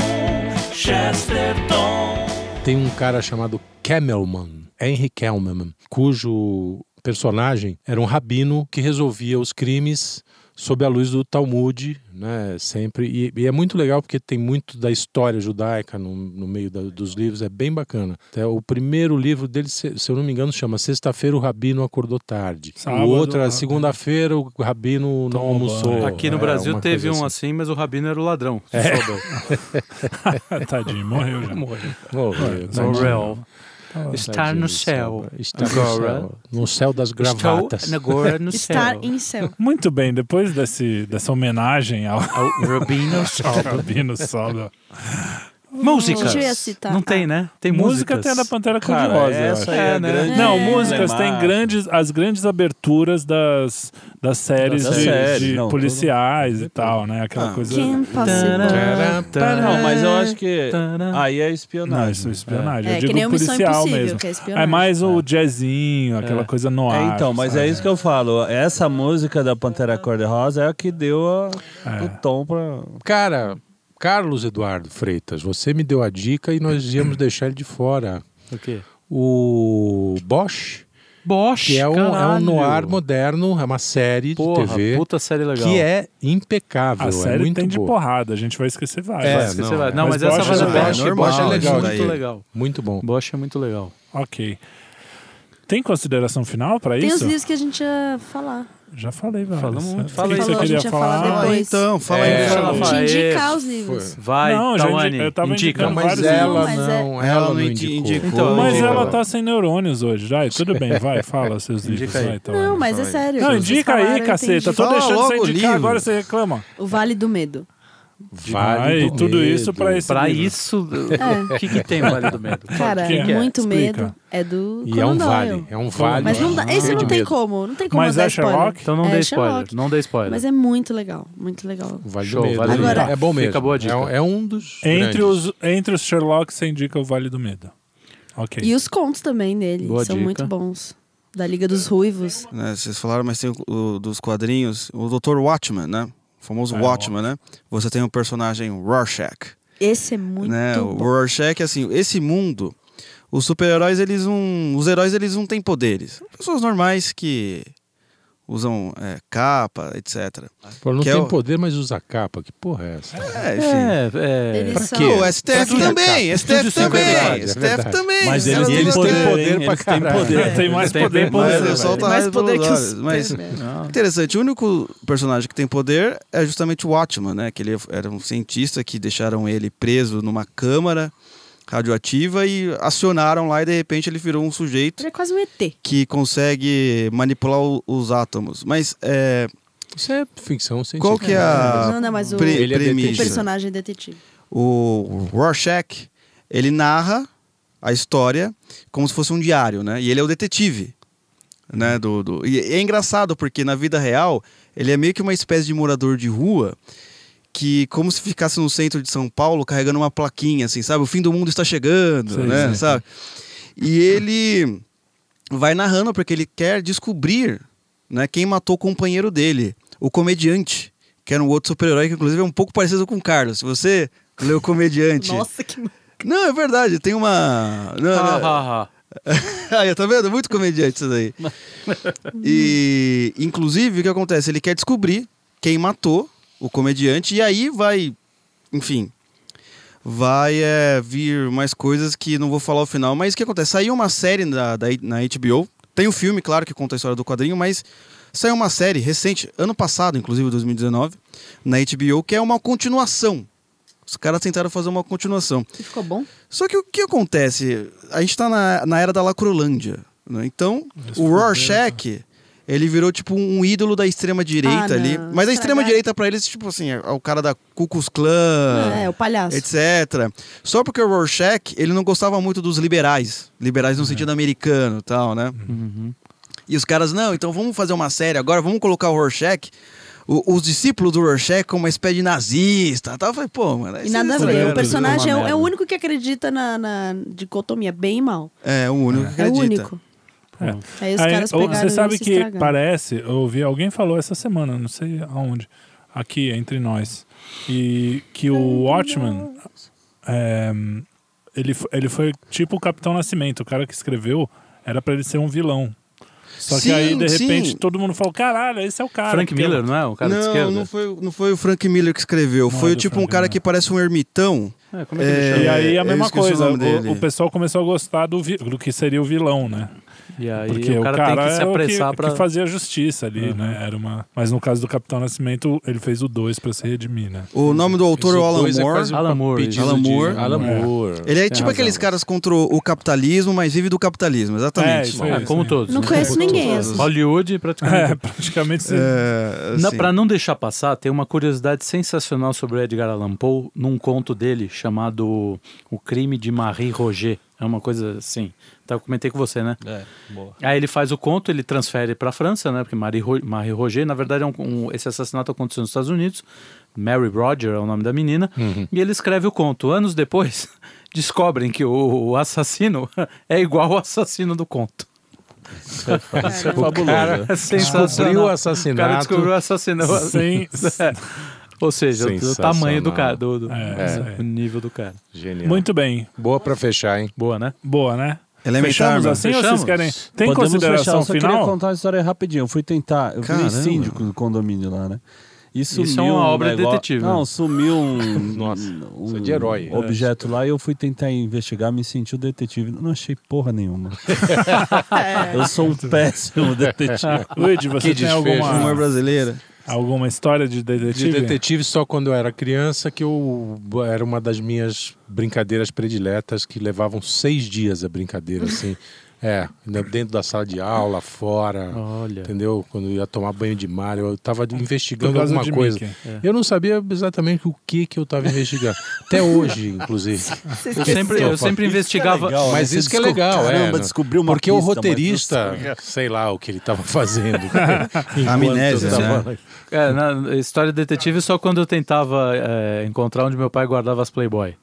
S8: Chesterton.
S6: Tem um cara chamado Camelman, Henry Camelman, cujo personagem era um rabino que resolvia os crimes sob a luz do Talmud, né, sempre. E, e é muito legal porque tem muito da história judaica no, no meio da- dos livros, é bem bacana. Até o primeiro livro dele, se, se eu não me engano, chama Sexta-feira o Rabino Acordou Tarde.
S1: Sábado,
S6: o outro
S1: ah,
S6: era Segunda-feira o Rabino Não
S1: Tomou
S6: Almoçou.
S1: banho.
S5: Aqui no
S6: É,
S5: Brasil
S6: uma
S5: teve
S6: coisa assim. É.
S5: um assim, mas o Rabino era o ladrão. Soube.
S1: Tadinho, morreu já.
S6: Oh,
S5: No
S6: tadinho.
S5: réu.
S6: Tá
S5: Estar Tá no céu.
S6: Está
S5: Agora.
S6: no céu. No céu das gravatas.
S5: Estou agora no
S4: Estar
S5: céu.
S4: em céu.
S1: Muito bem, depois desse, dessa homenagem ao
S5: O Rabino sobe.
S1: Rabino Sobe.
S4: um
S5: Músicas.
S4: Deixa eu citar.
S5: Não tem, né? Tem
S1: Música
S5: músicas.
S1: tem a da Pantera
S3: Cara,
S1: Cor-de-Rosa. eu acho.
S3: essa aí é,
S5: É,
S3: a
S5: né?
S3: grande.
S1: Não,
S4: É.
S1: músicas tem grandes, as grandes aberturas das, das séries
S3: Das
S1: de,
S3: séries,
S1: de
S3: não,
S1: policiais e tal, né? Aquela
S7: Ah,
S1: coisa.
S4: Kim Possible.
S5: Tará, tará,
S3: Não, mas eu acho que.
S5: tará.
S3: Aí é
S1: Não,
S3: espionagem.
S1: isso é espionagem. eu
S4: É, que
S1: digo
S4: nem o Missão
S1: policial
S4: Impossível,
S1: mesmo.
S4: que é espionagem.
S1: É mais o jazzinho, aquela coisa no
S3: É,
S1: ar.
S3: então, mas é isso que eu falo. Essa música da Pantera Cor-de-Rosa é a que deu a-
S5: É.
S3: o tom pra.
S6: Cara, Carlos Eduardo Freitas, você me deu a dica e nós íamos deixar ele de fora.
S5: O quê?
S6: O Bosch,
S5: Bosch,
S6: que é um, é um
S5: caralho.
S6: noir moderno, é uma série
S5: Porra,
S6: de TV
S5: puta série legal.
S6: que é impecável,
S1: A
S6: é
S1: série
S6: muito
S1: tem de
S6: boa.
S1: porrada, a gente vai esquecer várias.
S6: É,
S1: Vai esquecer-
S5: Esqueci,
S6: não,
S5: vai. não,
S1: mas
S5: mas,
S1: Bosch
S5: essa vai
S1: é
S5: da
S1: legal,
S5: Bosch.
S7: é
S5: Bosch é
S7: normal
S5: legal.
S7: isso daí.
S5: Muito legal.
S6: Muito bom.
S5: Bosch é muito legal.
S1: Ok. Tem consideração final pra
S4: Tem os
S1: isso?
S4: livros que a gente ia falar.
S1: Já falei, velho.
S5: Falamos muito.
S1: O que
S5: Falei,
S1: que você
S4: falou, a
S1: queria
S4: gente ia falar
S1: falar?
S4: depois.
S7: Ah, então, fala
S6: É,
S7: aí.
S5: fala,
S7: Fala.
S5: fala.
S4: Te indicar
S5: isso.
S4: os livros.
S5: Vai,
S1: Não, já indi-
S5: Tawane.
S1: eu tava
S5: indica.
S1: indicando
S6: mas
S1: vários
S6: ela
S4: livros. Mas é-
S6: não,
S7: Ela
S6: ela
S7: não
S6: não
S7: indi-
S6: indicou.
S7: indicou.
S5: Então,
S1: Mas
S5: Indica.
S1: ela tá sem neurônios hoje. Vai, tudo bem, vai, fala seus livros.
S5: Indica aí.
S1: Vai, Tawane.
S4: Não, mas é sério.
S1: Não,
S4: Vocês
S1: indica
S4: falaram,
S1: aí,
S4: eu
S1: caceta.
S4: entendi.
S1: Tô
S7: Fala
S1: deixando
S7: logo
S1: você
S7: o
S1: indicar,
S7: livro.
S1: agora você reclama.
S4: O Vale do Medo.
S6: Vale
S1: Ai,
S6: do
S1: Ah, tudo isso
S6: medo.
S1: pra esse
S5: Pra
S1: livro.
S5: isso,
S4: É.
S5: o que, que tem o Vale do Medo?
S4: Cara,
S1: que é?
S4: muito
S1: Explica.
S4: medo. É do
S6: E
S4: Conan
S6: é um
S4: Doyle.
S6: vale, é um vale.
S4: Mas não dá, esse
S6: cheio de
S4: não tem
S6: medo.
S4: como. Não tem como
S1: Mas
S4: dar
S1: é
S4: spoiler.
S1: Sherlock?
S5: Então não
S4: É
S5: dê spoiler.
S4: Sherlock.
S5: Não dê spoiler.
S4: Mas é muito legal. Muito legal.
S6: Vale
S5: Show,
S6: do medo.
S5: vale
S4: do Agora- medo.
S6: é bom mesmo.
S5: Fica a boa dica.
S6: É, um- é um dos
S1: Entre
S6: grandes.
S1: os, entre os Sherlock, você indica o Vale do Medo. Ok.
S4: E os contos também dele.
S5: Boa
S4: são
S5: dica.
S4: muito bons. Da Liga dos Ruivos.
S7: né, vocês falaram, mas tem o, o- dos quadrinhos, o Dr. Watchman, né? O famoso
S1: É,
S7: Watchman, né? Você tem o personagem Rorschach,
S4: Esse é muito
S7: né? O
S4: bom.
S7: Rorschach, assim, esse mundo, os super-heróis, eles não... Os heróis, eles não têm poderes. Pessoas normais que usam é, capa, etc.
S6: Pô, não
S7: Que é
S6: tem
S7: o-
S6: poder, mas usa capa. Que porra é essa?
S7: É, enfim.
S5: É, é.
S4: Eles são...
S7: Pô, o
S6: Pra
S7: STF
S6: tudo é
S7: também,
S6: capa.
S7: STF
S6: Isso é
S7: também,
S6: verdade, é
S7: STF
S6: verdade.
S7: também.
S3: Mas
S7: os
S3: eles,
S7: caras
S3: têm
S7: não
S6: têm
S3: poder,
S7: gostam.
S6: poder
S3: hein?
S6: pra
S3: Eles têm
S6: caralho. É.
S3: poder.
S1: Tem mais
S5: Tem
S1: poder
S5: bem
S1: pra
S5: mais,
S1: você,
S5: eu
S1: velho.
S5: só
S7: solto a
S4: Mais
S7: raiva
S4: poder
S7: pelos
S4: que os É
S7: olhos, mas-
S4: Superman.
S7: Ah. Interessante, o único personagem que tem poder é justamente o Watchman, né? Que ele era um cientista que deixaram ele preso numa câmara radioativa e acionaram lá e de repente ele virou um sujeito
S4: Ele é quase um ET.
S7: que consegue manipular o- os átomos. Mas é,
S6: Isso é ficção científica.
S7: qual que é a
S4: Não, não, mas o,
S7: pre-
S6: Ele é
S4: o
S6: Isso.
S7: premissa?
S4: personagem é detetive.
S7: O Rorschach, ele narra a história como se fosse um diário, né? E ele é o detetive, né? Do, do... E é engraçado porque na vida real ele é meio que uma espécie de morador de rua que como se ficasse no centro de São Paulo carregando uma plaquinha, assim, sabe? O fim do mundo está chegando, né? Sabe? E ele vai narrando porque ele quer descobrir né, quem matou o companheiro dele, o comediante, que era um outro super-herói que, inclusive, é um pouco parecido com o Carlos. Se você lê o comediante.
S4: Nossa, que.
S7: Não, é verdade, tem uma. Não,
S5: Ah,
S7: não.
S5: ah, ah.
S7: Aí, tá vendo? Muito comediante isso daí. E, inclusive, o que acontece? Ele quer descobrir quem matou o comediante, e aí vai, enfim, vai é, vir mais coisas que não vou falar o final. Mas o que acontece? Saiu uma série na, da- na HBO, tem o filme, claro, que conta a história do quadrinho, mas saiu uma série recente, ano passado, inclusive 2019, na HBO, que é uma continuação. Os caras tentaram fazer uma continuação.
S4: E ficou bom?
S7: Só que o que acontece? A gente tá na, na era da Lacrolândia. Né? Então, o Rorschach, ele virou tipo um ídolo da
S4: Ah,
S7: extrema-direita ali.
S4: não.
S7: Mas
S4: Estragaram.
S7: a extrema-direita pra eles, tipo assim, é o cara da Ku Klux Klan,
S4: É, o palhaço.
S7: etc. Só porque o Rorschach, ele não gostava muito dos liberais. Liberais no sentido americano e tal, né? E os caras, não, então vamos fazer uma série agora, vamos colocar o Rorschach... o- os discípulos do Rorschach como uma espécie de nazista. Tal. Eu falei, pô, mano...
S4: E
S7: isso
S4: nada a
S7: é
S4: ver.
S7: zoeira.
S4: O personagem é, o-
S3: merda.
S4: é o único que acredita na, na dicotomia, bem e mal.
S7: É, o único que
S4: É o
S7: acredita.
S4: único.
S1: É.
S4: Aí os
S1: Aí,
S4: caras
S1: ou-
S4: pegaram
S1: Você sabe
S4: e se
S1: que
S4: estragaram.
S1: parece, eu ouvi, alguém falou essa semana, não sei aonde, aqui entre nós, e que o Watchman, é, ele, fo- ele foi tipo o Capitão Nascimento, o cara que escreveu era pra ele ser um vilão. Só que
S7: Sim,
S1: aí, de
S7: sim.
S1: repente, todo mundo falou: caralho, esse é o cara.
S5: Frank
S1: porque-
S5: Miller, não é? O cara de
S7: não,
S5: esquerda?
S7: não foi, não foi o Frank Miller que escreveu.
S1: Não
S7: foi
S1: é do
S7: tipo um
S1: Frank
S7: cara
S1: Miller.
S7: que parece um ermitão.
S5: É, como é que ele
S7: É,
S1: E
S5: chama?
S1: aí
S7: eu
S1: a mesma
S7: esqueci o
S1: coisa,
S7: nome
S1: o,
S7: dele.
S1: o pessoal começou a gostar do, vi- do que seria o vilão, né?
S5: E aí
S1: Porque
S5: o, cara tem que se
S1: era o
S5: apressar
S1: que,
S5: pra...
S1: que fazia justiça ali, né? Era uma... Mas no caso do Capitão Nascimento, ele fez o 2 pra se redimir, né?
S7: O nome do autor é o Alan
S6: Dois é
S7: Moore.
S6: quase um
S5: Alan Moore,
S6: pedido
S7: Alan
S6: de-
S7: Moore.
S6: Alan
S1: É.
S6: Moore.
S7: Ele é tipo
S5: razão.
S7: aqueles caras contra o capitalismo, mas vive do capitalismo, exatamente.
S1: É, isso aí.
S5: Ah, como todos.
S4: Não
S5: né?
S4: conheço ninguém.
S7: todos.
S4: assim.
S5: Hollywood, praticamente.
S1: É, praticamente sim.
S7: É, assim.
S5: Na- Pra não deixar passar, tem uma curiosidade sensacional sobre o Edgar Allan Poe num conto dele chamado O Crime de Marie Roger. É uma coisa assim. Tá, eu comentei com você, né?
S3: É, boa.
S5: Aí ele faz o conto, ele transfere para a França, né? Porque Marie, Ro- Marie Roger, na verdade, é um- um- esse assassinato aconteceu nos Estados Unidos. Mary Roger é o nome da menina. E ele escreve o conto. Anos depois, descobrem que o, o assassino é igual ao assassino do conto.
S3: Isso é
S4: Caramba.
S3: fabuloso.
S5: Cara, é sensacional.
S6: Descobriu o
S5: O cara
S6: assassinato.
S5: descobriu o assassinato.
S1: Sem-
S5: É. Ou seja, o
S6: Sensacional.
S5: tamanho do cara, do, do-
S1: É, isso aí.
S5: o nível do cara.
S6: Genial.
S1: Muito bem.
S6: Boa pra fechar, hein?
S5: Boa, né?
S1: Boa, né?
S7: Elementar,
S1: Fechamos
S7: mano.
S1: assim ou vocês
S5: Fechamos.
S1: querem... Tem
S3: Podemos fechar,
S1: consideração
S3: eu só queria
S1: final?
S3: contar uma história rapidinho. Eu fui tentar, eu
S7: Caramba.
S3: virei síndico do condomínio lá, né? E sumiu
S5: é uma
S3: um
S5: obra de
S3: negó-
S5: detetive, né?
S3: Não, sumiu um,
S6: Nossa,
S3: um
S6: isso é de herói.
S3: objeto lá e eu fui tentar investigar, me senti o detetive. Não achei porra nenhuma. eu sou um péssimo detetive.
S1: Luigi, você
S6: Que
S1: tem
S6: desfecho.
S7: Humor
S1: alguma,
S7: brasileira.
S1: alguma história de
S6: De
S1: detetive?
S6: detetive só quando eu era criança, que eu era uma das minhas brincadeiras prediletas, que levavam seis dias a brincadeira, assim. É, dentro da sala de aula, fora.
S5: Olha.
S6: Entendeu? Quando eu ia tomar banho de mar, eu tava investigando
S1: Por causa
S6: alguma
S1: de
S6: coisa.
S1: Mickey.
S6: Eu não sabia exatamente o que que eu tava investigando. Até hoje, inclusive.
S5: Eu sempre, eu sempre investigava.
S3: legal,
S6: Mas
S3: Você
S6: isso que é
S3: descobriu-
S6: legal, é.
S3: Caramba,
S6: né?
S3: descobriu uma
S6: Porque o
S3: pista, mas
S6: roteirista, sei lá o que ele tava fazendo. Enquanto
S7: Amnésia,
S6: eu tava-
S5: É, na história de detetive só quando eu tentava é, encontrar onde meu pai guardava as Playboy.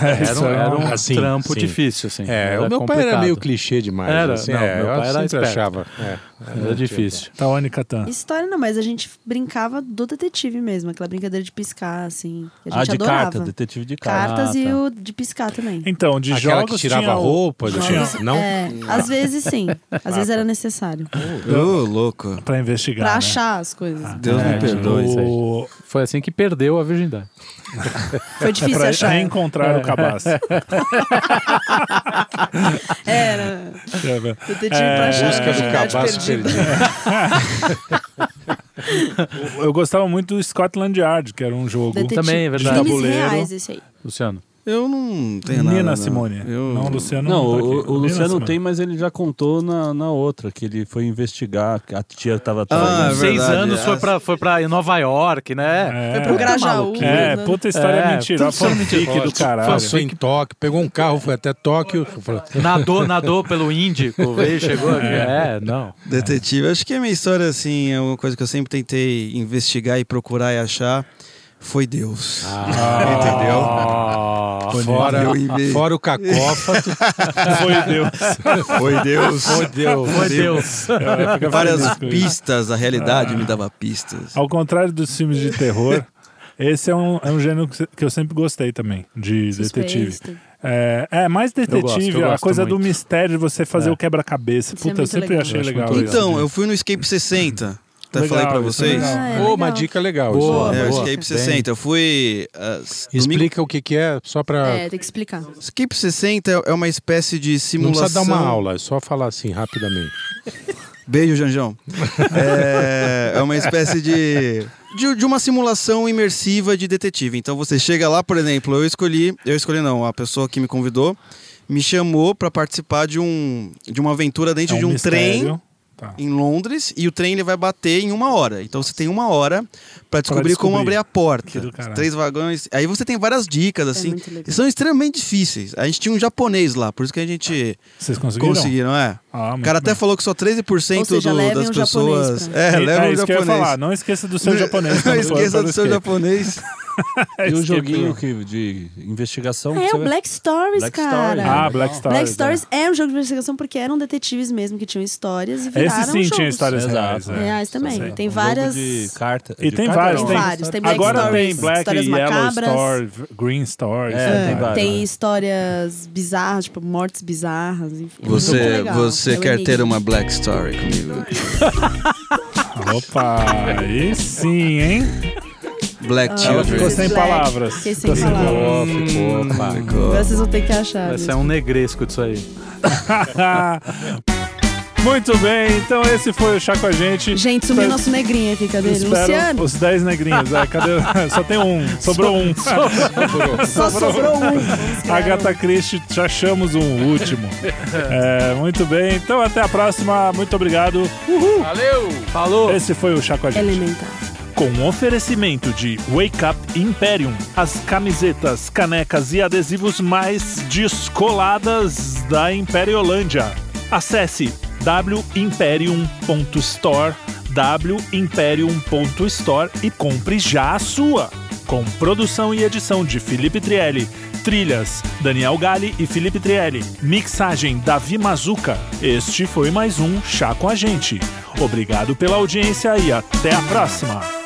S5: Era
S1: isso
S5: um,
S1: é
S5: era
S1: um-
S5: um
S6: assim,
S5: trampo
S6: sim.
S5: difícil, assim.
S6: É,
S5: Era
S6: o meu pai era
S5: complicado.
S6: meio clichê demais.
S5: Era,
S6: assim,
S5: não,
S6: é,
S5: meu
S6: eu
S5: pai era
S6: sempre
S5: esperto.
S6: achava. é.
S5: Era difícil.
S1: Tawane Catan.
S4: História não, mas a gente brincava do detetive mesmo, aquela brincadeira de piscar, assim. que A
S3: Ah,
S4: gente
S3: de
S4: adorava.
S3: carta, detetive de carta.
S4: Cartas e
S3: Ah, tá.
S4: o de piscar também.
S1: Então, de
S6: Aquela
S1: jogos
S6: que tirava
S1: tinha o-
S6: roupa,
S1: tinha-
S6: assim, não?
S4: É, às vezes sim, às vezes era necessário.
S7: Ô, louco.
S1: Pra investigar,
S4: Pra
S1: né?
S4: achar as coisas.
S7: Deus me perdoe.
S1: O...
S5: Foi assim que perdeu a virgindade.
S4: Foi difícil
S1: É Pra
S4: achar. É.
S1: reencontrar o cabaço.
S4: Era.
S1: Deixa eu ver.
S4: Detetive
S1: É,
S4: pra achar. né? a
S6: Busca do
S7: É,
S4: virgindade
S6: cabaço
S4: perdida.
S6: perdido.
S1: Eu gostava muito do Scotland Yard, que era um jogo...
S4: Detetive.
S1: um
S5: Também, é verdade.
S4: Crimes
S1: Tabuleiro.
S4: reais, esse aí.
S5: Luciano.
S7: Eu não tenho nada.
S1: Nina
S7: não.
S1: Simone.
S7: Eu...
S1: Não, o Luciano
S3: Não,
S1: não tá aqui.
S3: o, o
S1: Nina
S3: Luciano
S1: Simone.
S3: tem, mas ele já contou na, na outra, que ele foi investigar, que a tia tava
S7: Ah,
S3: atrás.
S7: é
S5: Seis
S7: verdade,
S5: anos
S7: é.
S5: foi pra, foi pra Nova York, né?
S1: É.
S4: Foi pro Grajaú.
S1: É,
S4: né?
S1: puta história
S5: É,
S1: mentirosa.
S7: tudo
S1: Fanfic
S7: mentirosa.
S1: do caralho.
S6: Passou em Tóquio, pegou um carro, foi até Tóquio.
S5: Nadou, nadou pelo Índico, veio, chegou aqui. É, não.
S7: Detetive. Acho que a minha história, assim, é uma coisa que eu sempre tentei investigar e procurar e achar. Foi Deus. Entendeu?
S5: Ah,
S6: Fora,
S7: Eu inventei.
S6: fora o cacófato.
S1: Foi Deus.
S7: Foi Deus.
S6: Meu Deus.
S5: Foi Deus.
S1: É, fica
S7: Várias
S1: feliz com isso.
S7: pistas, a realidade me dava pistas.
S1: Ao contrário dos filmes de terror, esse é um, é um gênero que se- que eu sempre gostei também, de detetive.
S4: Suspense.
S1: É, é, mais detetive,
S5: Eu gosto, eu
S1: a
S5: gosto
S1: coisa do
S5: muito.
S1: mistério de você fazer o quebra-cabeça.
S4: Isso é
S1: Puta, eu
S4: muito
S1: sempre
S4: legal.
S1: achei
S4: Eu acho
S1: Ah, legal.
S6: muito
S1: isso. É um
S7: Então, eu fui no Escape 60. Até
S1: Legal,
S7: falei pra
S1: isso é
S7: vocês.
S1: legal.
S4: Ah, é
S6: Pô, uma
S4: legal.
S6: dica legal.
S5: Boa,
S6: isso.
S7: É, o
S5: boa.
S7: Escape 60. Eu fui. ah, s- domingo-
S6: Explica o que, que é, só pra.
S4: É, tem que explicar.
S7: Escape 60 é- é uma espécie de
S6: não
S7: simulação.
S6: precisa dar uma aula, é só falar assim rapidamente.
S7: Beijo, Janjão. é, é uma espécie de, de. de uma simulação imersiva de detetive. Então você chega lá, por exemplo, eu escolhi. Eu escolhi não, a pessoa que me convidou me chamou pra participar de um de uma aventura dentro
S1: É
S7: de um trem
S1: mistério. Tá.
S7: em Londres e o trem ele vai bater em uma hora. Então você tem uma hora pra descobrir, como
S1: descobrir.
S7: abrir a
S1: Que
S7: porta.
S1: do caralho.
S7: Três vagões. Aí você tem várias dicas assim.
S4: É muito legal.
S7: e são extremamente difíceis. A gente tinha um japonês lá, por isso que a gente
S1: Vocês Ah, conseguiram?
S7: conseguiu, não é?
S1: Ah,
S7: O
S1: muito
S7: cara até
S1: bem.
S7: falou que só 13%
S4: Ou seja,
S7: do-
S4: levem
S7: das
S4: um japonês
S7: pessoas.
S4: pra-
S7: É,
S1: E-
S7: leva
S1: é,
S7: o
S1: isso que eu ia falar.
S7: japonês.
S1: Não esqueça do seu japonês. né?
S7: Não
S1: quando for
S7: esqueça
S1: pelo
S7: do seu
S1: escape.
S7: japonês.
S3: E o
S1: Escape
S3: joguinho
S1: room.
S3: que- de investigação. que
S4: É,
S3: você
S4: o
S3: vai-
S4: Black Stories,
S3: Black
S4: cara.
S3: Stories.
S1: Ah, Black Stories.
S4: Black
S1: é.
S4: Stories é um jogo de investigação porque eram detetives mesmo que tinham histórias e viraram
S1: Esse sim
S4: jogos.
S1: tinha histórias reais.
S3: Exato.
S1: é.
S4: reais também.
S1: Sim.
S4: Tem
S3: Um jogo
S4: várias.
S3: de carta.
S1: E
S3: de um.
S1: tem
S3: carta
S1: vários,
S3: não,
S1: tem,
S4: vários, tem Black
S1: Agora tem
S4: Stories,
S1: Black
S4: histórias
S1: Yellow
S4: macabras.
S1: Story, v- Green Story.
S3: É,
S1: tem
S3: tem
S1: vários.
S3: várias.
S4: Tem histórias bizarras, tipo mortes bizarras. Enfim, é Muito
S7: Você,
S4: legal.
S7: você
S4: É o
S7: quer ter
S4: enigma.
S7: uma Black Story comigo?
S1: Opa, aí sim, hein?
S4: Ah,
S7: Black
S1: Ela ficou
S7: Children.
S1: sem
S4: Black.
S1: palavras.
S4: Fiquei sem
S1: Ficou sem
S4: palavras.
S1: palavras.
S3: Ficou, pá.
S4: Agora vocês vão ter que achar.
S5: Vai
S4: viu?
S5: ser um negresco disso aí.
S1: Muito bem, então esse foi o Chá com a gente.
S4: Gente, sumiu
S1: Espero-
S4: nosso negrinho aqui, cadê ele?
S1: espero
S4: Luciano,
S1: Os 10 negrinhos. É, cadê? Só tem um. Sobrou um.
S4: só sobrou um. Vamos criar um.
S1: Agatha Christie, já achamos um último. É, muito bem, então até a próxima. Muito obrigado.
S5: Valeu! Falou!
S1: Esse foi o Chá com a gente.
S4: Elementar.
S1: Com um oferecimento de Wake Up Imperium, as camisetas, canecas e adesivos mais descoladas da Imperiolândia. Acesse wimperium.store, wimperium.store e compre já a sua. Com produção e edição de Felipe Trielli, trilhas Daniel Galli e Felipe Trielli, mixagem Davi Mazuca. Este foi mais um Chá com a gente. Obrigado pela audiência e até a próxima.